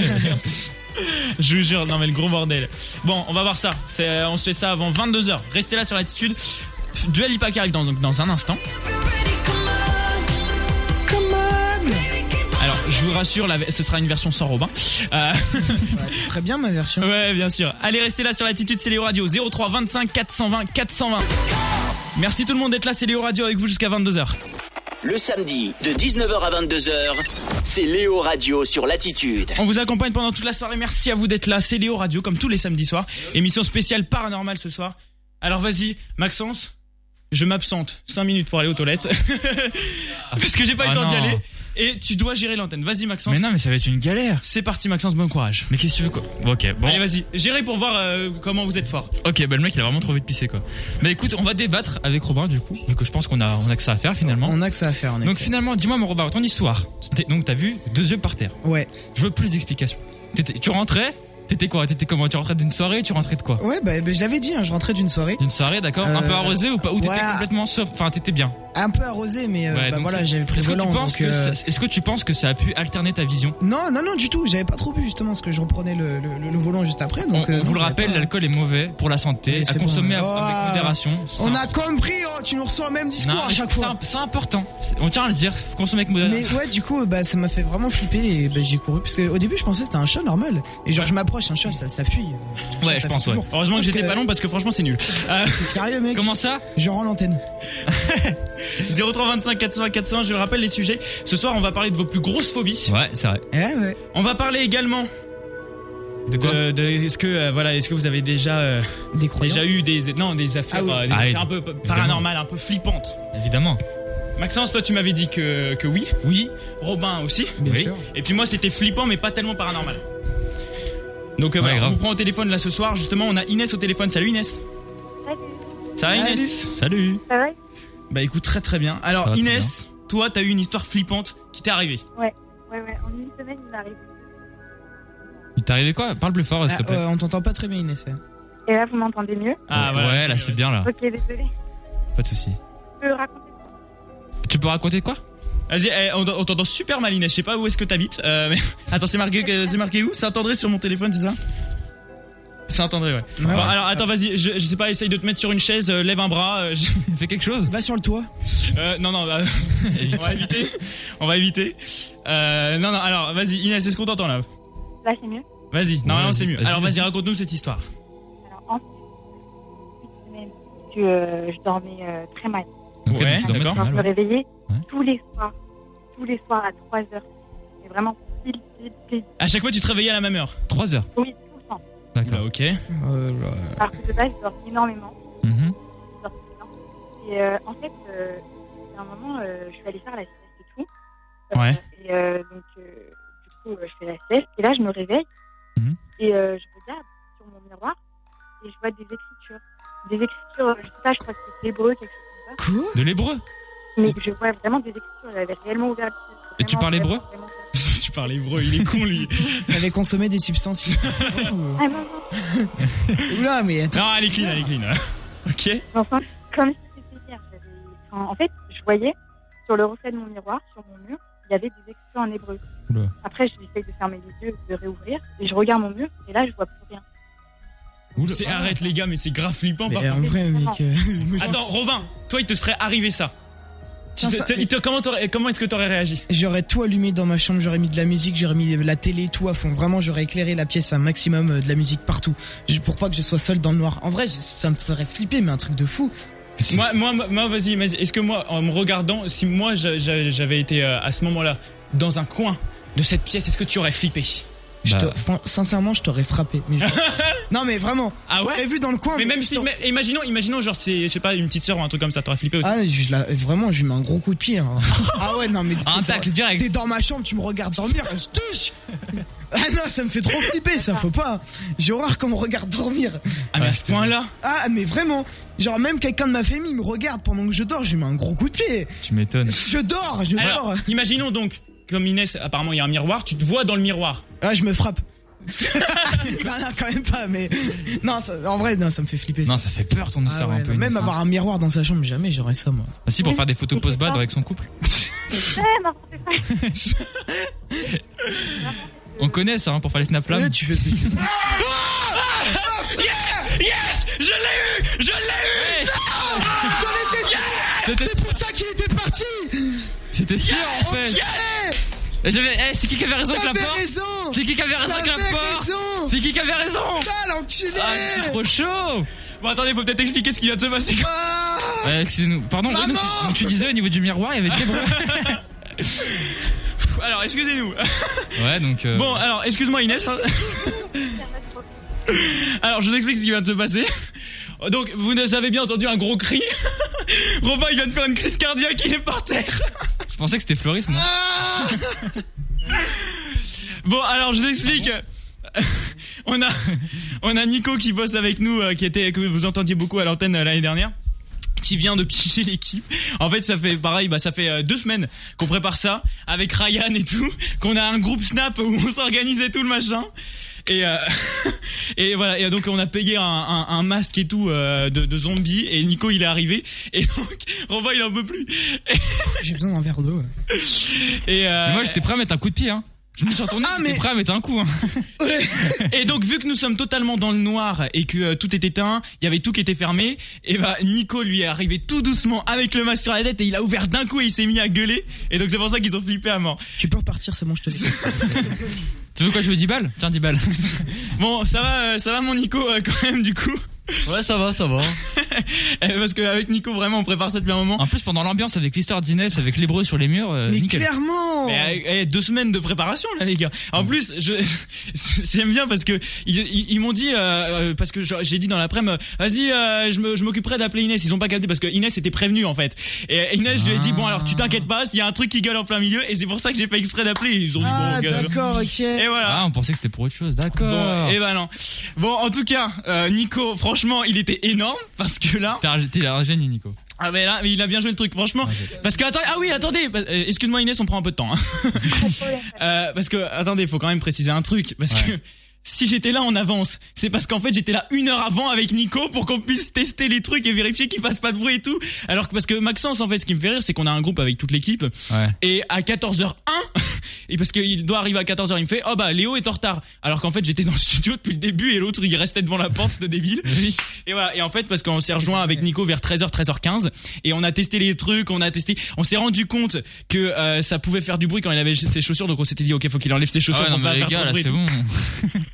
B: Je vous jure, non mais le gros bordel. Bon, on va voir ça. C'est euh, on se fait ça avant 22h. Restez là sur l'attitude. Duel Lipa qui arrive dans, donc dans un instant. Alors, je vous rassure, la- ce sera une version sans Robin. Euh,
D: Très bien ma version.
B: Ouais, bien sûr. Allez, restez là sur l'attitude, c'est Léo Radio. 03 25 420 420. Merci tout le monde d'être là, c'est Léo Radio avec vous jusqu'à 22h.
A: Le samedi, de 19h à 22h, c'est Léo Radio sur Latitude.
B: On vous accompagne pendant toute la soirée. Merci à vous d'être là, c'est Léo Radio comme tous les samedis soirs. Émission spéciale paranormale ce soir. Alors vas-y, Maxence, je m'absente 5 minutes pour aller aux toilettes. Parce que j'ai pas eu le
C: Ah
B: temps d'y
C: non.
B: aller. Et tu dois gérer l'antenne. Vas-y, Maxence.
C: Mais non, mais ça va être une galère.
B: C'est parti, Maxence, bon courage.
C: Mais qu'est-ce que tu veux quoi Bon, Ok, bon.
B: Allez, vas-y, gérez pour voir euh, comment vous êtes fort.
C: Ok, bah le mec il a vraiment trop envie de pisser quoi. Bah écoute, on va débattre avec Robin du coup, vu que je pense qu'on a, on a que ça à faire finalement.
D: On a que ça à faire. en
C: Donc
D: effet.
C: finalement, dis-moi mon Robin, ton histoire. C'était- Donc t'as vu deux yeux par terre.
D: Ouais.
C: Je veux plus d'explications. T'étais- Tu rentrais T'étais quoi T'étais comment Tu rentrais d'une soirée Tu rentrais de quoi
D: Ouais, bah, bah, je l'avais dit, hein, je rentrais d'une soirée.
C: D'une soirée, d'accord Un
D: Euh,
C: peu arrosé ou pas Ou t'étais
D: ouais.
C: complètement sauf Enfin, t'étais bien.
D: Un peu arrosé, mais euh,
C: Ouais,
D: bah,
C: donc
D: voilà,
C: c'est-
D: j'avais pris le
C: Est-ce que, tu
D: volant.
C: penses
D: donc,
C: que
D: euh,
C: ça- est-ce que tu penses que ça a pu alterner ta vision
D: Non, non, non, du tout. J'avais pas trop bu justement, parce que je reprenais le, le- le- le volant juste après.
C: On,
D: Donc,
C: on
D: euh, non,
C: vous le
D: j'avais
C: rappelle,
D: pas-
C: l'alcool est mauvais pour la santé,
D: Et
C: à
D: c'est
C: consommer
D: bon.
C: av-
D: Oh.
C: avec modération. c'est
D: On
C: un-
D: a compris, oh, tu nous ressors le même discours
C: Non,
D: à
C: mais
D: chaque
C: c'est-
D: fois.
C: c'est un- C'est important. C'est- On tient à le dire, faut consommer avec modération.
D: Mais ouais, du coup, bah, ça m'a fait vraiment flipper et bah, j'ai couru. Parce qu'au début, je pensais que c'était un chat normal. Et genre, je m'approche, un chat, ça, ça fuit. Un chat,
C: Ouais,
D: ça
C: je
D: fait
C: pense, ouais.
D: toujours.
B: Heureusement que
D: Donc,
B: j'étais
D: euh,
B: pas long parce que franchement, c'est nul. Euh,
D: T'es sérieux, mec
C: Comment ça
D: Je rends l'antenne.
B: 0325 400 400, je le rappelle les sujets. Ce soir, on va parler de vos plus grosses phobies.
C: Ouais, c'est vrai.
D: Ouais, Eh ouais.
B: On va parler également
C: De quoi
B: de, de- est-ce que euh, voilà, est-ce que vous avez déjà euh,
D: Des croyants.
B: déjà eu des non des affaires,
D: Ah oui.
B: euh, des
C: Ah oui,
B: affaires un peu paranormales, un peu flippantes.
C: Évidemment.
B: Maxence, toi tu m'avais dit que, que oui, oui, Robin aussi.
D: Bien
B: oui.
D: sûr.
B: Et puis moi c'était flippant mais pas tellement paranormal. Donc euh,
C: Ouais,
B: voilà, on
C: grave.
B: vous prend au téléphone là ce soir, justement, on a Inès au téléphone. Salut Inès.
I: Salut.
B: Ça va Inès
C: Salut.
I: Ça va
B: Bah écoute très très bien.
C: Ça
B: Alors
C: va très
B: Inès, toi t'as eu une histoire flippante qui t'est arrivée.
I: Ouais, ouais, en une semaine, il m'arrive.
C: Il t'est arrivé quoi Parle plus fort, s'il te
D: Ah,
C: plaît.
D: euh, on t'entend pas très bien, Inès. ouais.
I: Et là, vous m'entendez mieux
B: Ah voilà,
C: ouais, là c'est bien là.
I: Ok, désolé.
C: Pas de soucis.
I: Je peux raconter
C: Tu peux raconter quoi
B: Vas-y, eh, on on t'entend super mal, Inès. Je sais pas où est-ce que t'habites. Euh, mais... Attends, c'est marqué, que- c'est marqué où Saint-André sur mon téléphone, c'est ça Saint-André, ouais.
D: Ouais.
B: Bon, alors attends, vas-y, je, je sais pas, essaye de te mettre sur une chaise, euh, lève un bras. euh, je-
C: Fais quelque chose
D: Va sur le toit.
B: euh, non, non, bah, on va éviter. On va éviter. Euh, non, non, alors vas-y, Inès, est-ce qu'on t'entend là
I: Là, c'est mieux.
B: Vas-y, non,
C: Ouais,
B: non,
C: vas-y,
B: c'est mieux.
C: vas-y,
B: alors vas-y,
C: vas-y.
B: raconte-nous cette histoire.
I: que euh, je dormais euh, très mal.
C: Donc, ouais,
I: Quand
C: d'accord.
I: je me réveillais tous les soirs, tous les soirs à 3 heures. C'est vraiment pile, pile, pile.
B: À chaque fois, tu te réveillais à la même heure Bah,
C: 3 heures
I: Oui, tout le temps.
C: D'accord. ok.
D: Oh
I: Parce que de base, je dors énormément.
B: Mm-hmm.
I: Je dors énormément. Et euh, en fait, euh, à un moment, euh, je suis allée faire la sieste et tout. Euh,
C: Ouais.
I: Et euh, donc, euh, du coup, euh, je fais la sieste. Et là, je me réveille.
C: Mhm.
I: Et euh, je regarde sur mon miroir. Et je vois des écritures. Des écritures, euh, je sais pas, je crois que c'est hébreu, quelque chose comme ça.
C: De l'hébreu
I: Mais je vois vraiment des écritures. J'avais réellement ouvert le livre,
C: Et tu
I: vraiment,
C: parles
I: vraiment,
C: hébreu
I: vraiment.
C: Tu parles hébreu, il est con lui.
D: T'avais consommé des substances.
I: Ah non, non,
D: Oula, mais attends.
C: Non, elle est clean, elle est clean. ok.
I: Enfin, comme si c'était hier. j'avais- enfin, en fait, je voyais sur le reflet de mon miroir, sur mon mur, il y avait des écrits en hébreu.
C: Oula.
I: Après, j'essaye de fermer les yeux, de réouvrir, et je regarde mon mur, et là, je vois plus rien.
B: C'est arrête les gars, mais c'est grave flippant. par
D: Ah. Mais en
B: contre.
D: vrai, mec. euh, moi, j'aurais-
B: Attends, Robin, toi, il te serait arrivé ça. Tu-
D: Tiens, ça-
B: t'as- il te- comment t'aurais- comment est-ce que t'aurais réagi
D: J'aurais tout allumé dans ma chambre, j'aurais mis de la musique, j'aurais mis la télé, tout à fond. Vraiment, j'aurais éclairé la pièce un maximum, euh, de la musique partout. Je- Pour pas que je sois seul dans le noir. En vrai, je- ça me ferait flipper, mais un truc de fou.
B: Moi, moi, moi vas-y, imagine- est-ce que moi, en me regardant, si moi j'a- j'a- j'avais été euh, à ce moment-là dans un coin de cette pièce, est-ce que tu aurais flippé
D: Je
B: Bah.
D: te- fran- sincèrement, je t'aurais frappé. mais je- non, mais vraiment.
B: Ah ouais
D: J'aurais vu dans le coin.
B: Mais même
D: je
B: si,
D: t'aurais-
B: mais imaginons, imaginons, genre, c'est, je sais pas, une petite sœur ou un truc comme ça, t'aurais flippé aussi.
D: Ah, je la- vraiment, j'ai mis un gros coup de pied. hein. ah ouais, non, mais. t'es
B: Un
D: dans-
B: tacle direct.
D: T'es dans ma chambre, tu me regardes dormir, je touche Ah non, ça me fait trop flipper, ça faut pas J'ai horreur quand on me regarde dormir
B: Ah, mais à ce point-là,
D: Ah, mais vraiment Genre, même quelqu'un de ma famille me regarde pendant que je dors, je lui mets un gros coup de pied
C: Tu m'étonnes.
D: Je dors, je
B: Alors,
D: dors
B: imaginons donc, comme Inès, apparemment, il y a un miroir, tu te vois dans le miroir.
D: Ah, je me frappe Non, non, quand même pas, mais. Non, ça- en vrai, non, ça me fait flipper.
C: Non, ça fait peur ton
D: Ah
C: histoire
D: ouais,
C: un
D: non,
C: peu.
D: même
C: Inès, hein.
D: avoir un miroir dans sa chambre, jamais j'aurais ça, moi.
C: Ah, si, pour faire des photos post-bad avec son couple.
I: Eh, non, c'est pas-
C: On connaît ça hein, pour faire les snap
D: Eh,
C: flammes.
D: tu fais ce que tu veux. Ah,
B: Ah, Yes Je l'ai eu Je l'ai eu Ah,
D: J'en étais sûr C'est pour ça qu'il était parti
C: C'était sûr en fait.
D: Eh,
C: Et J'avais. Eh, c'est qui qui avait raison avec la
D: T'avais
C: porte
D: raison
C: C'est qui qui avait raison avec la
D: T'avais
C: porte
D: raison
C: C'est qui qui avait raison
D: Ah, l'enculé
C: Ah, je suis trop chaud
B: Bon, attendez, faut peut-être expliquer ce qui vient de se passer.
D: Ah
C: Euh, Excusez-nous. Pardon,
D: Maman
C: oui, donc tu, donc tu disais au niveau du miroir, il y avait des bruits.
B: Alors, excusez-nous.
C: Ouais, donc. euh,
B: Bon, alors, excuse-moi Inès. hein. Alors, je vous explique ce qui vient de se passer. Donc, vous avez bien entendu un gros cri. Robin, il vient de faire une crise cardiaque, il est par terre.
C: je pensais que c'était Floris, moi.
B: Bon, alors, je vous explique. On a, on a Nico qui bosse avec nous, euh, qui était, que vous entendiez beaucoup à l'antenne euh, l'année dernière. qui vient de piger l'équipe. En fait, ça fait pareil, bah ça fait euh, deux semaines qu'on prépare ça avec Ryan et tout, qu'on a un groupe Snap où on s'organise et tout le machin. Et euh, et voilà et donc on a payé un, un- un masque et tout euh, de, de zombie et Nico il est arrivé et donc Robin il en peut plus
D: J'ai besoin d'un verre d'eau.
B: et euh,
C: Mais Moi, j'étais prêt à mettre un coup de pied, hein. Je me suis retourné,
D: Ah,
C: j'étais
D: mais-
C: prêt à mettre un coup, hein.
B: Et donc vu que nous sommes totalement dans le noir et que euh, tout est éteint, il y avait tout qui était fermé, et bah Nico lui est arrivé tout doucement avec le masque sur la tête et il a ouvert d'un coup et il s'est mis à gueuler. Et donc c'est pour ça qu'ils ont flippé à mort.
D: Tu peux repartir, c'est bon, je te laisse.
C: Tu veux quoi, je veux 10 balles Tiens, 10 balles.
B: Bon, ça va, euh, ça va mon Nico euh, quand même du coup,
K: Ouais, ça va, ça va.
B: Eh, parce qu'avec Nico vraiment on prépare ça depuis un moment.
C: En plus, pendant l'ambiance avec l'histoire d'Inès, avec l'hébreu sur les murs, euh,
D: Mais
C: nickel.
D: clairement
B: Mais, euh, eh, deux semaines de préparation là les gars.
C: Mm.
B: En plus, je j'aime bien parce que ils, ils- ils m'ont dit euh, euh, parce que je- j'ai dit dans l'après-midi, euh, vas-y, euh, je me- je m'occuperai d'appeler Inès. Ils ont pas capté parce que Inès était prévenue en fait. Et euh, Inès, je lui ai
C: Ah.
B: dit bon alors tu t'inquiètes pas, il y a un truc qui gueule en plein milieu et c'est pour ça que j'ai fait exprès d'appeler. Ils ont dit
D: Ah,
B: bon gars.
D: d'accord, ok.
B: Et voilà.
C: Ah, on pensait que c'était pour autre chose,
B: Bon,
C: d'accord.
B: et ben non. Bon, en tout cas, euh, Nico, franchement, il était énorme parce que là,
C: T'as un- T'es un génie, Nico.
B: ah mais là, mais il a bien joué le truc, franchement.
C: Ah, j'ai-
B: Parce que attendez, ah oui, attendez, euh, excuse-moi Inès, on prend un peu de temps. hein. Euh, parce que attendez, faut quand même préciser un truc, parce que si j'étais là en avance, c'est parce qu'en fait j'étais là une heure avant avec Nico pour qu'on puisse tester les trucs et vérifier qu'il fasse pas de bruit et tout. Alors que parce que Maxence, en fait, ce qui me fait rire, c'est qu'on a un groupe avec toute l'équipe
C: Ouais.
B: et à 14h01. Et parce qu'il doit arriver à 14h, il me fait Oh bah Léo est en retard. Alors qu'en fait j'étais dans le studio depuis le début et l'autre il restait devant la porte, ce débile. Et voilà. Et en fait, parce qu'on s'est rejoint avec Nico vers 13h, 13h15 et on a testé les trucs, on a testé, on s'est rendu compte que euh, ça pouvait faire du bruit quand il avait ses chaussures, donc on s'était dit Ok, faut qu'il enlève ses chaussures
C: Ah ouais, non,
B: pour
C: mais
B: pas faire trop
C: les gars,
B: de
C: là,
B: bruit et
C: c'est
B: tout.
C: bon.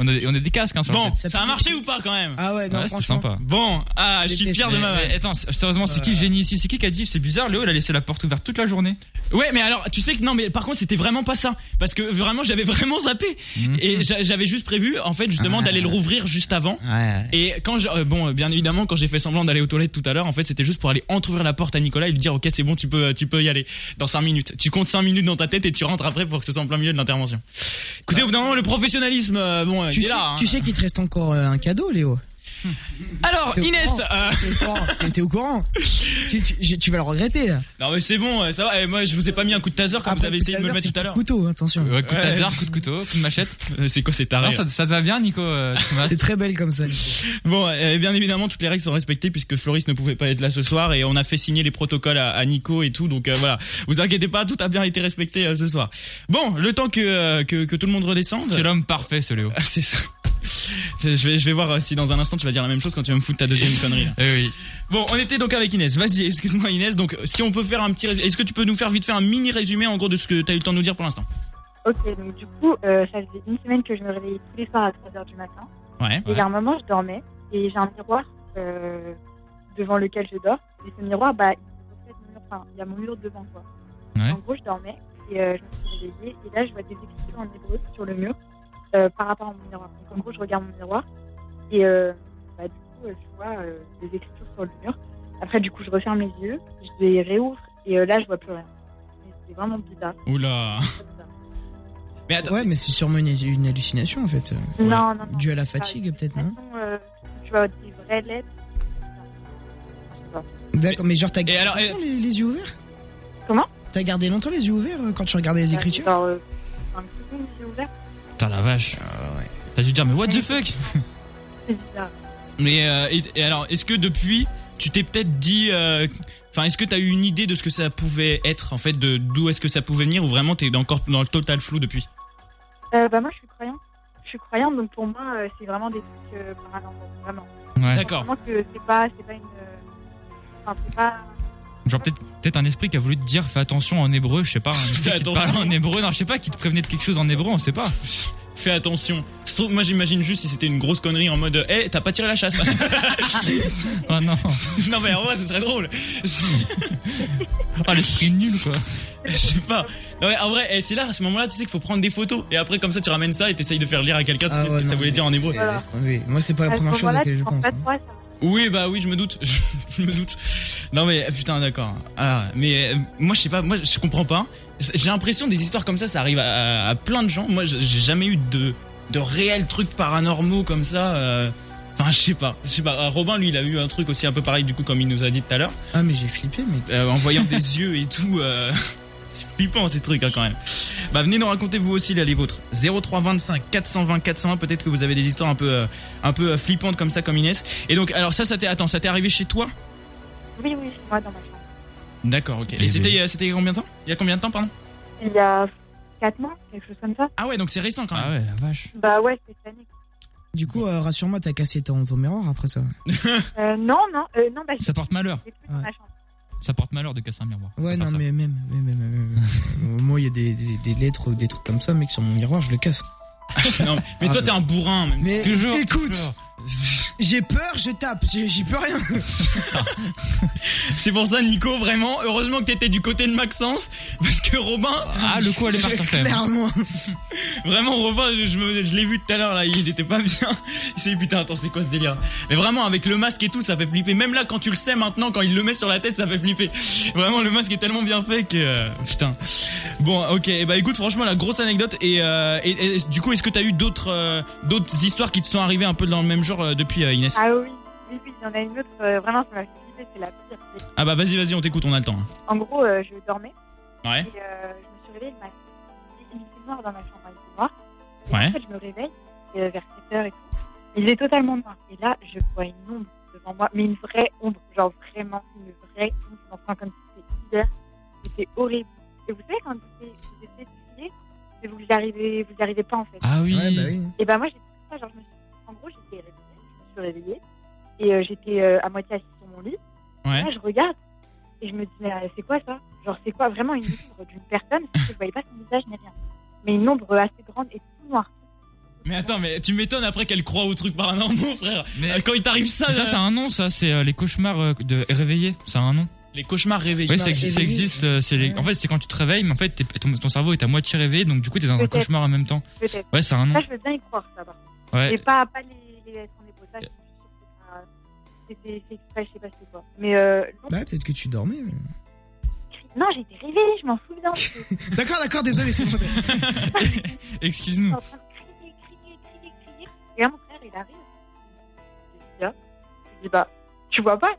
C: On a, on a des casques, hein, sur
B: Bon,
C: le fait.
B: ça a marché ou pas quand même
D: Ah ouais,
C: non, Ouais, c'était franchement. sympa.
B: Bon, ah, je suis fier de
C: Mais-
B: ma.
C: mais Attends, sérieusement, c'est qui le génie ici C'est qui qui a dit C'est bizarre, Léo, il a laissé la porte ouverte toute la journée.
B: Ouais, mais alors, tu sais que non, mais par contre, c'était vraiment pas ça. Parce que vraiment, j'avais vraiment zappé.
C: Mhm.
B: Et j'a- j'avais juste prévu, en fait, justement,
C: Ah.
B: d'aller le rouvrir juste avant.
K: Ouais.
B: Et quand je, euh, bon, euh, bien évidemment, quand j'ai fait semblant d'aller aux toilettes tout à l'heure, en fait, c'était juste pour aller entrouvrir la porte à Nicolas et lui dire, ok, c'est bon, tu peux, euh, tu peux y aller dans 5 minutes. Tu comptes 5 minutes dans ta tête et tu rentres après pour que ce soit en plein milieu de l'intervention. Écoutez, au bout d'un moment, le professionnalisme, euh, bon, euh,
D: Tu
B: il est
D: sais,
B: là. hein.
D: tu sais qu'il te reste encore euh, un cadeau, Léo.
B: Alors,
D: T'es au
B: Inès,
D: courant
B: euh,
D: T'es au courant, t'es- T'es au courant. tu, tu- j'ai- tu vas le regretter là.
B: non mais c'est bon, euh, ça va. Eh, moi, je vous ai pas mis un coup de taser comme vous avez essayé de me le mettre tout à l'heure.
D: Couteau, attention.
C: Ouais, coup de
B: Ouais.
C: hasard, coup de couteau, coup de machette.
B: Euh, C'est quoi cet taré
C: Non, ça, ça te va bien, Nico euh, Thomas
D: C'est très belle comme ça.
B: Bon, euh, bien évidemment, toutes les règles sont respectées puisque Floris ne pouvait pas être là ce soir et on a fait signer les protocoles à, à Nico et tout. Donc euh, voilà, vous inquiétez pas, tout a bien été respecté euh, ce soir. Bon, le temps que, euh, que, que tout le monde redescende.
C: C'est l'homme parfait, ce Léo.
B: Ah, C'est ça. C'est- Je vais, je vais voir euh, si dans un instant tu vas dire la même chose quand tu vas me foutre ta deuxième connerie. là.
C: Eh oui.
B: Bon, on était donc avec Inès. Vas-y, excuse-moi Inès. Donc, si on peut faire un petit, rés- est-ce que tu peux nous faire vite fait un mini résumé en gros de ce que t'as eu le temps de nous dire pour l'instant
I: Ok, donc du coup, euh, ça faisait une semaine que je me réveillais tous les soirs à 3h du matin.
B: Ouais.
I: Et il y a un moment, je dormais et j'ai un miroir euh, devant lequel je dors. Et ce miroir, bah, il reflète mon mur. Enfin, il y a mon mur devant quoi.
C: Ouais.
I: En gros, je dormais et euh, je me suis réveillée. Et là, je vois des écrits en hébreu sur le mur euh, par rapport à mon miroir. Donc, en gros, je regarde mon miroir et euh, bah, du coup, euh, je vois euh, des écritures sur le mur. Après, du coup, je referme les yeux, je les réouvre et euh, là, je vois plus rien. Et C'est vraiment bizarre.
B: Oula.
I: comme ça.
B: Mais attends.
D: Ouais, mais c'est sûrement une, une hallucination en fait. euh,
I: Non, non, non.
D: Due à la
I: c'est pas
D: fatigue peut-être, non
I: façon, euh, tu vois des vraies lettres.
D: D'accord, mais genre t'as
B: Et
D: gardé
B: alors,
D: longtemps les, les yeux ouverts
I: Comment
D: T'as gardé longtemps les yeux ouverts euh, quand tu regardais les écritures
I: Genre, euh, un petit peu, c'est ouvert,
C: Putain, la vache.
B: Ah,
C: T'as dû dire, mais what the fuck
I: c'est bizarre.
B: Mais euh, et, et alors, est-ce que depuis, tu t'es peut-être dit, euh, enfin, est-ce que t'as eu une idée de ce que ça pouvait être en fait, de d'où est-ce que ça pouvait venir, ou vraiment t'es encore dans le total flou depuis
I: Euh, bah, moi, je suis croyante. Je suis croyante, donc pour moi, euh, c'est vraiment des trucs euh, paranormaux, vraiment.
C: Ouais.
B: D'accord.
I: Vraiment que c'est pas, c'est pas une. euh, Enfin, c'est pas.
C: Genre, peut-être peut un esprit qui a voulu te dire, fais attention en hébreu, je sais pas. un esprit qui te
B: attention.
C: parlait en hébreu, non, je sais pas, qui te prévenait de quelque chose en hébreu, on sait pas.
B: Fais attention. Se trouve- Moi, j'imagine juste si c'était une grosse connerie en mode, hé, t'as pas tiré la chasse. Ah,
C: Oh non.
B: non mais en vrai, ce serait drôle.
C: Oh, l'esprit nul, quoi.
B: Je sais pas. Non mais en vrai, eh, c'est là, à ce moment-là, tu sais qu'il faut prendre des photos et après comme ça, tu ramènes ça et t'essayes de faire lire à quelqu'un tu sais
D: Ah
B: ce
D: ouais,
B: que ça
D: non,
B: voulait
D: mais-
B: dire en hébreu.
D: Eh, laisse tomber. Moi, c'est pas la
I: à ce
D: première chose à
I: moment-là,
D: laquelle
I: tu
D: je
I: prends
D: pense.
I: pas
D: hein.
I: de poids, ça.
B: Oui, bah oui, je me doute. je me doute. Non, mais putain, d'accord. Ah, mais euh, moi, je sais pas, moi, je comprends pas. C'est- J'ai l'impression des histoires comme ça, ça arrive à, à- à plein de gens. Moi, j'ai j'ai jamais eu de, de réels trucs paranormaux comme ça. euh. Enfin, je sais pas. Je sais pas. Euh, Robin, lui, il a eu un truc aussi un peu pareil, du coup, comme il nous a dit tout à l'heure,
D: Ah, mais j'ai flippé, mais.
B: euh, en voyant des yeux et tout. euh, C'est flippant ces trucs hein, quand même. Bah venez nous raconter vous aussi là les vôtres. 0325 420 420 peut-être que vous avez des histoires un peu euh, un peu euh, flippantes comme ça comme Inès. Et donc alors ça ça t'est attends, ça t'est arrivé chez toi
I: Oui, oui, chez moi, dans ma chambre.
B: D'accord, ok. Et
C: Et
B: c'était
C: oui.
B: euh, c'était combien de temps Il y a combien de temps, pardon
I: Il y a 4 mois, quelque chose comme ça.
B: Ah ouais, donc c'est récent quand
C: Ah
B: même.
C: ouais, la vache.
I: Bah, ouais, c'est cette année.
D: Du coup, euh, rassure-moi, t'as cassé ton, ton miroir après ça.
I: Euh, non, non, euh, non, bah,
C: Ça porte malheur.
I: j'ai plus dans ma chambre.
C: Ça porte malheur de casser un miroir.
D: Ouais,
C: Faut
D: non,
C: faire ça.
D: mais même, même, même, même, même. Moi, il y a des, des, des lettres, ou des trucs comme ça, mec, sur mon miroir, je le casse.
B: non, mais toi
D: Ah,
B: t'es un bourrin même.
D: Mais
C: Toujours,
D: écoute,
C: toujours.
D: j'ai peur, je tape, j'ai- j'y peux rien.
B: C'est pour ça Nico vraiment, heureusement que t'étais du côté de Maxence parce que Robin,
C: Ah, le coup, elle est partie quand même.
D: Clairement.
B: vraiment Robin, je, je me- je l'ai vu tout à l'heure là, il était pas bien. Il s'est dit putain, attends, c'est quoi ce délire Mais vraiment avec le masque et tout, ça fait flipper. Même là quand tu le sais maintenant quand il le met sur la tête, ça fait flipper. Vraiment le masque est tellement bien fait que euh, putain. Bon, OK, bah écoute franchement la grosse anecdote et, euh, et- et du coup, est-ce que t'as eu d'autres euh, d'autres histoires qui te sont arrivées un peu dans le même genre euh, depuis euh, Inès
I: Ah, oui, oui, oui, il y en a une autre, euh, vraiment, ça m'a fait flipper, c'est la pire.
B: Ah bah vas-y, vas-y, on t'écoute, on a le temps. hein.
I: En gros, euh, je dormais.
B: Ouais.
I: Et euh, je me suis réveillée le matin. Il était noir dans ma chambre, il était noir. Et
B: Ouais.
I: En fait, je me réveille euh, vers 7h et tout. Il est totalement noir. Et là, je vois une ombre devant moi, mais une vraie ombre. Genre vraiment une vraie ombre. Enfin, comme si c'était hier. C'était horrible. Et vous savez, quand vous êtes- vous êtes étudié, mais vous n'y arrivez, vous y arrivez pas en fait.
C: Ah oui.
D: Ouais, bah oui.
I: Et ben moi j'étais comme ça, genre je me suis... En gros j'étais réveillée, je me suis réveillée et euh, j'étais euh, à moitié assise sur mon lit.
B: Ouais.
I: Et là je regarde et je me dis mais euh, c'est quoi ça Genre c'est quoi vraiment une ombre d'une personne parce que je voyais pas son visage ni rien. Mais une ombre assez grande et tout noir.
B: Mais attends, mais tu m'étonnes après qu'elle croit au truc paranormal, frère. Mais quand il t'arrive ça,
C: Mais ça,
B: là-
C: c'est un nom, ça. C'est euh, les cauchemars euh, de réveillés. Ça a un nom.
B: Les cauchemars réveillés.
C: Oui, ça, exi- ça existe. euh, c'est les- En fait, c'est quand tu te réveilles, mais en fait, t'es- ton, ton cerveau est à moitié réveillé, donc du coup, t'es dans un
I: Peut-être.
C: cauchemar en même temps.
I: Peut-être.
C: Ouais, ça a un nom.
I: Ça, je veux bien y croire, ça, par contre.
C: Ouais.
I: Et pas, pas les, les son épaule. Ça, je- euh, c'est- c'est c'est exprès, je sais pas c'est quoi. Mais euh,
D: Bah, peut-être que tu dormais.
I: non, j'étais réveillée, je m'en fous bien. j'étais
D: D'accord, d'accord, désolé, c'est vrai.
C: Excuse-nous.
I: en train de crier, crier, crier, crier. Et là, mon frère, il arrive. Je dis, ah. Je dis, bah, tu vois pas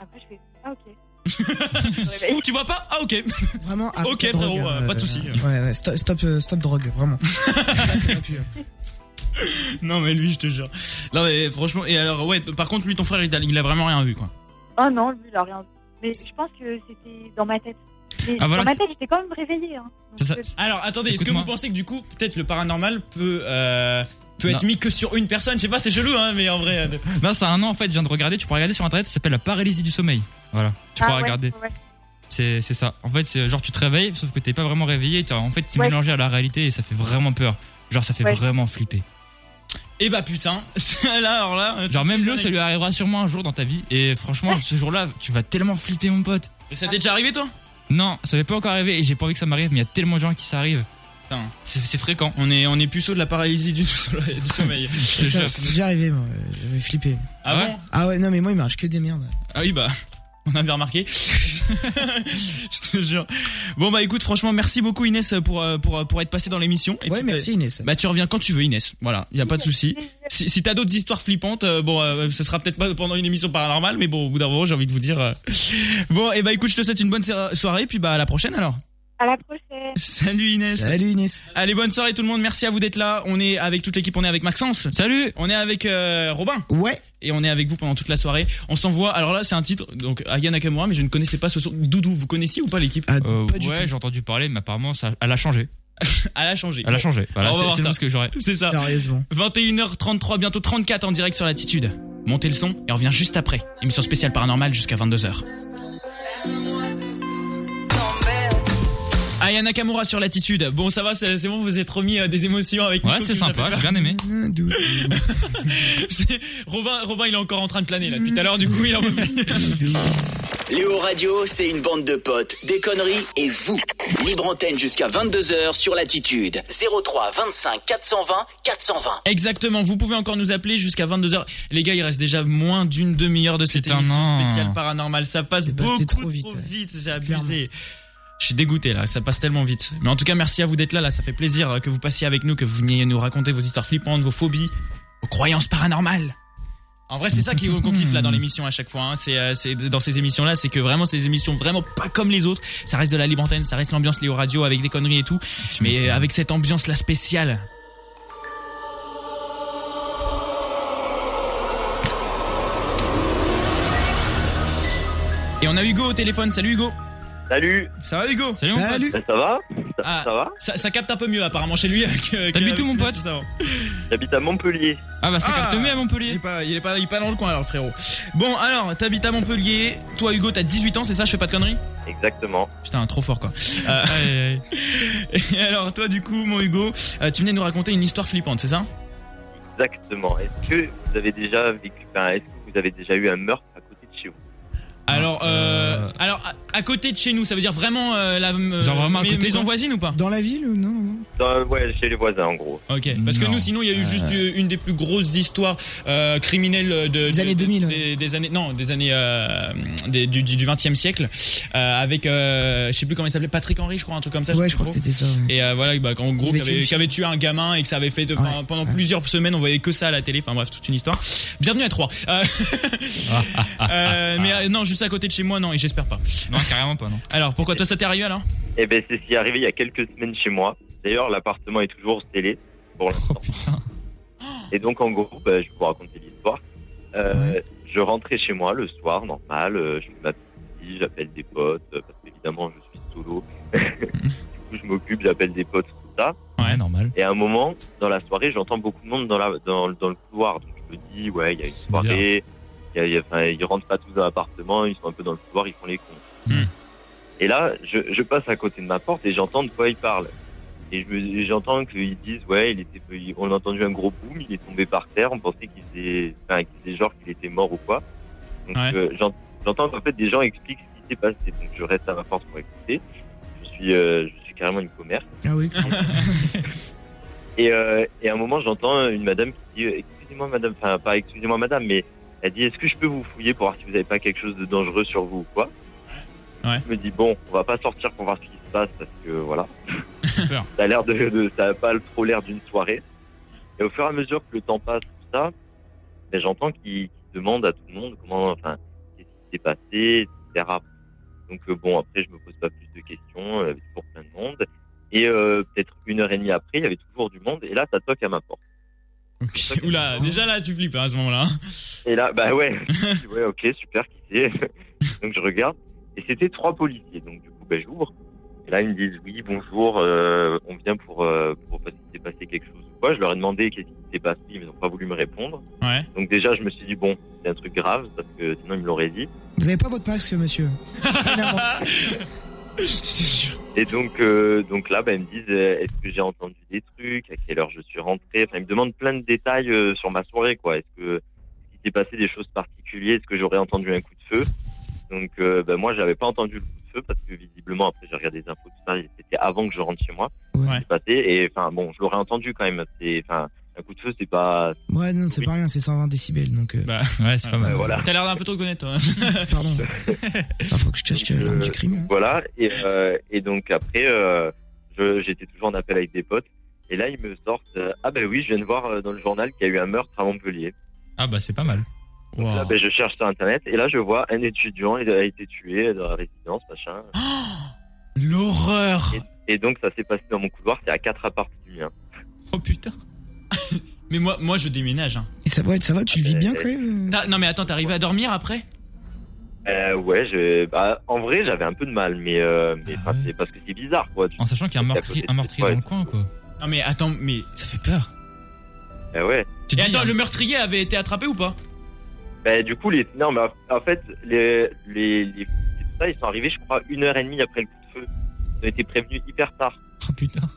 I: Après, je fais, ah, ok.
B: tu vois pas Ah, ok.
D: Vraiment, à
B: Ok,
D: la drogue,
B: frérot, euh,
D: euh,
B: pas de soucis.
D: Ouais, ouais, stop, stop, euh, stop drogue, vraiment.
B: Non, mais lui, je te jure. Non, mais franchement, et alors, ouais, par contre, lui, ton frère, il a, il a vraiment rien vu, quoi.
I: Oh non, lui, il a rien vu. Mais je pense que c'était dans ma tête. Mais
B: Ah, voilà,
I: dans ma
B: c'est-
I: tête, j'étais quand même réveillée. Hein.
B: Alors, attendez, est-ce que vous pensez que du coup, peut-être le paranormal peut. euh, Peut être
C: Non.
B: mis que sur une personne, je sais pas, c'est chelou, hein, mais en vrai. euh,
C: Non, ça a un nom, en fait. Je viens de regarder. Tu pourras regarder sur internet. Ça s'appelle la paralysie du sommeil. Voilà. Tu
I: Ah,
C: pourras
I: ouais,
C: regarder.
I: ouais.
C: C'est c'est ça. En fait, c'est genre tu te réveilles, sauf que t'es pas vraiment réveillé. t'as- En fait, c'est
I: Ouais.
C: mélangé à la réalité et ça fait vraiment peur. Genre, ça fait
I: Ouais.
C: vraiment flipper.
B: Et bah putain, là, alors là. euh,
C: Genre,
B: toutes
C: même
B: ces
C: le, ça lui arrivera sûrement un jour dans ta vie. Et franchement, ce jour-là, tu vas tellement flipper, mon pote.
B: Mais ça t'est déjà arrivé, toi
C: Non, ça m'est pas encore arrivé et j'ai pas envie que ça m'arrive, mais il y a tellement de gens qui s'arrivent. C'est c'est fréquent.
B: On est, on est puceau de la paralysie du, du sommeil.
C: Je
D: Ça,
C: te jure.
D: c'est déjà arrivé, moi. euh, J'avais flippé.
B: Ah bon
D: Ah ouais, non, mais moi, il marche que des merdes.
B: Ah oui, bah, on avait remarqué. je te jure. Bon, bah écoute, franchement, merci beaucoup Inès pour, euh, pour, euh, pour être passé dans l'émission. Et
D: Ouais,
B: puis,
D: merci,
B: bah,
D: Inès.
B: Bah, tu reviens quand tu veux, Inès. Voilà, y a pas de souci. Si, si t'as d'autres histoires flippantes, euh, bon, euh, ce sera peut-être pas pendant une émission paranormale, mais bon, au bout d'un moment, j'ai envie de vous dire. euh, Bon, et bah écoute, je te souhaite une bonne so- soirée, puis bah à la prochaine alors.
I: À la prochaine.
B: Salut Inès.
D: Salut Inès.
B: Allez, bonne soirée tout le monde. Merci à vous d'être là. On est avec toute l'équipe. On est avec Maxence.
C: Salut.
B: On est avec euh, Robin.
D: Ouais.
B: Et on est avec vous pendant toute la soirée. On s'envoie. Alors là, c'est un titre. Donc Aya Nakamura, mais je ne connaissais pas ce son. Doudou, vous connaissiez ou pas l'équipe
D: Ah,
C: Euh, ouais, j'ai entendu parler, mais apparemment, ça, elle a changé.
B: Elle a changé.
C: Elle a
B: Bon.
C: changé. Voilà,
B: Alors, on va
C: c'est-
B: voir
C: c'est
B: ça.
C: tout ce que j'aurais.
B: C'est ça.
D: Sérieusement.
B: 21h33, bientôt 34 en direct sur l'attitude. Montez le son et on revient juste après. Émission spéciale paranormale jusqu'à 22h. Aya Nakamura sur l'attitude. Bon, ça va, c'est c'est bon, vous êtes remis euh, des émotions avec
C: Ouais,
B: Nico
C: c'est
B: qui nous a
C: sympa,
B: fait
C: j'ai
B: peur.
C: bien aimé.
B: C'est- Robin, Robin, il est encore en train de planer là depuis tout à l'heure, du coup, il en peut plus.
A: Léo Radio, c'est une bande de potes, des conneries et vous. Libre antenne jusqu'à 22h sur l'attitude. 03 25 420 420.
B: Exactement, vous pouvez encore nous appeler jusqu'à 22h. Les gars, il reste déjà moins d'une demi-heure de cette
C: Putain,
B: émission
C: non.
B: spéciale paranormale. Ça passe beaucoup trop vite, j'ai abusé. Je suis dégoûté là, ça passe tellement vite. Mais en tout cas, merci à vous d'être là, là, ça fait plaisir euh, que vous passiez avec nous, que vous veniez nous raconter vos histoires flippantes, vos phobies, vos croyances paranormales. En vrai, c'est ça qui- qu'on kiffe là dans l'émission à chaque fois. hein. C'est, euh, c'est- dans ces émissions là, c'est que vraiment ces émissions vraiment pas comme les autres. Ça reste de la libre antenne, ça reste l'ambiance Léo Radio avec des conneries et tout, mais euh, avec cette ambiance là spéciale. Et on a Hugo au téléphone. Salut Hugo.
G: Salut.
B: Ça va Hugo
C: Salut, mon pote. Salut.
G: Ben, ça va ça,
B: Ah,
G: ça va
B: ça, ça capte un peu mieux apparemment chez lui. que-
C: T'habites
B: que-
C: où, mon pote
G: J'habite à Montpellier.
C: Ah bah ça capte mieux à
B: Il
C: Montpellier.
B: est, pas, il, est pas, il est pas dans le coin alors frérot. Bon alors, t'habites à Montpellier, toi Hugo t'as 18 ans, c'est ça, je fais pas de conneries
G: Exactement.
B: Putain, trop fort quoi. Euh, Et alors toi du coup mon Hugo, euh, tu venais nous raconter une histoire flippante, c'est ça
G: Exactement. Est-ce que vous avez déjà vécu, enfin, est-ce que vous avez déjà eu un meurtre à côté de chez vous
B: alors, Ah, euh, alors à, à côté de chez nous, ça veut dire vraiment euh, la euh,
C: Genre vraiment à
B: mais-
C: côté,
B: maison
C: quoi.
B: voisine ou pas
D: Dans la ville ou non, non
G: Dans- Euh, Ouais, chez les voisins en gros.
B: Ok, parce que
C: Non.
B: nous sinon il y a eu juste euh, une des plus grosses histoires euh, criminelles de, de-
D: années 2000, ouais.
B: des, des années non des années euh, des- du, du 20 e siècle euh, avec euh, je sais plus comment il s'appelait Patrick Henry je crois un truc comme ça
D: Ouais,
B: sais
D: je crois
B: plus
D: que
B: trop.
D: c'était ça. ouais.
B: et euh, voilà bah, en gros
D: Avec
B: qui avait,
D: une
B: qui avait tué un gamin et que ça avait fait de-
D: Ouais,
B: enfin, pendant
D: ouais.
B: plusieurs semaines on voyait que ça à la télé enfin bref toute une histoire bienvenue à Troyes Euh, euh, mais euh, non juste à côté de chez moi non et j'espère pas
C: Non, carrément pas, non.
B: alors pourquoi toi ça t'est arrivé alors
G: Eh ben, c'est ce qui est arrivé il y a quelques semaines chez moi. D'ailleurs, l'appartement est toujours scellé pour l'instant.
C: Oh,
G: Et donc, en gros, ben, je vais vous raconter l'histoire. Euh, Je rentrais chez moi le soir, normal. euh, je fais ma petite vie, j'appelle des potes, euh, parce qu'évidemment, je suis solo. du coup, je m'occupe, j'appelle des potes, tout ça.
C: Ouais, normal.
G: Et à un moment, dans la soirée, j'entends beaucoup de monde dans, la, dans, dans le couloir. Donc je me dis, ouais, il y a une soirée, il y a- il y a- enfin, ils rentrent pas tous dans l'appartement, ils sont un peu dans le couloir, ils font les cons.
B: Hmm.
G: Et là, je, je passe à côté de ma porte et j'entends de quoi ils parlent.
L: Et je me- j'entends qu'ils disent, ouais, il était, il- on a entendu un gros boom, il est tombé par terre, on pensait qu'il faisait, enfin, qu'il faisait genre qu'il était mort ou quoi. Donc, euh, j'en- j'entends qu'en fait des gens expliquent ce qui s'est passé. Donc, je reste à ma force pour écouter. Je suis, euh, je suis carrément une commerce.
D: Ah oui.
L: Et, euh, et à un moment, j'entends une madame qui dit, euh, excusez-moi madame, enfin pas excusez-moi madame, mais elle dit, est-ce que je peux vous fouiller pour voir si vous n'avez pas quelque chose de dangereux sur vous ou quoi Je me dis, bon, on va pas sortir pour voir ce qui se passe parce que voilà. ça a l'air de, de- ça a pas trop l'air d'une soirée. Et au fur et à mesure que le temps passe, tout ça, ben, j'entends qu'ils qu'ils demandent à tout le monde comment, enfin, qu'est-ce qui s'est passé, etc. Donc euh, bon, après, je me pose pas plus de questions, euh, toujours plein de monde. Et euh, peut-être une heure et demie après, il y avait toujours du monde. Et là, ça toque à ma porte.
B: Oula, déjà là, tu flippes hein, à ce moment-là.
L: Et là, bah ouais, Je dis, ouais, ok, super, qui c'est Donc je regarde. Et c'était trois policiers. Donc du coup, bah, j'ouvre. Et là, ils me disent, oui, bonjour, euh, on vient pour, euh, pour parce qu'il s'est passé quelque chose ou quoi. Je leur ai demandé qu'est-ce qui s'est passé, mais ils n'ont pas voulu me répondre.
B: Ouais.
L: Donc déjà, je me suis dit, bon, c'est un truc grave, parce que sinon, ils me l'auraient dit.
D: Vous avez pas votre masque, monsieur
L: Et donc, euh, donc là, bah, ils me disent euh, est-ce que j'ai entendu des trucs, à quelle heure je suis rentré. Enfin, ils me demandent plein de détails euh, sur ma soirée, quoi. Est-ce que est-ce qu'il s'est passé des choses particulières Est-ce que j'aurais entendu un coup de feu Donc, euh, bah, moi, j'avais pas entendu le coup de feu parce que visiblement, après, j'ai regardé des infos tout ça. C'était avant que je rentre chez moi.
D: Ouais.
L: C'est passé. Et enfin, bon, je l'aurais entendu quand même. C'est, enfin, un coup de feu, c'est pas.
D: Ouais, non, c'est pas rien, c'est 120 décibels donc. euh,
B: Bah,
C: ouais, c'est pas mal.
L: Voilà.
B: T'as l'air d'un peu trop connaître, toi.
D: Pardon. faut que je cache euh, l'arme du crime.
C: hein.
L: Voilà, et, euh, et donc après, euh, je- j'étais toujours en appel avec des potes, et là ils me sortent, euh, ah ben oui, je viens de voir euh, dans le journal qu'il y a eu un meurtre à Montpellier.
C: Ah bah c'est pas mal.
L: Donc
C: Oh.
L: là, ben, je cherche sur internet, et là je vois un étudiant, il a été tué dans la résidence, machin.
C: Ah,
B: L'horreur
L: Et donc ça s'est passé dans mon couloir, c'est à quatre hein. apparts du mien.
B: Oh putain Mais moi, moi je déménage. Hein.
D: Et ça, ouais, ça va, tu le vis bien
L: euh,
D: quand même
B: T'as- Non mais attends, t'es arrivé à dormir après
L: Euh, ouais, je, bah, en vrai j'avais un peu de mal, mais, euh, mais enfin, c'est parce que c'est bizarre quoi.
C: Ah En sachant qu'il y a un meurtrier, un meurtrier dans le coin, quoi.
B: Non mais attends, mais ça fait peur.
L: Eh ouais.
B: Et attends, le meurtrier avait été attrapé ou pas
L: Ben, du coup, les... non, mais en- en fait, les, les, les- tout ça, ils sont arrivés, je crois, une heure et demie après le coup de feu. Ils ont été prévenus hyper tard.
C: Oh putain.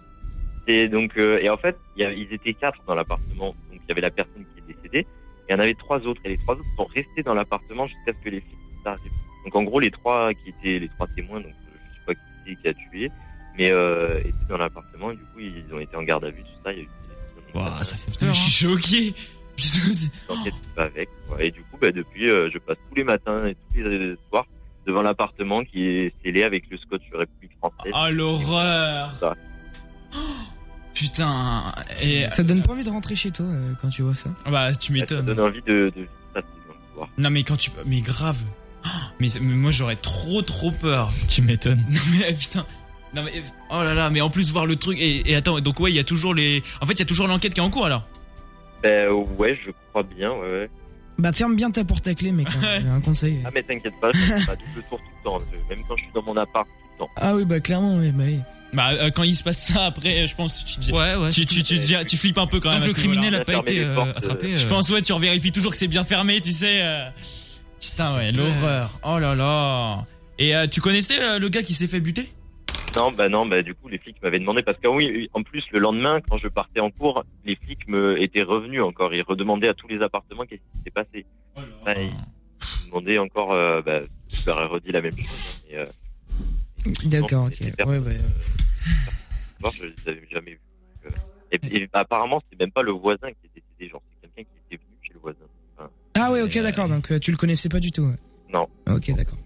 L: Et donc, euh, et en fait, il y a- ils étaient quatre dans l'appartement. Donc, il y avait la personne qui est décédée. Il y en avait trois autres. Et les trois autres sont restés dans l'appartement jusqu'à ce que les flics arrivent. Donc, en gros, les trois qui étaient les trois témoins, donc euh, je sais pas qui c'est qui a tué, mais euh, étaient dans l'appartement. Et Du coup, ils ont été en garde à vue, tout ça. Il y a eu
C: Ouah, ça fait
B: Putain, mais
C: peur. hein.
B: je suis choqué
L: une enquête qui va avec. quoi. Et du coup, bah, depuis, euh, je passe tous les matins et tous les euh, soirs devant l'appartement qui est scellé avec le scotch République française.
B: Oh l'horreur
L: Ça.
B: Putain et...
D: Ça te donne pas envie de rentrer chez toi euh, quand tu vois ça
B: Bah tu m'étonnes.
L: Ça donne envie de, de passer dans le couloir.
B: Non mais quand tu... Mais grave Oh, mais, mais moi j'aurais trop trop peur. Tu m'étonnes. Non mais putain. Non mais oh là là mais en plus voir le truc et, et attends donc ouais il y a toujours les en fait il y a toujours l'enquête qui est en cours alors.
L: Ben ouais, je crois bien, ouais, ouais.
D: Bah ferme bien ta porte à clé, mec. hein, un conseil.
L: Ah mais t'inquiète pas, je fais pas double tour tout le temps. Même quand je suis dans mon appart,
D: Ah oui, bah clairement, oui, bah oui.
B: Bah euh, quand il se passe ça après euh, je pense tu tu, tu, tu, tu, ah, tu- tu flippes un peu quand
C: Tant
B: même.
C: que
B: à
C: le
B: ce
C: criminel
B: niveau-là.
C: a pas Fermer été, les euh, portes, attrapé, euh.
B: Je pense ouais tu vérifies toujours que c'est bien fermé tu sais. euh. Putain ouais
C: peur.
B: l'horreur. Oh là là. Et euh, tu connaissais euh, le gars qui s'est fait buter
L: Non, bah non, bah du coup les flics m'avaient demandé parce qu'en oui, en plus le lendemain quand je partais en cours, les flics me étaient revenus encore, ils redemandaient à tous les appartements qu'est-ce qui s'est passé. Enfin, ils ils me demandaient encore, euh, bah, je leur ai redit la même chose. hein, mais, euh,
D: D'accord, ok. Ouais, bah.
L: moi, je les avais jamais vus. donc, euh, et, et apparemment c'est même pas le voisin qui est décédé, genre c'est quelqu'un qui était venu chez le voisin. Enfin,
D: Ah ouais, ok, d'accord, donc euh, tu le connaissais pas du tout. ouais.
L: non.
D: Ok, d'accord.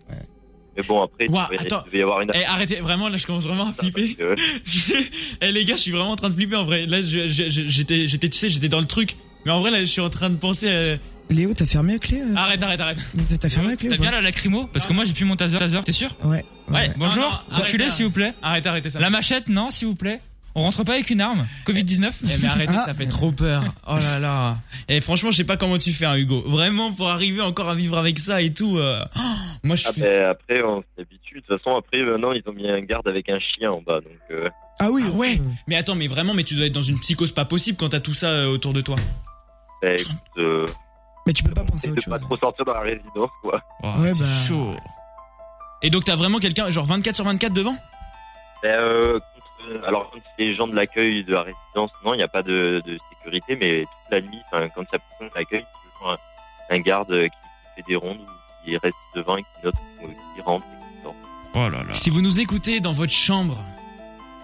L: Mais bon après
B: Ouah,
L: il, devait,
B: attends.
L: il devait y avoir une.
B: Eh, arrêtez, vraiment, là, je commence vraiment à flipper.
L: euh,
B: Je- eh, les gars, je suis vraiment en train de flipper en vrai. Là, je- je- je- j'étais, j'étais, tu sais, j'étais dans le truc. Mais en vrai, là, je suis en train de penser. euh,
D: Léo, t'as fermé à clé euh
B: Arrête, arrête, arrête.
D: T'as- T'as fermé à clé
C: T'as
D: ou
C: bien
D: pas
C: la lacrymo Parce que moi j'ai plus mon taser, taser, t'es sûr
D: Ouais.
C: Ouais, bonjour,
B: non, non,
C: reculez
B: arrête,
C: s'il vous plaît.
B: Arrête, arrêtez ça.
C: La machette, non, s'il vous plaît. On rentre pas avec une arme. Covid-19.
B: Eh, mais arrêtez, ça fait trop peur. Oh là là. Et franchement, je sais pas comment tu fais, hein, Hugo. Vraiment, pour arriver encore à vivre avec ça et tout. euh, oh, moi, je
L: Ah
B: suis.
L: ben, après, on s'habitue. De toute façon, après, maintenant, ils ont mis un garde avec un chien en bas. Donc, euh,
D: Ah oui.
B: ouais. Mais attends, mais vraiment, mais tu dois être dans une psychose pas possible quand t'as tout ça euh, autour de toi.
L: ben, écoute, euh,
D: Mais tu peux pas penser à
L: de
D: autre
L: pas
D: chose. hein.
L: trop sortir dans la résidence, quoi.
B: Oh,
D: Ouais, bah.
B: Chaud. Et donc, t'as vraiment quelqu'un, genre 24 sur 24 devant
L: Ben, euh, contre euh, alors quand c'est les gens de l'accueil de la résidence, non, il n'y a pas de, de sécurité, mais toute la nuit, enfin, quand ça prend l'accueil, c'est toujours un, un garde euh, qui fait des rondes, ou qui reste devant et qui note, ou qui rentre et qui sort.
C: Oh là là.
B: Si vous nous écoutez dans votre chambre,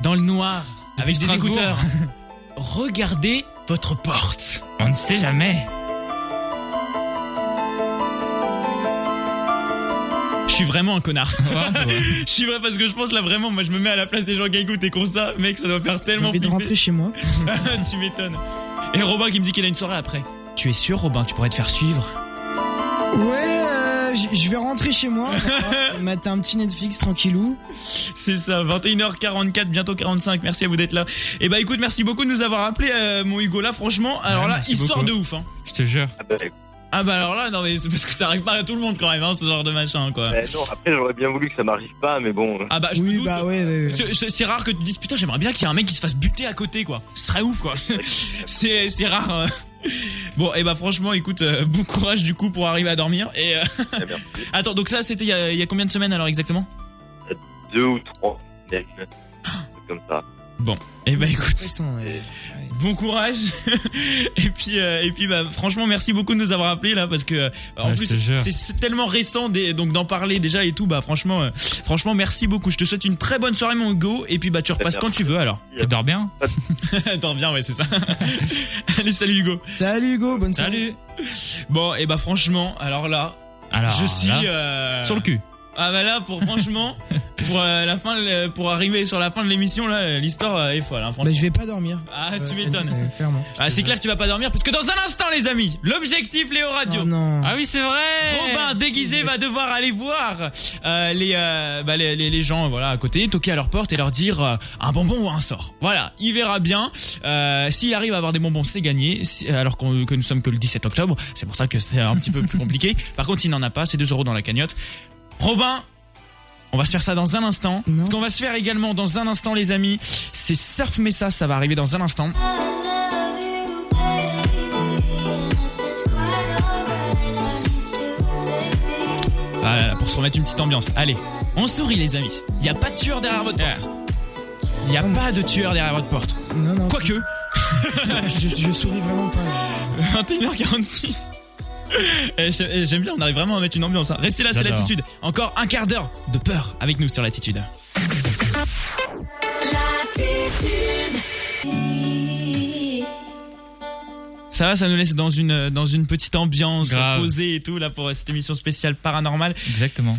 B: dans le noir, avec des
C: Strasbourg.
B: écouteurs, regardez votre porte.
C: On ne sait jamais.
B: Je suis vraiment un connard.
C: Ouais, ouais.
B: Je suis vrai parce que je pense là vraiment, moi je me mets à la place des gens qui écoutent et qu'on ça, mec, ça doit faire
D: J'ai
B: tellement
D: envie de rentrer chez moi.
B: tu m'étonnes. Et Robin qui me dit qu'il a une soirée après. Tu es sûr, Robin, tu pourrais te faire suivre
D: Ouais, euh, j- je vais rentrer chez moi. voilà, Mater un petit Netflix tranquillou.
B: C'est ça, 21h44, bientôt 45. Merci à vous d'être là. Et bah écoute, merci beaucoup de nous avoir appelé, euh, mon Hugo. Là, franchement, alors
C: Ouais,
B: là,
C: merci
B: histoire
C: beaucoup.
B: de ouf. Hein.
C: Je te jure.
L: ben,
B: Ah bah alors là, non mais c'est parce que ça arrive pas à tout le monde quand même, hein, ce genre de machin quoi.
L: Euh, non, après j'aurais bien voulu que ça m'arrive pas, mais bon.
B: Ah bah je me doute. C'est- C'est c'est rare que tu dises putain, j'aimerais bien qu'il y ait un mec qui se fasse buter à côté quoi. Ce serait ouf quoi. c'est c'est rare. hein. Bon, et bah franchement, écoute, euh, bon courage du coup pour arriver à dormir. Et euh, attends, donc ça c'était il y a- il y a combien de semaines alors exactement
L: Deux ou trois semaines, un truc comme ça.
B: Bon,
C: Eh
B: et
C: ben,
B: bah écoute,
D: euh,
B: bon courage. et puis, euh, et puis bah, franchement, merci beaucoup de nous avoir appelés là parce que euh, en
C: Ouais, je
B: plus
C: te jure.
B: c'est- c'est tellement récent des- donc d'en parler déjà et tout. Bah franchement, euh, franchement, merci beaucoup. Je te souhaite une très bonne soirée mon Hugo et puis bah tu repasses quand tu veux alors.
C: Et dors bien
B: Dors bien, ouais, c'est ça. Allez, salut Hugo.
D: Salut Hugo, bonne
B: soirée. Salut. Bon, et bah franchement, alors là,
C: Alors
B: je suis
C: là,
B: euh,
C: sur le cul.
B: Ah bah là, pour franchement, pour euh, la fin, euh, pour arriver sur la fin de l'émission là, euh, l'histoire euh, est folle. Hein, franchement.
D: Bah, je vais pas dormir.
B: Ah,
D: Euh,
B: tu m'étonnes.
D: euh, Clairement.
B: Ah, c'est clair que tu vas pas dormir parce que dans un instant, les amis, l'objectif Léo Radio.
C: Ah oui, c'est vrai.
B: Robin déguisé va devoir aller voir euh, les, euh, bah, les, les- les gens euh, voilà à côté, toquer à leur porte et leur dire euh, un bonbon ou un sort. Voilà, il verra bien. Euh, S'il arrive à avoir des bonbons, c'est gagné. Si- alors qu'on- que nous sommes que le 17 octobre, c'est pour ça que c'est un petit peu plus compliqué. Par contre, s'il n'en a pas, c'est 2 euros dans la cagnotte. Robin, on va se faire ça dans un instant. Ce qu'on va se faire également dans un instant, les amis, c'est Surf Messa, ça va arriver dans un instant. Ah là là, pour se remettre une petite ambiance. Allez, on sourit, les amis. Il n'y a pas de tueur derrière votre porte. Il n'y a pas de tueur derrière votre porte.
D: Non, non.
B: Quoique.
D: je, je souris vraiment pas.
B: 21h46. Eh, j'ai- eh, J'aime bien, on arrive vraiment à mettre une ambiance. hein. Restez là, c'est
C: J'adore.
B: l'attitude. Encore un quart d'heure de peur avec nous sur l'attitude. Ça va, ça nous laisse dans une, dans une petite ambiance
C: Grave.
B: posée et tout, là, pour euh, cette émission spéciale paranormale.
C: Exactement.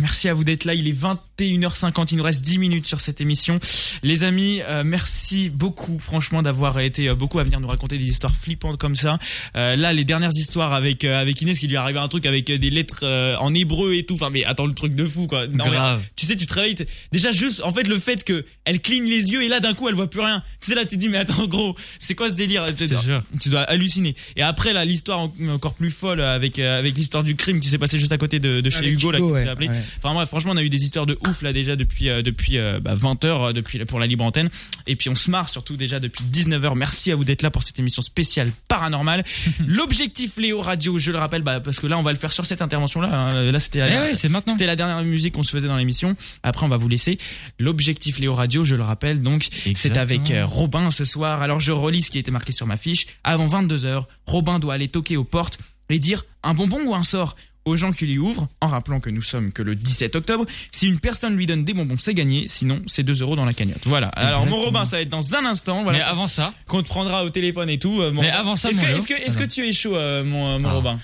B: Merci à vous d'être là. Il est 21h50. Il nous reste 10 minutes sur cette émission. Les amis, euh, merci beaucoup, franchement, d'avoir été euh, beaucoup à venir nous raconter des histoires flippantes comme ça. Euh, là, les dernières histoires avec, euh, avec Inès, qui lui est arrivé un truc avec euh, des lettres euh, en hébreu et tout. Enfin, mais attends, le truc de fou, quoi. mais,
C: Grave.
B: tu sais, tu te réveilles. t- Déjà, juste, en fait, le fait que elle cligne les yeux et là, d'un coup, elle voit plus rien. Tu sais, là, tu te dis, mais attends, gros, c'est quoi ce délire Tu dois-
C: jure.
B: Tu dois halluciner. Et après, là, l'histoire en- encore plus folle avec, euh, avec l'histoire du crime qui s'est passé juste à côté de, de chez
D: Avec
B: Hugo, là,
D: Hugo,
B: qui
D: ouais,
B: s'est appelé.
D: ouais.
B: Enfin, bref, franchement, on a eu des histoires de ouf, là, déjà, depuis, euh, depuis 20h, euh, depuis, pour la libre antenne. Et puis, on se marre surtout déjà depuis 19h. Merci à vous d'être là pour cette émission spéciale paranormale. L'objectif Léo Radio, je le rappelle, bah, parce que là, on va le faire sur cette intervention-là. hein. Là, c'était la,
C: Eh ouais, c'est maintenant.
B: c'était la dernière musique qu'on se faisait dans l'émission. Après, on va vous laisser. L'objectif Léo Radio, je le rappelle, donc, c'est avec euh, Robin ce soir. Alors, je relis ce qui était marqué sur ma fiche. Avant 22h, Robin doit aller toquer aux portes et dire un bonbon ou un sort aux gens qui lui ouvrent, en rappelant que nous sommes que le 17 octobre. Si une personne lui donne des bonbons, c'est gagné. Sinon, c'est 2 euros dans la cagnotte. Voilà. Alors, mon
C: Exactement.
B: Robin, ça va être dans un instant. Voilà.
C: Mais avant ça-
B: Qu'on te prendra au téléphone et tout. euh, mon
C: Mais
B: Robin.
C: avant ça,
B: Est-ce
C: mon
B: que,
C: Léo.
B: est-ce que, est-ce que
C: Ah non.
B: tu es chaud, euh, mon, euh, mon
C: Ah.
B: Robin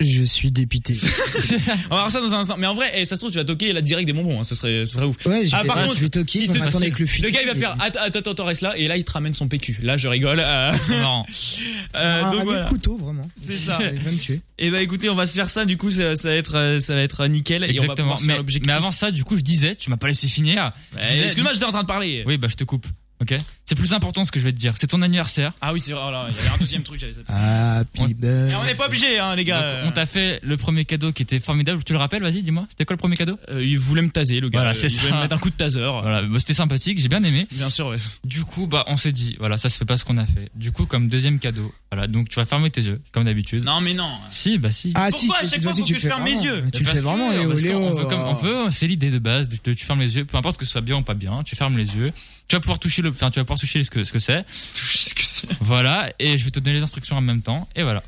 K: Je suis dépité.
B: on va voir ça dans un instant. Mais en vrai, eh, ça se trouve, tu vas toquer là direct des bonbons. hein. Ce, serait, ce serait ouf.
K: Ouais, je
B: ah,
K: sais
B: par
K: pas,
B: contre,
K: je vais toquer,
B: si,
K: ils vont
B: c'est
K: m'attendre
B: facile.
K: avec le fusil.
B: gars, il va faire Attends, attends, attends, reste là. Et là, il te ramène son PQ. Là, je rigole. Euh, euh,
D: Ah,
B: donc
D: avec
B: voilà.
D: le couteau, vraiment.
B: C'est ça.
D: Il va me tuer.
B: Et bah écoutez, on va se faire ça. Du coup, ça, ça va, être, euh, ça va être nickel. Et on va
C: Exactement.
B: pouvoir se faire
C: Mais,
B: l'objectif.
C: mais avant ça, du coup, je disais, tu m'as pas laissé finir. Je
B: Eh,
C: disais-
B: Excuse-moi, j'étais en train de parler.
C: Oui, bah je te coupe. Ok C'est plus important ce que je vais te dire. C'est ton anniversaire.
B: Ah oui, c'est vrai. oh là, il y avait un deuxième truc, j'avais zappé.
C: Happy
B: Et on n'est pas obligé, hein, les gars.
C: on t'a fait le premier cadeau qui était formidable. Tu le rappelles, vas-y, dis-moi. C'était quoi le premier cadeau
B: Euh, Il voulait me taser, le gars.
C: Voilà,
B: Euh,
C: c'est
B: il
C: ça.
B: voulait me mettre un coup de taser.
C: Voilà, bah, c'était sympathique, j'ai bien aimé.
B: Bien sûr, ouais.
C: Du coup, bah, on s'est dit, voilà, ça se fait pas ce qu'on a fait. Du coup, comme deuxième cadeau, voilà, donc tu vas fermer tes yeux, comme d'habitude.
B: Non, mais non.
C: Si, bah si.
B: Ah, si, Pourquoi à chaque fois, faut que je ferme mes yeux
C: Mais
B: Tu le
C: parce
B: fais vraiment,
C: que-
B: Léo,
C: parce qu'on-
B: Léo,
C: on veut comme- on
B: euh,
C: veut, c'est l'idée de base. Tu, tu fermes les yeux, peu importe que ce soit bien ou pas bien, tu fermes les yeux. Tu vas pouvoir toucher le, enfin, tu vas pouvoir toucher ce que ce que c'est. Toucher ce que c'est. Voilà, et je vais te donner les instructions en même temps, et voilà.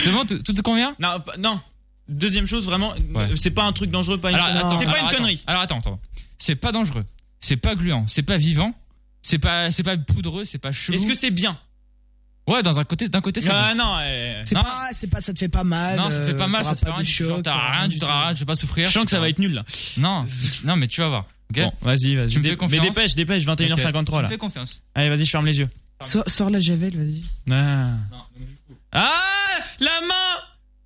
C: c'est bon, tout tout te convient
B: Non, pas- non. Deuxième chose, vraiment,
C: Ouais.
B: c'est pas un truc dangereux, pas une
C: Alors,
B: connerie.
C: attends,
B: C'est pas
C: alors,
B: une
C: attends.
B: connerie.
C: Alors attends, attends. C'est pas dangereux. C'est pas gluant. C'est pas vivant. C'est pas, c'est pas poudreux. C'est pas chelou.
B: Est-ce que c'est bien
C: Ouais, dans un côté, d'un côté, c'est.
B: Ah
C: bon.
B: non, euh,
D: C'est pas, c'est pas, ça te fait pas mal.
C: Non, ça te fait pas mal,
D: euh,
C: ça te fait
D: t'auras
C: rien,
D: de
C: tu- genre,
D: choc,
C: t'auras
D: t'auras
C: rien, tu t'auras rien, tu vas pas souffrir.
B: Je sens que ça va être nul là.
C: Non, non, mais tu vas voir. ok
B: Bon, vas-y, vas-y.
C: Tu me
B: Dé-
C: fais confiance.
B: Mais dépêche, dépêche, 21h53 là.
C: Ok. Tu me fais confiance.
B: Allez, vas-y, je ferme les yeux.
D: Sors, sors la javel, vas-y.
B: Ah. Ah La main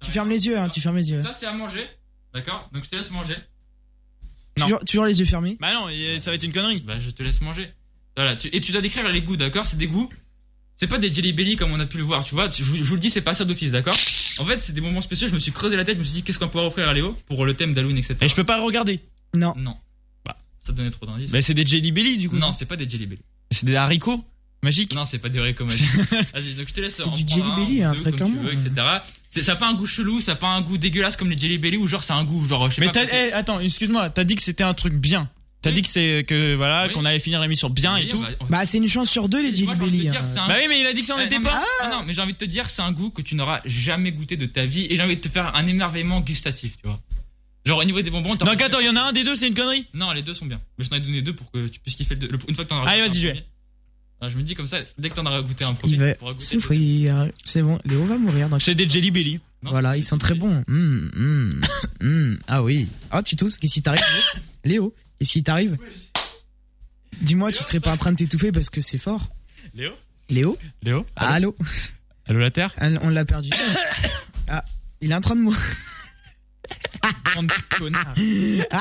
D: Tu fermes les yeux, hein, tu fermes les yeux.
C: c'est à manger. D'accord Donc je te laisse manger.
D: Toujours, toujours les yeux fermés.
B: Bah non, et, euh, ça va être une connerie.
C: Bah je te laisse manger. Voilà, tu- et tu dois décrire les goûts, d'accord C'est des goûts. C'est pas des jelly belly comme on a pu le voir, tu vois. Tu- Je, vous- je vous le dis, c'est pas ça d'office, d'accord En fait, c'est des moments spéciaux. Je me suis creusé la tête, je me suis dit qu'est-ce qu'on pourrait offrir à Léo pour le thème d'Halloween, etc.
B: Et Eh, je peux pas le regarder.
D: Non.
C: Non. Bah, ça donnait trop d'indices.
B: Bah c'est des jelly belly du coup.
C: Non, c'est pas des jelly belly.
B: C'est des haricots magiques.
C: Non, c'est pas des haricots magiques. Vas-y, donc je te laisse.
D: C'est
C: en
D: du
C: prendre
D: Jelly Belly,
C: ou
D: hein,
C: deux,
D: très
C: comme tu
D: clairement.
C: veux, etc. C'est- Ça a pas un goût chelou, ça a pas un goût dégueulasse comme les jelly belly ou genre c'est un goût genre je sais
B: Mais
C: pas.
B: t'as, eh, attends, excuse-moi, t'as dit que c'était un truc bien. T'as dit que c'est que voilà qu'on allait finir l'émission bien et tout.
D: Bah, c'est une chance sur deux, les Jelly Belly. hein.
B: Bah oui, mais il a dit que ça en
C: Eh,
B: était
C: non, mais-
B: pas.
C: Ah non, mais j'ai envie de te dire, c'est un goût que tu n'auras jamais goûté de ta vie et j'ai envie de te faire un émerveillement gustatif, tu vois. Genre au niveau des bonbons.
B: Donc attends, il y en a un des deux, c'est une connerie
C: Non, les deux sont bien. Mais je t'en ai donné deux pour que tu puisses kiffer le deux. Le- Une fois que t'en auras
B: Allez,
C: goûté
B: vas-y,
C: un
B: je vais.
C: premier. Ah, Je me dis comme ça, dès que t'en auras goûté un premier,
D: Il va
C: tu pourras goûter le deuxième.
D: souffrir. C'est bon, Léo va mourir. Donc...
B: C'est des Jelly Belly.
D: Voilà, ils sont très bons. Hum, hum, hum. Ah oui. Ah, tu tousses Qu'est-ce qui t'arrive Léo Léo, Qu'est-ce qui t'arrive Dis-moi, tu serais pas en train de t'étouffer parce que c'est fort.
B: Léo
D: Léo Ah,
C: Léo
D: Allô
C: Allô la Terre
D: Ah, On l'a perdu. Ah, il est en train de mourir.
B: Ah.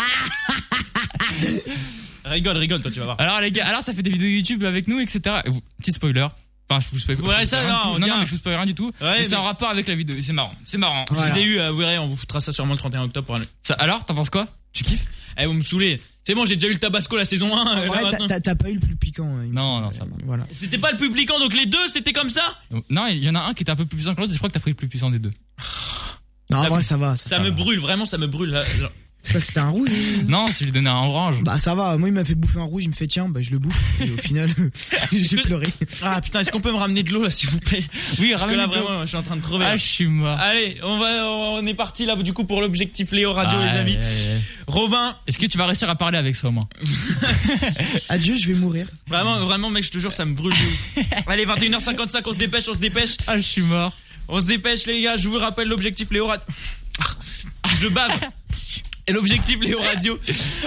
B: Rigole, rigole, toi tu vas voir.
C: Alors les gars, alors ça fait des vidéos YouTube avec nous, etc. Et vous- petit spoiler. Enfin, je vous spoil.
B: Ouais,
C: je vous
B: ça,
C: spoil rien
B: non,
C: du tout.
B: on
C: non,
B: dira.
C: non, mais je vous spoil rien du tout.
B: Ouais,
C: mais c'est
B: mais-
C: en rapport avec la vidéo. C'est marrant, c'est marrant.
B: Je vous ai eu, euh, vous verrez, on vous fera ça sûrement le 31 octobre. Pour un...
C: ça, alors, t'en penses quoi Tu kiffes Ah,
B: Eh, vous me saoulez. C'est bon, j'ai déjà eu le Tabasco la saison 1. euh,
D: En
B: là,
D: vrai, t'as-
B: maintenant. Oh,
D: t'as- t'as pas eu le plus piquant. euh, il me
C: Non,
D: semble.
C: non, ça va.
D: Voilà.
B: C'était pas le publican, donc les deux c'était comme ça
C: Euh, Non, il y en a un qui était un peu plus puissant que l'autre. et Je crois que t'as pris le plus puissant des deux.
D: Non, en vrai, ça va.
B: Ça me brûle, vraiment, ça me brûle. là, là.
D: C'est pas c'était un rouge
C: Non, si je lui donnais un orange.
D: Bah, ça va. Moi, il m'a fait bouffer un rouge. Il me fait tiens, bah, je le bouffe. Et au final, j'ai pleuré.
B: Ah putain, est-ce qu'on peut me ramener de l'eau là, s'il vous plaît
C: Oui,
B: Parce que
C: ramène
B: là,
C: de l'eau.
B: vraiment, je suis en train de crever.
C: Ah,
B: là.
C: je suis mort.
B: Allez, on va, on est parti là, du coup, pour l'objectif Léo Radio,
C: Ah,
B: les amis.
C: allez, allez.
B: Robin,
C: Est-ce que tu vas réussir à parler avec ça au moins
D: Adieu, je vais mourir.
B: vraiment, vraiment, mec, je te jure, ça me brûle. de ouf. Allez, 21h55, on se dépêche, on se dépêche.
C: Ah, je suis mort.
B: On se dépêche, les gars. Je vous rappelle l'objectif Léo Radio. Je bave. Et l'objectif Léo Radio.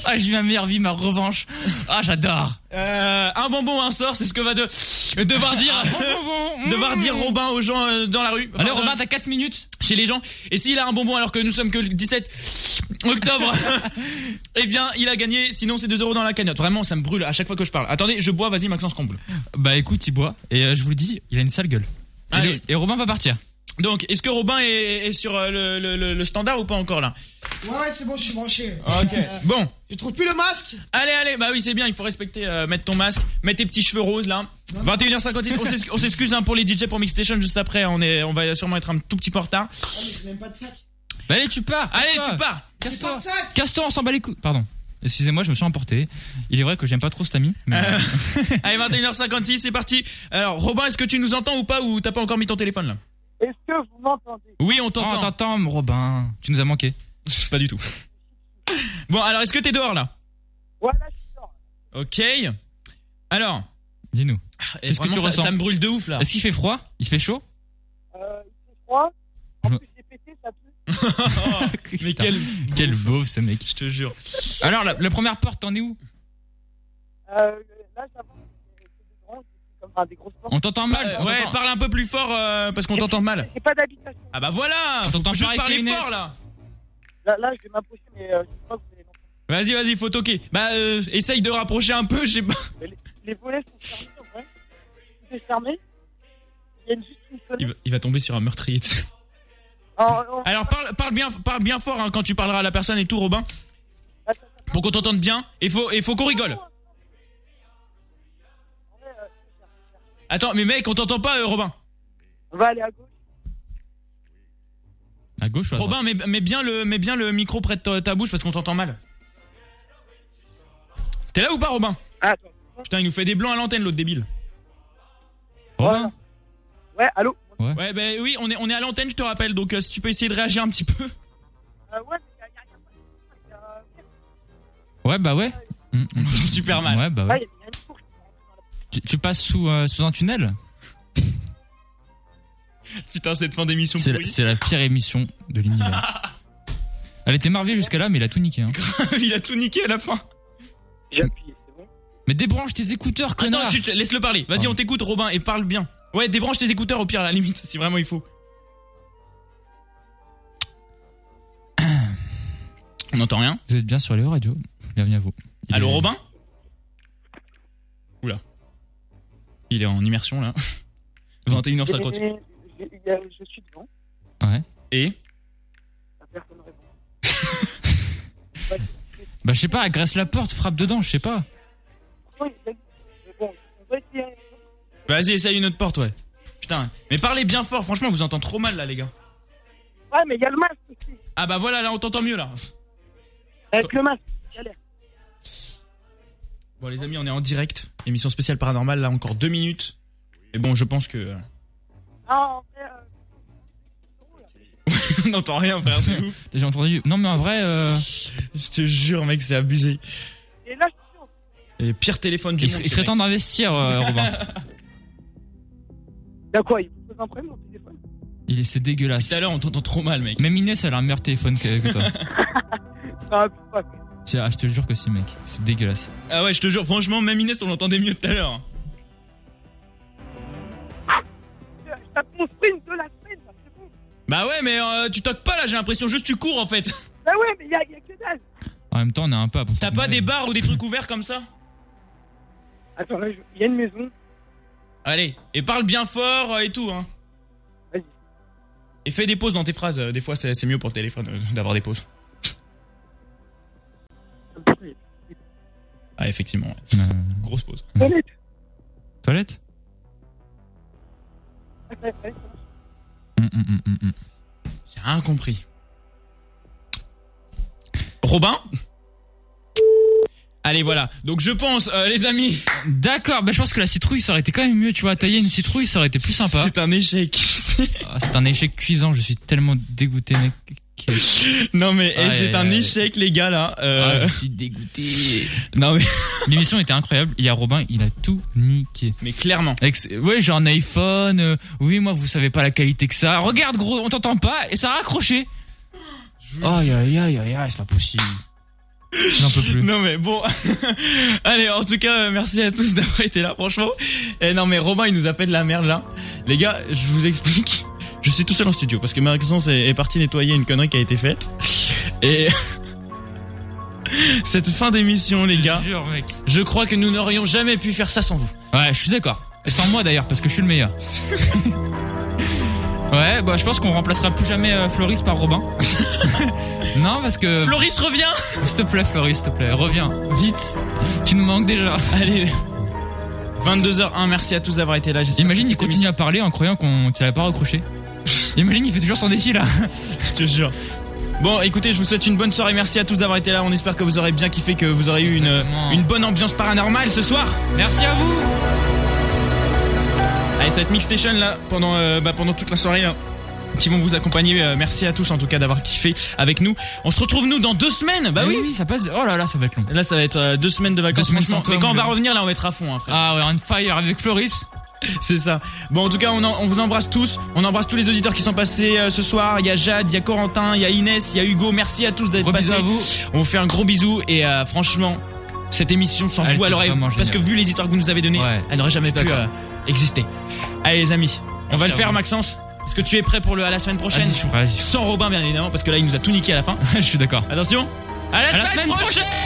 C: Ah, j'ai eu ma meilleure vie, ma revanche. Ah, j'adore.
B: Euh, un bonbon, un sort, c'est ce que va de devoir dire. devoir
C: Mmh.
B: dire Robin aux gens euh, dans la rue. Enfin,
C: Allez,
B: dans-
C: Robin, t'as 4 minutes.
B: chez les gens. Et s'il a un bonbon alors que nous sommes que le 17 octobre, eh bien, il a gagné. Sinon, c'est 2 euros dans la cagnotte. Vraiment, ça me brûle à chaque fois que je parle. Attendez, je bois, vas-y, Maxence Comble.
C: Bah écoute, il boit. Et euh, je vous le dis, il a une sale gueule. Et
B: Allez.
C: le- Et Robin va partir.
B: Donc, est-ce que Robin est, est sur euh, le, le- le- le standard ou pas encore là
D: Ouais, ouais, c'est bon, je suis branché. Ah,
B: Bon,
D: Je trouve plus le masque.
B: allez, allez, bah oui, c'est bien, il faut respecter, euh, mettre ton masque, mettre tes petits cheveux roses là. 21h56, on s'excuse- on s'excuse hein, pour les DJ pour Mixstation juste après, on, est, on va sûrement être un tout petit peu en retard.
D: même pas de sac.
C: Bah allez, tu pars.
B: Allez,
C: Casse-toi.
B: tu pars
C: Casse-toi.
D: sac.
C: Casse-toi, on s'en bat les couilles. Pardon. Excusez-moi, je me suis emporté. Il est vrai que j'aime pas trop cet ami. Mais...
B: Allez, 21h56, c'est parti. Alors, Robin, est-ce que tu nous entends ou pas Ou t'as pas encore mis ton téléphone là
M: Est-ce que vous hein, m'entendez
B: Oui, on
C: Oh,
B: t'entend.
C: t'entends, Robin. Tu nous as manqué.
B: Pas du tout. Bon, alors est-ce que t'es dehors là
M: Voilà, je suis dehors.
B: Ok. Alors,
C: Dis-nous.
B: eh,
C: Qu'est-ce que
B: vraiment,
C: tu
B: ça-
C: ressens
B: Ça me brûle de ouf là.
C: Est-ce qu'il fait froid Il fait chaud
M: Euh, il fait froid. En plus, j'ai pété, ça pue.
B: Oh, Mais quel,
C: Quel beauf ce mec.
B: je te jure.
C: Alors, la, la première porte, t'en es où
M: Euh, là, j'avoue, c'est des grands, c'est comme enfin, des grosses portes.
C: On t'entend mal.
B: Euh,
C: on
B: ouais,
C: t'entend-
B: parle un peu plus fort euh, parce qu'on t'entend mal.
M: J'ai pas d'habitation.
B: Ah bah voilà,
C: On
B: faut
C: t'entend
B: juste
C: pas avec
B: parler
C: les
B: fort
C: NES.
B: là.
M: Là, là, je vais m'approcher, mais euh, je sais pas que vous allez m'entendre.
B: Vas-y, vas-y, faut toquer. Bah, euh, essaye de rapprocher un peu, je sais pas.
M: Mais les- les volets sont fermés, en vrai. Tout est fermé. Il y a une- juste une
B: Il
M: fenêtre. Ah, oh,
B: va, il va tomber sur un meurtrier. tu sais.
M: Alors, on-
B: Alors parle, parle bien, parle bien fort hein, quand tu parleras à la personne et tout, Robin. Pour qu'on t'entende bien. Et faut, et faut qu'on rigole. Attends, mais mec, on t'entend pas, euh, Robin.
M: on va aller à gauche.
C: À gauche ou à droite
B: Robin, mets, mets bien le, mets bien le micro près de ta, ta bouche parce qu'on t'entend mal. T'es là ou pas, Robin Putain, il nous fait des blancs à l'antenne, l'autre débile.
C: Robin
M: Ouais, allô
C: Ouais.
B: bah oui, on est, on est à l'antenne, je te rappelle. Donc euh, si tu peux essayer de réagir un petit peu.
M: Euh, ouais, mais il y a-
C: Ouais, bah ouais.
B: Mmh,
C: On
B: entend super mal.
C: Ouais, bah
M: il y a- il y a- ouais,
C: ouais.
M: il y a une course.
C: Tu, tu passes sous, euh, sous un tunnel
B: Putain, cette fin d'émission
C: C'est la, c'est la pire émission de l'univers. Elle était marvée jusqu'à là, mais il a tout niqué. hein.
B: il a tout niqué à la fin.
C: Mais débranche tes écouteurs, connard
B: Attends, chut, laisse-le parler. Vas-y, on t'écoute, Robin, et parle bien. Ouais, débranche tes écouteurs au pire, à la limite, si vraiment il faut. On n'entend rien
C: Vous êtes bien sur Léo Radio. Bienvenue à vous.
B: Allô, Robin Oula. Il est en immersion, là. 21h50.
M: Et- et- il y a- Je suis devant.
C: Ouais.
B: Et
C: Bah, je sais pas, agresse la porte, frappe dedans, je sais pas.
M: Oui, mais- mais bon, on va essayer.
B: Vas-y, essaye une autre porte, ouais. Putain, mais parlez bien fort, franchement, on vous entend trop mal, là, les gars.
M: Ouais, mais il y a le masque aussi.
B: Ah bah voilà, là, on t'entend mieux, là.
M: Avec le masque, galère.
B: Bon les amis, on est en direct. Émission spéciale paranormale, là encore deux minutes. Mais bon, je pense que... euh,
M: Ah, en vrai, euh,
B: on n'entend rien, frère, c'est ouf.
C: T'as déjà entendu Non, mais en vrai. euh,
B: Je te jure, mec, c'est abusé.
M: et là,
B: Et pire téléphone du
C: Il,
B: monde.
C: se- il serait temps d'investir, euh, Robin.
M: Y'a quoi Il vous pose un problème, mon téléphone
C: Il est- C'est dégueulasse. Tout
B: à l'heure, on t'entend trop mal, mec.
C: Même Inès, elle a un meilleur téléphone que, que toi.
M: Ah, fuck.
C: C'est- ah, je te jure que si, mec. C'est dégueulasse.
B: Ah ouais, je te jure, franchement, même Inès, on l'entendait mieux tout à l'heure.
M: Ah, Je je tape mon sprint de la semaine, là, c'est bon.
B: Bah ouais, mais euh, tu toques pas, là, j'ai l'impression, juste tu cours, en fait.
M: Bah ouais, mais y'a y'a que dalle.
C: En même temps, on a un peu à penser.
B: T'as pas des barres ou des trucs ouverts comme ça
M: Attends, là, je- y'a une maison.
B: Allez, et parle bien fort euh, et tout, hein. Et fais des pauses dans tes phrases, euh, des fois, c'est c'est mieux pour le téléphone euh, d'avoir des pauses. Ah, effectivement, ouais. grosse pause.
M: Toilette.
C: Euh. Toilette
M: Ouais, ouais, ouais.
C: Mm,
B: J'ai rien compris. Robin Allez, voilà. Donc je pense, euh, les amis.
C: D'accord, bah je pense que la citrouille, ça aurait été quand même mieux, tu vois. Tailler une citrouille, ça aurait été plus sympa.
B: C'est un échec.
C: Ah, c'est un échec cuisant, je suis tellement dégoûté, mec. Quel-
B: Non mais eh,
C: Aïe,
B: c'est
C: aïe,
B: un
C: aïe.
B: échec les gars là. Euh,
C: Ah, je suis dégoûté.
B: Non mais
C: l'émission était incroyable. Il y a Robin, il a tout niqué.
B: Mais clairement.
C: ouais, j'ai un iPhone. euh, oui, moi vous savez pas la qualité que ça. Regarde gros, on t'entend pas et ça a raccroché. Aïe aïe aïe aïe aïe, c'est pas possible. J'en peux plus.
B: Non mais bon. Allez, en tout cas, euh, merci à tous d'avoir été là franchement. Et non mais Romain il nous a fait de la merde là. Les gars, je vous explique. Je suis tout seul en studio parce que Maxence est est parti nettoyer une connerie qui a été faite. Et cette fin d'émission les gars.
C: Je,
B: crois que nous n'aurions jamais pu faire ça sans vous.
C: Ouais, je suis d'accord. Et sans moi d'ailleurs parce que je suis le meilleur. ouais, bah je pense qu'on remplacera plus jamais euh, Floris par Robin. non, parce que
B: Floris revient.
C: S'il te plaît, Floris, s'il te plaît, reviens vite. Tu nous manques déjà.
B: Allez. 22h01, merci à tous d'avoir été là. j'espère
C: Imagine,
B: que
C: il
B: cette
C: continue à parler en croyant qu'on qu'il a pas recroché. Imagine, il fait toujours son défi là.
B: Je te jure. Bon, écoutez, je vous souhaite une bonne soirée. Merci à tous d'avoir été là. On espère que vous aurez bien kiffé, que vous aurez eu une, une bonne ambiance paranormale ce soir. Merci à vous. Allez, cette mixstation là pendant euh, bah, pendant toute la soirée là, qui vont vous accompagner. Euh, merci à tous en tout cas d'avoir kiffé avec nous. On se retrouve nous dans deux semaines. Bah
C: Eh
B: oui.
C: oui, ça passe. Oh là là, ça va être long.
B: Là, ça va être euh, deux semaines de vacances.
C: Deux semaines
B: franchement.
C: sans toi,
B: Mais quand
C: mon
B: on va
C: gars.
B: revenir, là, on va être à fond, hein, frère.
C: Ah ouais, on fire avec Floris.
B: C'est ça. Bon, en tout cas, on, en- on vous embrasse tous. On embrasse tous les auditeurs qui sont passés euh, ce soir. Il y a Jade, il y a Corentin, il y a Inès, il y a Hugo. Merci à tous d'être
C: Gros bisous
B: passés.
C: à vous.
B: On vous fait un gros bisou et euh, franchement, cette émission sans
C: Elle
B: vous, elle
C: était
B: aurait,
C: vraiment
B: parce que
C: géniale.
B: vu les histoires que vous nous avez données, elle n'aurait jamais
C: je suis
B: pu
C: d'accord.
B: euh, exister. Allez, les amis, on va
C: Merci
B: le
C: à
B: faire,
C: vous.
B: Maxence. Est-ce que tu es prêt pour le à la semaine prochaine
C: Vas-y, je suis prêt, vas-y.
B: Sans Robin, bien évidemment, parce que là, il nous a tout niqué à la fin.
C: Je suis d'accord.
B: Attention. À la, semaine, prochaine
C: Eh,